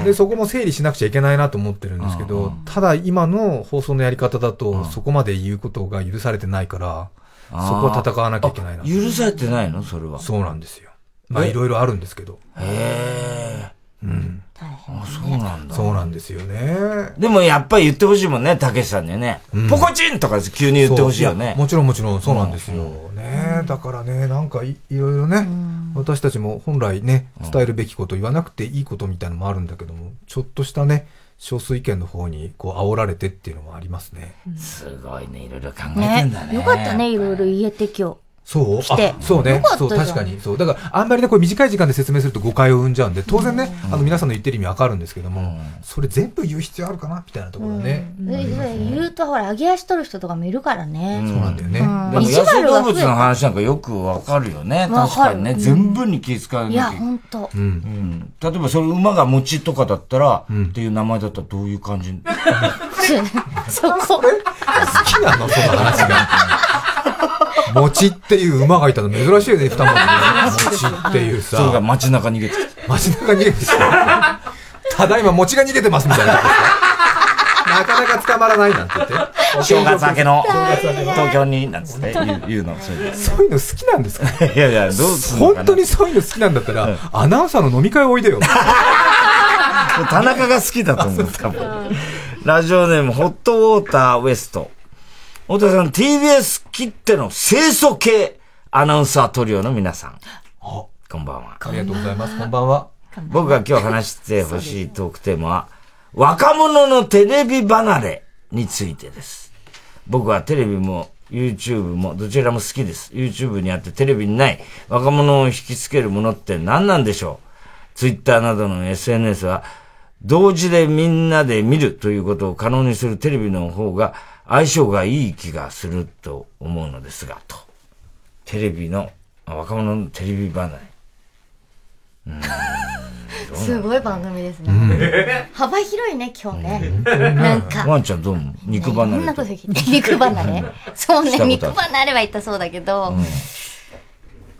A: へ
B: で、そこも整理しなくちゃいけないなと思ってるんですけど、ただ今の放送のやり方だと、そこまで言うことが許されてないから、そ
A: あー
B: こは戦わなきゃいけないな。
A: 許されてないのそれは。
B: そうなんですよ。まあ
A: え
B: いろいろあるんですけど。
A: へえ。あ、そうなんだ。
B: そうなんですよね。
A: でもやっぱり言ってほしいもんね、たけしさんにはね。ポコチンとか急に言ってほしいよ
B: そう
A: ね
B: や。もちろんもちろんそうなんですよ。ねだからね、なんかいいろいろね、私たちも本来ね、伝えるべきこと言わなくていいことみたいなのもあるんだけども、ちょっとしたね、少数意見の方にこう煽られてっていうのもありますね。
A: すごいね、いろいろ考
C: ね。よかったね、いろいろ言えて今日。
B: そう
C: 来て
B: あそう
C: よ
B: ね
C: かったじゃ
B: そ
C: ん
B: う、確かに。そう。だから、あんまりね、これ短い時間で説明すると誤解を生んじゃうんで、当然ね、あの、皆さんの言ってる意味わかるんですけども、それ全部言う必要あるかなみたいなところね。
C: うんでそれ言うとほら、上げ足取る人とかもいるからね。
A: そうなんだよね。で
C: うん
A: も
C: 意地
A: 野生
C: 悪
A: 動
C: は増
A: 物
C: え
A: の話なんかよくわかるよね。
C: わ
A: 確
C: か
A: か
C: る
A: にね。
C: うん
A: 全部に気遣わ
C: い
A: な
C: や、
A: きゃいけ
C: ほんと。
A: うんうん例えば、それ馬が餅とかだったら、っていう名前だったらどういう感じ
C: そこ。
B: 好きなのその話が。餅っていう馬がいたの珍しいよね、二文字で。餅っていうさ。
A: そうか、街中逃げてき
B: た。街中逃げてきた。ただいま餅が逃げてますみたいな。なかなか捕まらないなんて言って。
A: お正月明けの
B: お正月明けの
A: 東京に、なんつって言う言うの、そういう
B: そういうの好きなんですか
A: いやいや、どうすんのかな
B: 本当にそういうの好きなんだったら、アナウンサーの飲み会おいでよ。
A: 田中が好きだと思う、多分。ラジオネーム、ホットウォーターウエスト。太田さん、TBS 切っての清楚系アナウンサートリオの皆さん。こんばんは。
B: ありがとうございます。こんばんは。
A: 僕が今日話してほしいトークテーマは、若者のテレビ離れについてです。僕はテレビも YouTube もどちらも好きです。YouTube にあってテレビにない若者を引きつけるものって何なんでしょう ?Twitter などの SNS は同時でみんなで見るということを可能にするテレビの方が相性がいい気がすると思うのですが、と。テレビの、若者のテレビ離れ。
C: すごい番組ですね。幅広いね、今日ね。
A: なんか。ワンちゃんどうも肉
C: こ
A: 離
C: ん
A: れ
C: な。こと聞いて。 肉離れそう
A: し
C: ね、
A: たことある
C: 肉離れは言ったそうだけど、
A: うん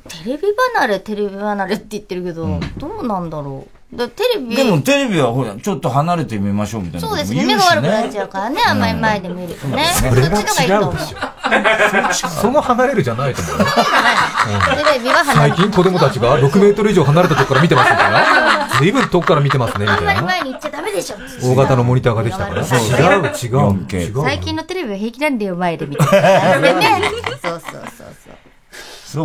C: テレビ離れ、テレビ離れって言ってるけど、どうなんだろう。だテレビ、
A: でもテレビはほら、ちょっと離れてみましょうみたいな
C: そ
A: こ
C: う
A: と
C: で
A: も言
C: すね、
A: うしね。
C: 目が悪くなっちゃうからね、あんまり前で見るとね。そっちの方がいいと思う。
B: その離れるじゃないと思うよ。
C: テレビは離れ
B: 最近子供たちが6メートル以上離れたとこから見てますみたいな。随分遠くから見てますね、み
C: あん
B: た
C: ま
B: い
C: り
B: な。
C: 前に行っちゃダメでしょ。
B: 大型のモニターができたから。
A: そう
B: 違う、違う。違う。
C: 最近のテレビは平気なんだよ、前で見て。ねそうそうそうそう。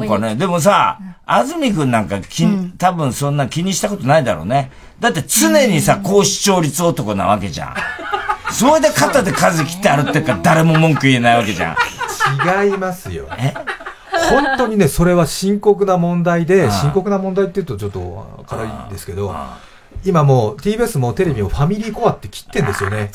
A: そうかね。でもさ、安住くんなんかき、多分そんな気にしたことないだろうね。だって常にさ、高視聴率男なわけじゃん。それで肩で数切って歩ってるから誰も文句言えないわけじゃん。
B: 違いますよ。本当にね、それは深刻な問題で、深刻な問題って言うとちょっと辛いですけど、今もう TBS もテレビをファミリーコアって切ってんですよね。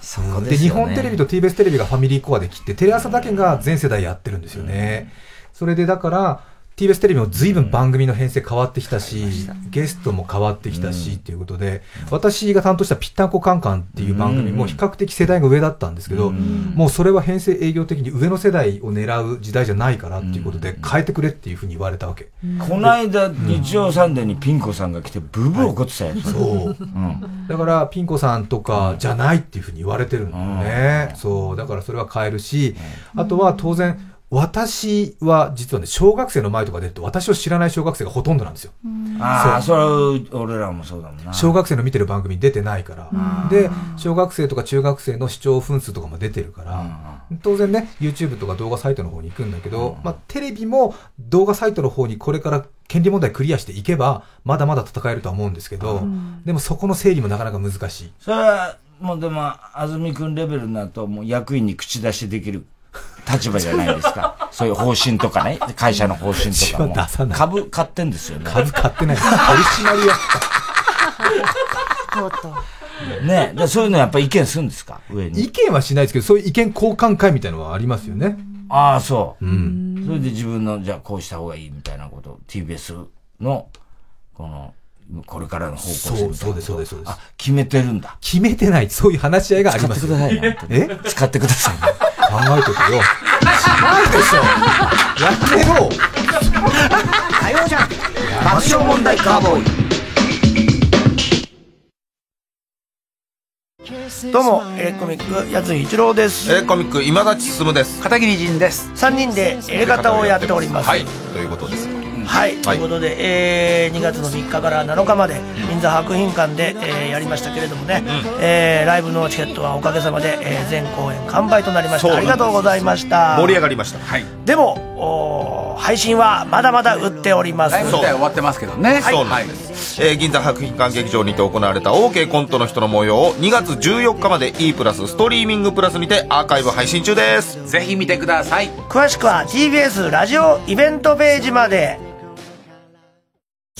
A: そ
B: で日本テレビと TBS テレビがファミリーコアで切って、テレ朝だけが全世代やってるんですよね。それでだから、TBS テレビも随分番組の編成変わってきたし、ゲストも変わってきたし、っていうことで、私が担当したぴったんこカンカンっていう番組も比較的世代が上だったんですけど、もうそれは編成営業的に上の世代を狙う時代じゃないからっていうことで、変えてくれっていうふうに言われたわけ。
A: この間、日曜サンデーにピン子さんが来てブブー怒ってたよ。
B: そう。だから、ピン子さんとかじゃないっていうふうに言われてるんだよね。そう。だからそれは変えるし、あとは当然、私は実はね、小学生の前とか出ると私を知らない小学生がほとんどなんですよ。
A: ああ、
B: そ
A: そ れは俺らもそうだもんな。
B: 小学生の見てる番組に出てないから。で、小学生とか中学生の視聴分数とかも出てるから、当然ね、YouTube とか動画サイトの方に行くんだけど、まあテレビも動画サイトの方にこれから権利問題クリアしていけば、まだまだ戦えるとは思うんですけど、でもそこの整理もなかなか難しい。
A: それは、もうでも、安住くんレベルになると、もう役員に口出しできる立場じゃないですか。そういう方針とかね、会社の方針とかも。株買ってんですよね。株
B: 買ってない。取締
C: とうとう。
A: 役。ねえ、でそういうのやっぱ意見するんですか上に。
B: 意見はしないですけど、そういう意見交換会みたいなのはありますよね。
A: ああ、そう。それで自分の、じゃあこうした方がいいみたいなことを TBS の、この、これからの方向性みたいなこと
B: そうそうですそうですそうです
A: あ、決めてるんだ。
B: 決めてない、そういう話し合いがありますよ。
A: 使ってください
B: え
A: 使ってくだ さい。
B: 考えとくよ。違うでしょ。やってろ。
F: 火曜じゃん爆笑問題カーボーイどうも、えーコミック、やつ一郎です。
U: えーコミック今立ち進です
F: 片桐仁です。3人で映画
U: 方
F: タをやっております。
U: はいということです
F: はい、ということで、えー2月の3日から7日まで銀座博品館で、えーやりましたけれどもね、えーライブのチケットはおかげさまで、えー全公演完売となりまし
U: そう
F: た
U: な
F: あ
U: ん
F: り
U: です
F: がとうございました
U: 盛り上がりました。はい。
F: でもおー配信はまだまだ売っております
U: ライブ自体は終わってますけどねそうなんです、えー銀座博品館劇場にて行われた OK コントの人の模様を2月14日まで E プラスストリーミングプラスにてアーカイブ配信中ですぜひ見てください
F: 詳しくは TBS ラジオイベントページまで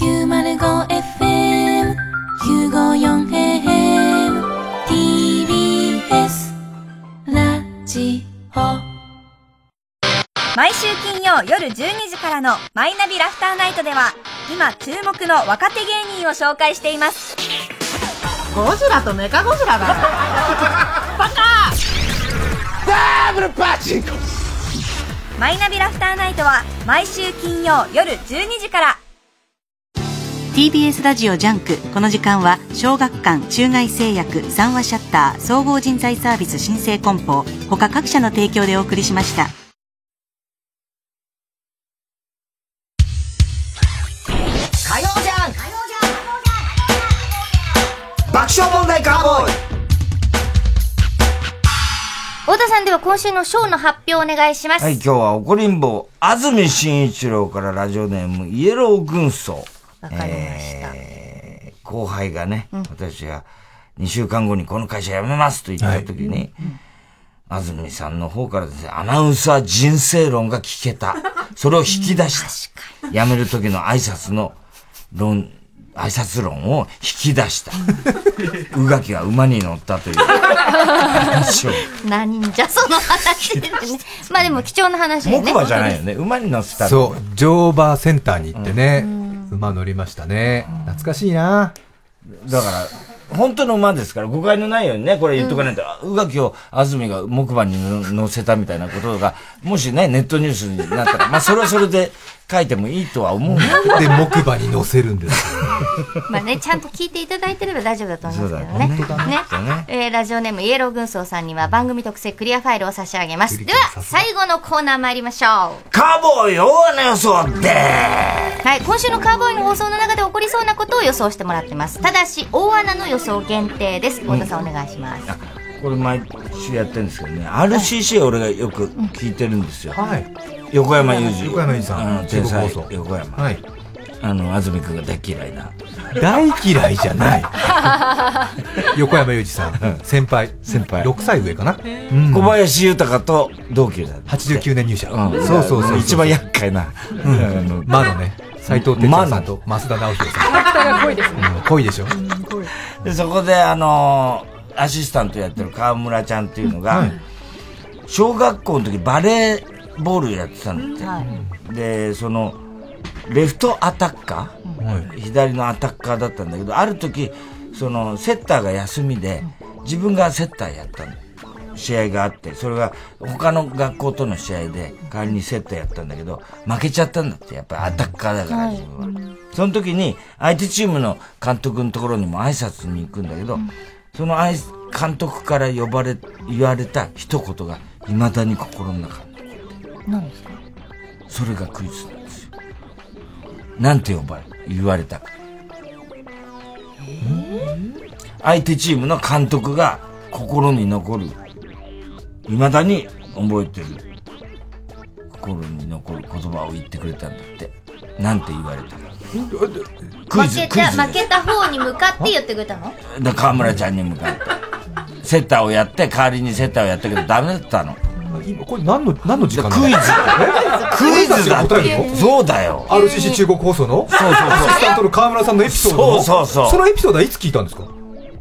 E: 905FM 954AM TBS ラジオ
P: 毎週金曜夜12時からの「マイナビラフターナイト」では今注目の若手芸人を紹介しています
V: ゴジラとメカゴジラだよ
P: バカ
V: ダブルパチンコ
P: マイナビラフターナイトは毎週金曜夜12時から
G: TBS ラジオジャンクこの時間は小学館中外製薬三話シャッター総合人材サービス新生梱包他各社の提供でお送りしました
F: 火曜じゃん爆笑問題カーボーイ
C: 太田さんでは今週のショーの発表お願いします。
A: はい、今日は怒りんぼう、安住紳一郎からラジオネーム、イエロー軍曹。
C: わかりました。
A: えー後輩がね、私が2週間後にこの会社辞めますと言った時に、安住さんの方からですね、アナウンサー人生論が聞け た。それを引き出した。辞める時の挨拶の論、挨拶論を引き出 した。うがきが馬に乗ったという話を。
C: なんじゃその話ってね。まあでも貴重な話でね。
B: 木馬じゃない
A: よね馬に乗ってた
B: そう乗馬センターに行ってね、馬乗りましたね懐かしいな
A: だから、本当の馬ですから、誤解のないようにね、これ言っとかないと、うがきを安住が木馬にの乗せたみたいなことが、もしね、ネットニュースにな ったら、まあ、それはそれで書いてもいいとは思うんだけど。
B: で、木馬に乗せるんです
C: まあね、ちゃんと聞いていただいてれば大丈夫だと思いますけど
B: そうだ
C: ね。
B: ね本当だね
C: ね
B: きっとね
C: えーラジオネームイエロー軍曹さんには番組特製クリアファイルを差し上げます。では、最後のコーナー参りましょう。
A: カーボーイ大穴予想で
C: はい、今週のカーボーイの放送の中で起こりそうなことを予想してもらってます。ただし、大穴の予想限定です。太田さんお願いします。
A: これ毎週やってるんですけどね、RCC 俺がよく聞いてるんですよ。
B: はい
A: 横山裕二。
B: 横山裕二さん
A: う天才
B: 中国放送
A: 横山。
B: はい
A: あの、安住くんが大嫌いな。
B: 大嫌いじゃない 横山裕二さん、先輩先輩6歳上かな、うん
A: 小林豊と同級だ
B: 89年入社、
A: うん
B: そうそうそう
A: 一番厄介な、
B: うん、魔のね斎藤哲也さんと増田直弘さん
K: キャラクターが濃いですね。
B: うん濃いでしょ
A: でそこであのアシスタントやってる川村ちゃんっていうのが、小学校の時バレーボールやってたんだって、でそのレフトアタッカー、左のアタッカーだったんだけどある時そのセッターが休みで自分がセッターやったの試合があってそれが他の学校との試合で代わりにセッターやったんだけど負けちゃったんだってやっぱりアタッカーだから、自分はその時に、相手チームの監督のところにも挨拶に行くんだけど、その挨拶監督から呼ばれ、言われた一言が、未だに心の中に残ってる
C: 何ですか
A: それがクイズなんですよ。なんて呼ばれ、言われたか。相手チームの監督が心に残る。未だに覚えてる。心に残る言葉を言ってくれたんだって。なんて言われたか。クイズ、
C: 負け
A: クイ
C: た、
A: ズ
C: 負
A: で
C: けた方に向かって言ってくれたの
A: す。で、河村ちゃんに向かって。セッターをやって、代わりにセッターをやったけど、ダメだったの。
B: 今これ何の何の時間
A: クイズ
B: え
A: クイズだって
B: 俺たちが答えるの
A: そうだよ
B: RCC 中国放送の
A: そうそうそう
B: アシスタントの川村さんのエピソードの
A: そうそうそう
B: そのエピソードはいつ聞いたんですか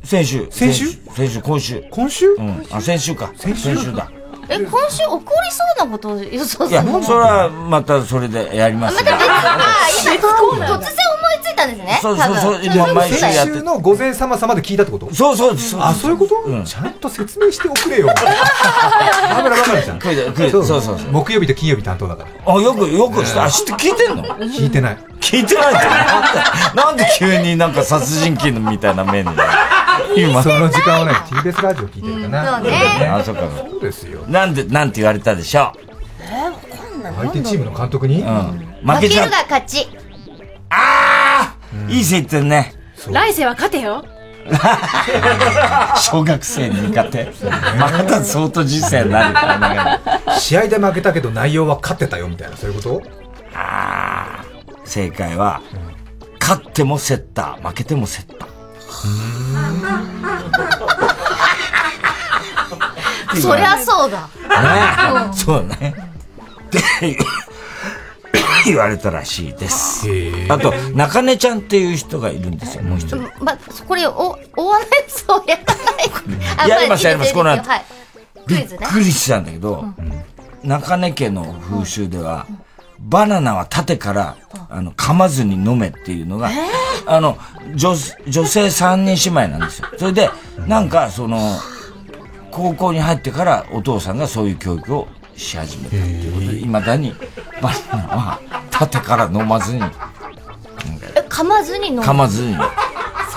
A: 先週。
B: 先週
A: 先週、今週。
B: 今週
A: うん。あ、先週か。先週だ。
C: え、今週起こりそうなことを予想
A: い
C: す
A: や
C: るの、
A: それはまたそれでやりま
C: あますた
A: が
C: 別。に、あ、今、突然思いついたんですね。
A: そう
C: 多
A: そう
C: 分
A: そう
B: じゃあ
A: 毎週やって
B: 先週の午前様様で聞いたってこと
A: そうそうそう
B: あそういうこと、ちゃんと説明しておくれよ川村ばかりじゃん
A: クイズクイズそうそうそう
B: 木曜日と金曜日担当だから
A: あ、よく、よくした。あ、知って聞いてんの
B: 聞いてない
A: 聞いてないってなんでなんで急になんか殺人鬼みたいな面で。今
B: その時間をね TBS ラジオ聞いてるかな、
A: そうねあ、そっか。そう
B: ですよ。
A: なんで、なんて言われたでしょう。
B: 相手チームの監督に、
A: うん。負けちゃう
C: るが勝ち。
A: いい線いってんね。
D: 来世は勝てよ。
A: 小学生に向かって。まだ相当人生になるからね。
B: 試合で負けたけど内容は勝ってたよみたいな、そういうこと
A: ああ、正解は、勝ってもセッター、負けてもセッター。
C: そりゃそうだ。
A: ね
C: うん
A: そうね。で言われたらしいです。あと、中根ちゃんっていう人がいるんですよ、もう一人。
C: ま、これ、お、大笑いそうやらない。あ
A: やりますやります
C: あ
A: この後
C: はい。クイズね
A: びっ。くりしたんだけど、中根家の風習では、バナナは縦から、あの、噛まずに飲めっていうのが、あの、女、女性三人姉妹なんですよ。それで、なんか、その、高校に入ってからお父さんがそういう教育をし始めたっていうことで、いまだにバナナは縦から飲まずに、
C: え、噛まずに飲む。
A: 噛まずに。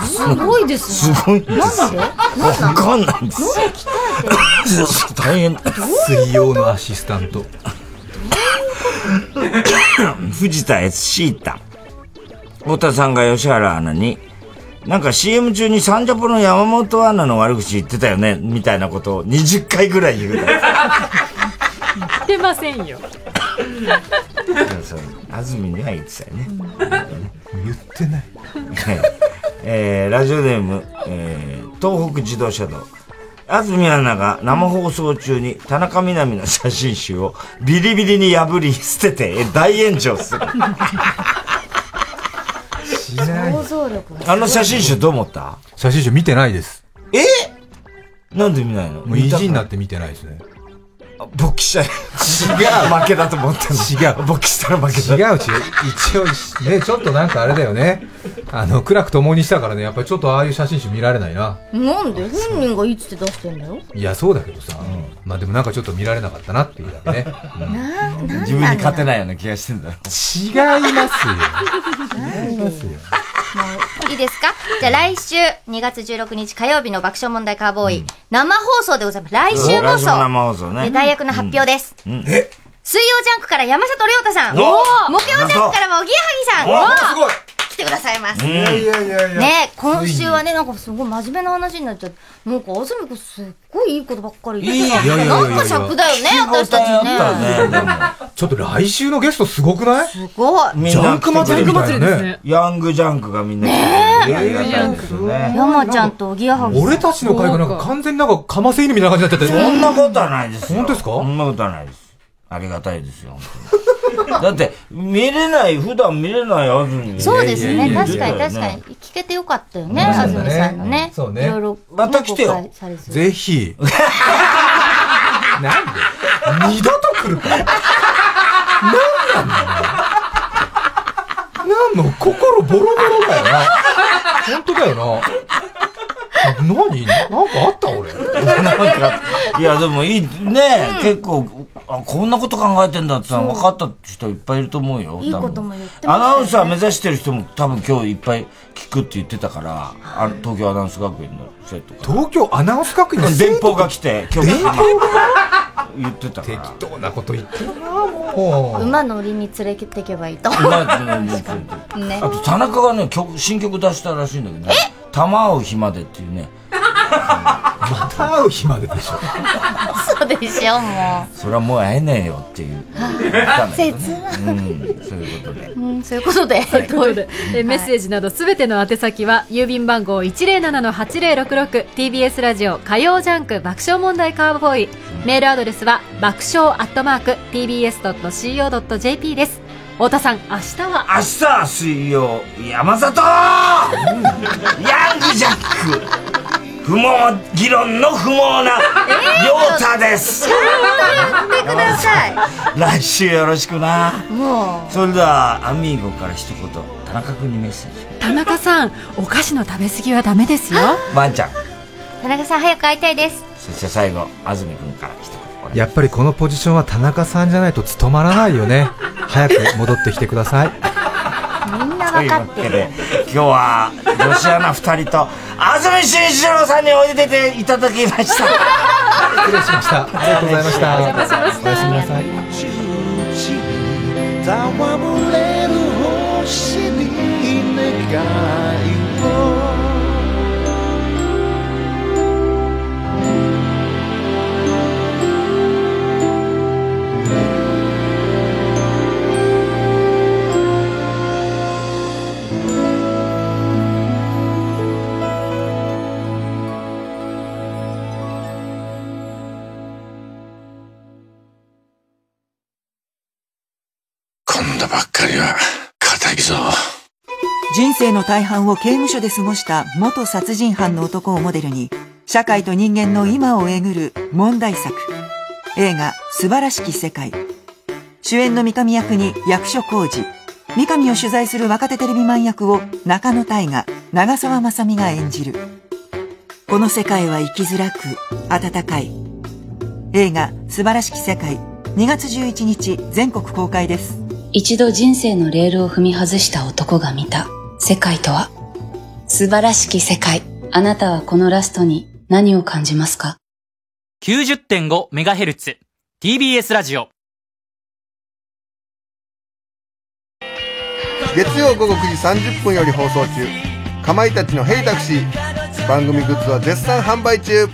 C: すごいですね。
A: すごいです
C: なんでなんな
A: わ
C: んで
A: かんないんです
C: 喉鍛えてる。
A: 大変。
B: 水曜のアシスタント。
A: 藤田悦シータ。太田さんが吉原アナに、なんか CM 中にサンジャポの山本アナの悪口言ってたよね、みたいなことを20回ぐらい言 うから。
D: 言ってませんよ。
A: そう安住には言ってたよね。
B: 言ってない。
A: はいえーラジオネーム、えー東北自動車道。安住アナが生放送中に田中みな実の写真集をビリビリに破り捨ててえ大炎上する。
C: 想像力が
A: あの写真集どう思った
B: 写真集見てないです。
A: えなんで見ないの
B: もう意地になって見てないですね。
A: 勃起したい。違う。負けだと思ってん
B: 違う。
A: 勃起したら負け
B: 違う、違う。一応し、ね、ちょっとなんかあれだよね。 あの、苦楽共にしたからね、やっぱりちょっとああいう写真集見られないな。
C: なんで本人がいつって出してんだよ。
B: いや、そうだけどさ。まあでもなんかちょっと見られなかったなっていうだけね。
C: な、なんなんだ
A: 自分に勝てないような気がしてんだろ。
B: 違いますよ。違いますよ。
C: いいですかじゃあ来週2月16日火曜日の爆笑問題カーボーイ、生放送でございます。来週
A: ラ
C: 放
A: ジ
C: 送。
A: オ生放送ね
C: で、大学の発表です。
A: うんえ
C: 水曜ジャンクから山里亮太さ
A: お
C: ん。
A: ー
C: 木曜ジャンクからはおぎやはぎさん。
B: ごい
C: 来てくださいま
A: う
C: す。
A: んいやいやいやいや
C: ね今週はね、なんかすごい真面目な話になっちゃって、なんか安住くんすっごいいいことばっかり言ってた
B: いいよいやいやいや
C: な
B: い
C: ん
B: や
C: か尺だよね、私たちね。
B: ちょっと来週のゲストすごくない
C: すごい。
B: ジャンク祭りみたいなね。
A: ヤングジャンクがみんな来てくれてありがたいですよね。
C: 山ちゃんとおぎやはぎさん。
B: 俺たちの会がなんか完全になんかかませ犬みたいな感じになっちゃって
A: そんなことはないですよ。本当
B: ですか
A: そんなことはないです。ありがたいですよ、本当に だって、見れない、普段見れない安住
C: そうですね。確かに確かに。。聞けてよかったよね。安住さんのね。
B: そう
C: い
B: ね
C: ろいろ。
A: また来てよ
C: ね。ご紹介されて
B: ぜひ。なんで二度と来るかなんなの心ボロボロだよな。本当だよな。何なんかあった俺。
A: いや、でもいい、ねえ、結構、あ、こんなこと考えてんだってさ、分かった人いっぱいいると思うよ。
C: いい
A: 多分
C: ことも言って
A: ア
C: ま
A: ナウン
C: した
A: サ
C: よ
A: ー
C: ね
A: 目指してる人も多分今日いっぱい聞くって言ってたから、あの東京アナウンス学院の生徒が。
B: 東京アナウンス学院の
A: 電報が来て、今日
B: 電報
A: 言ってたから。
B: 適当なこと言ってるな、
A: も
C: 馬乗りに連れてけばいいと。 ね
A: あ。と田中がね曲新曲出したらしいんだけどね「玉合う日まで」っていう ね
B: また会う日まででしょ
C: そうでしょ、も
A: それはもう会えねえよっていう
C: う。切な
A: う
C: い。
A: んそういうことで
D: うん、そういうことで、ということでえメッセージなどすべての宛先は、郵便番号 107-8066TBS ラジオ火曜ジャンク爆笑問題カーボーイメールアドレスは爆笑アットマーク TBS.CO.JP です太田さん明日は
A: 明日は水曜山里ヤングジャック不毛議論の不毛な良太です
C: ちゃんと言ってください。
A: 来週よろしくな
C: も
A: それではアミーゴから一言田中君にメッセージ
D: 田中さんお菓子の食べ過ぎはダメですよ
A: ワンちゃん
C: う、田中さん早く会いたいです。
A: そして最後安住君から一言
B: やっぱりこのポジションは田中さんじゃないと務まらないよね。早く戻ってきてください。
C: みんな
A: という
C: 分か
A: わ
C: って
A: け
C: る
A: で。今日は女子アナ2人と安住紳一郎さんにおいでていただきました
B: 失礼しました。ありがとうございました。おやすみなさい。
V: 戯れ
E: 今度ばっかりは、敵ぞ。
M: 人生の大半を刑務所で過ごした元殺人犯の男をモデルに、社会と人間の今をえぐる問題作。映画、素晴らしき世界。主演の三上役に役所広司。三上を取材する若手テレビマン役を中野大河、長澤まさみが演じる。この世界は生きづらく、温かい。映画、素晴らしき世界。2月11日、全国公開です。
N: 一度人生のレールを踏み外した男が見た世界とは素晴らしき世界。あなたはこのラストに何を感じますか
Y: 90.5MHz。TBS ラジオ。
S: 月曜午後9時30分より放送中かまいたちの「ヘイタクシー」番組グッズは絶賛販売中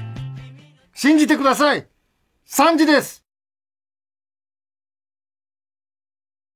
Z: 信じてください !3 時です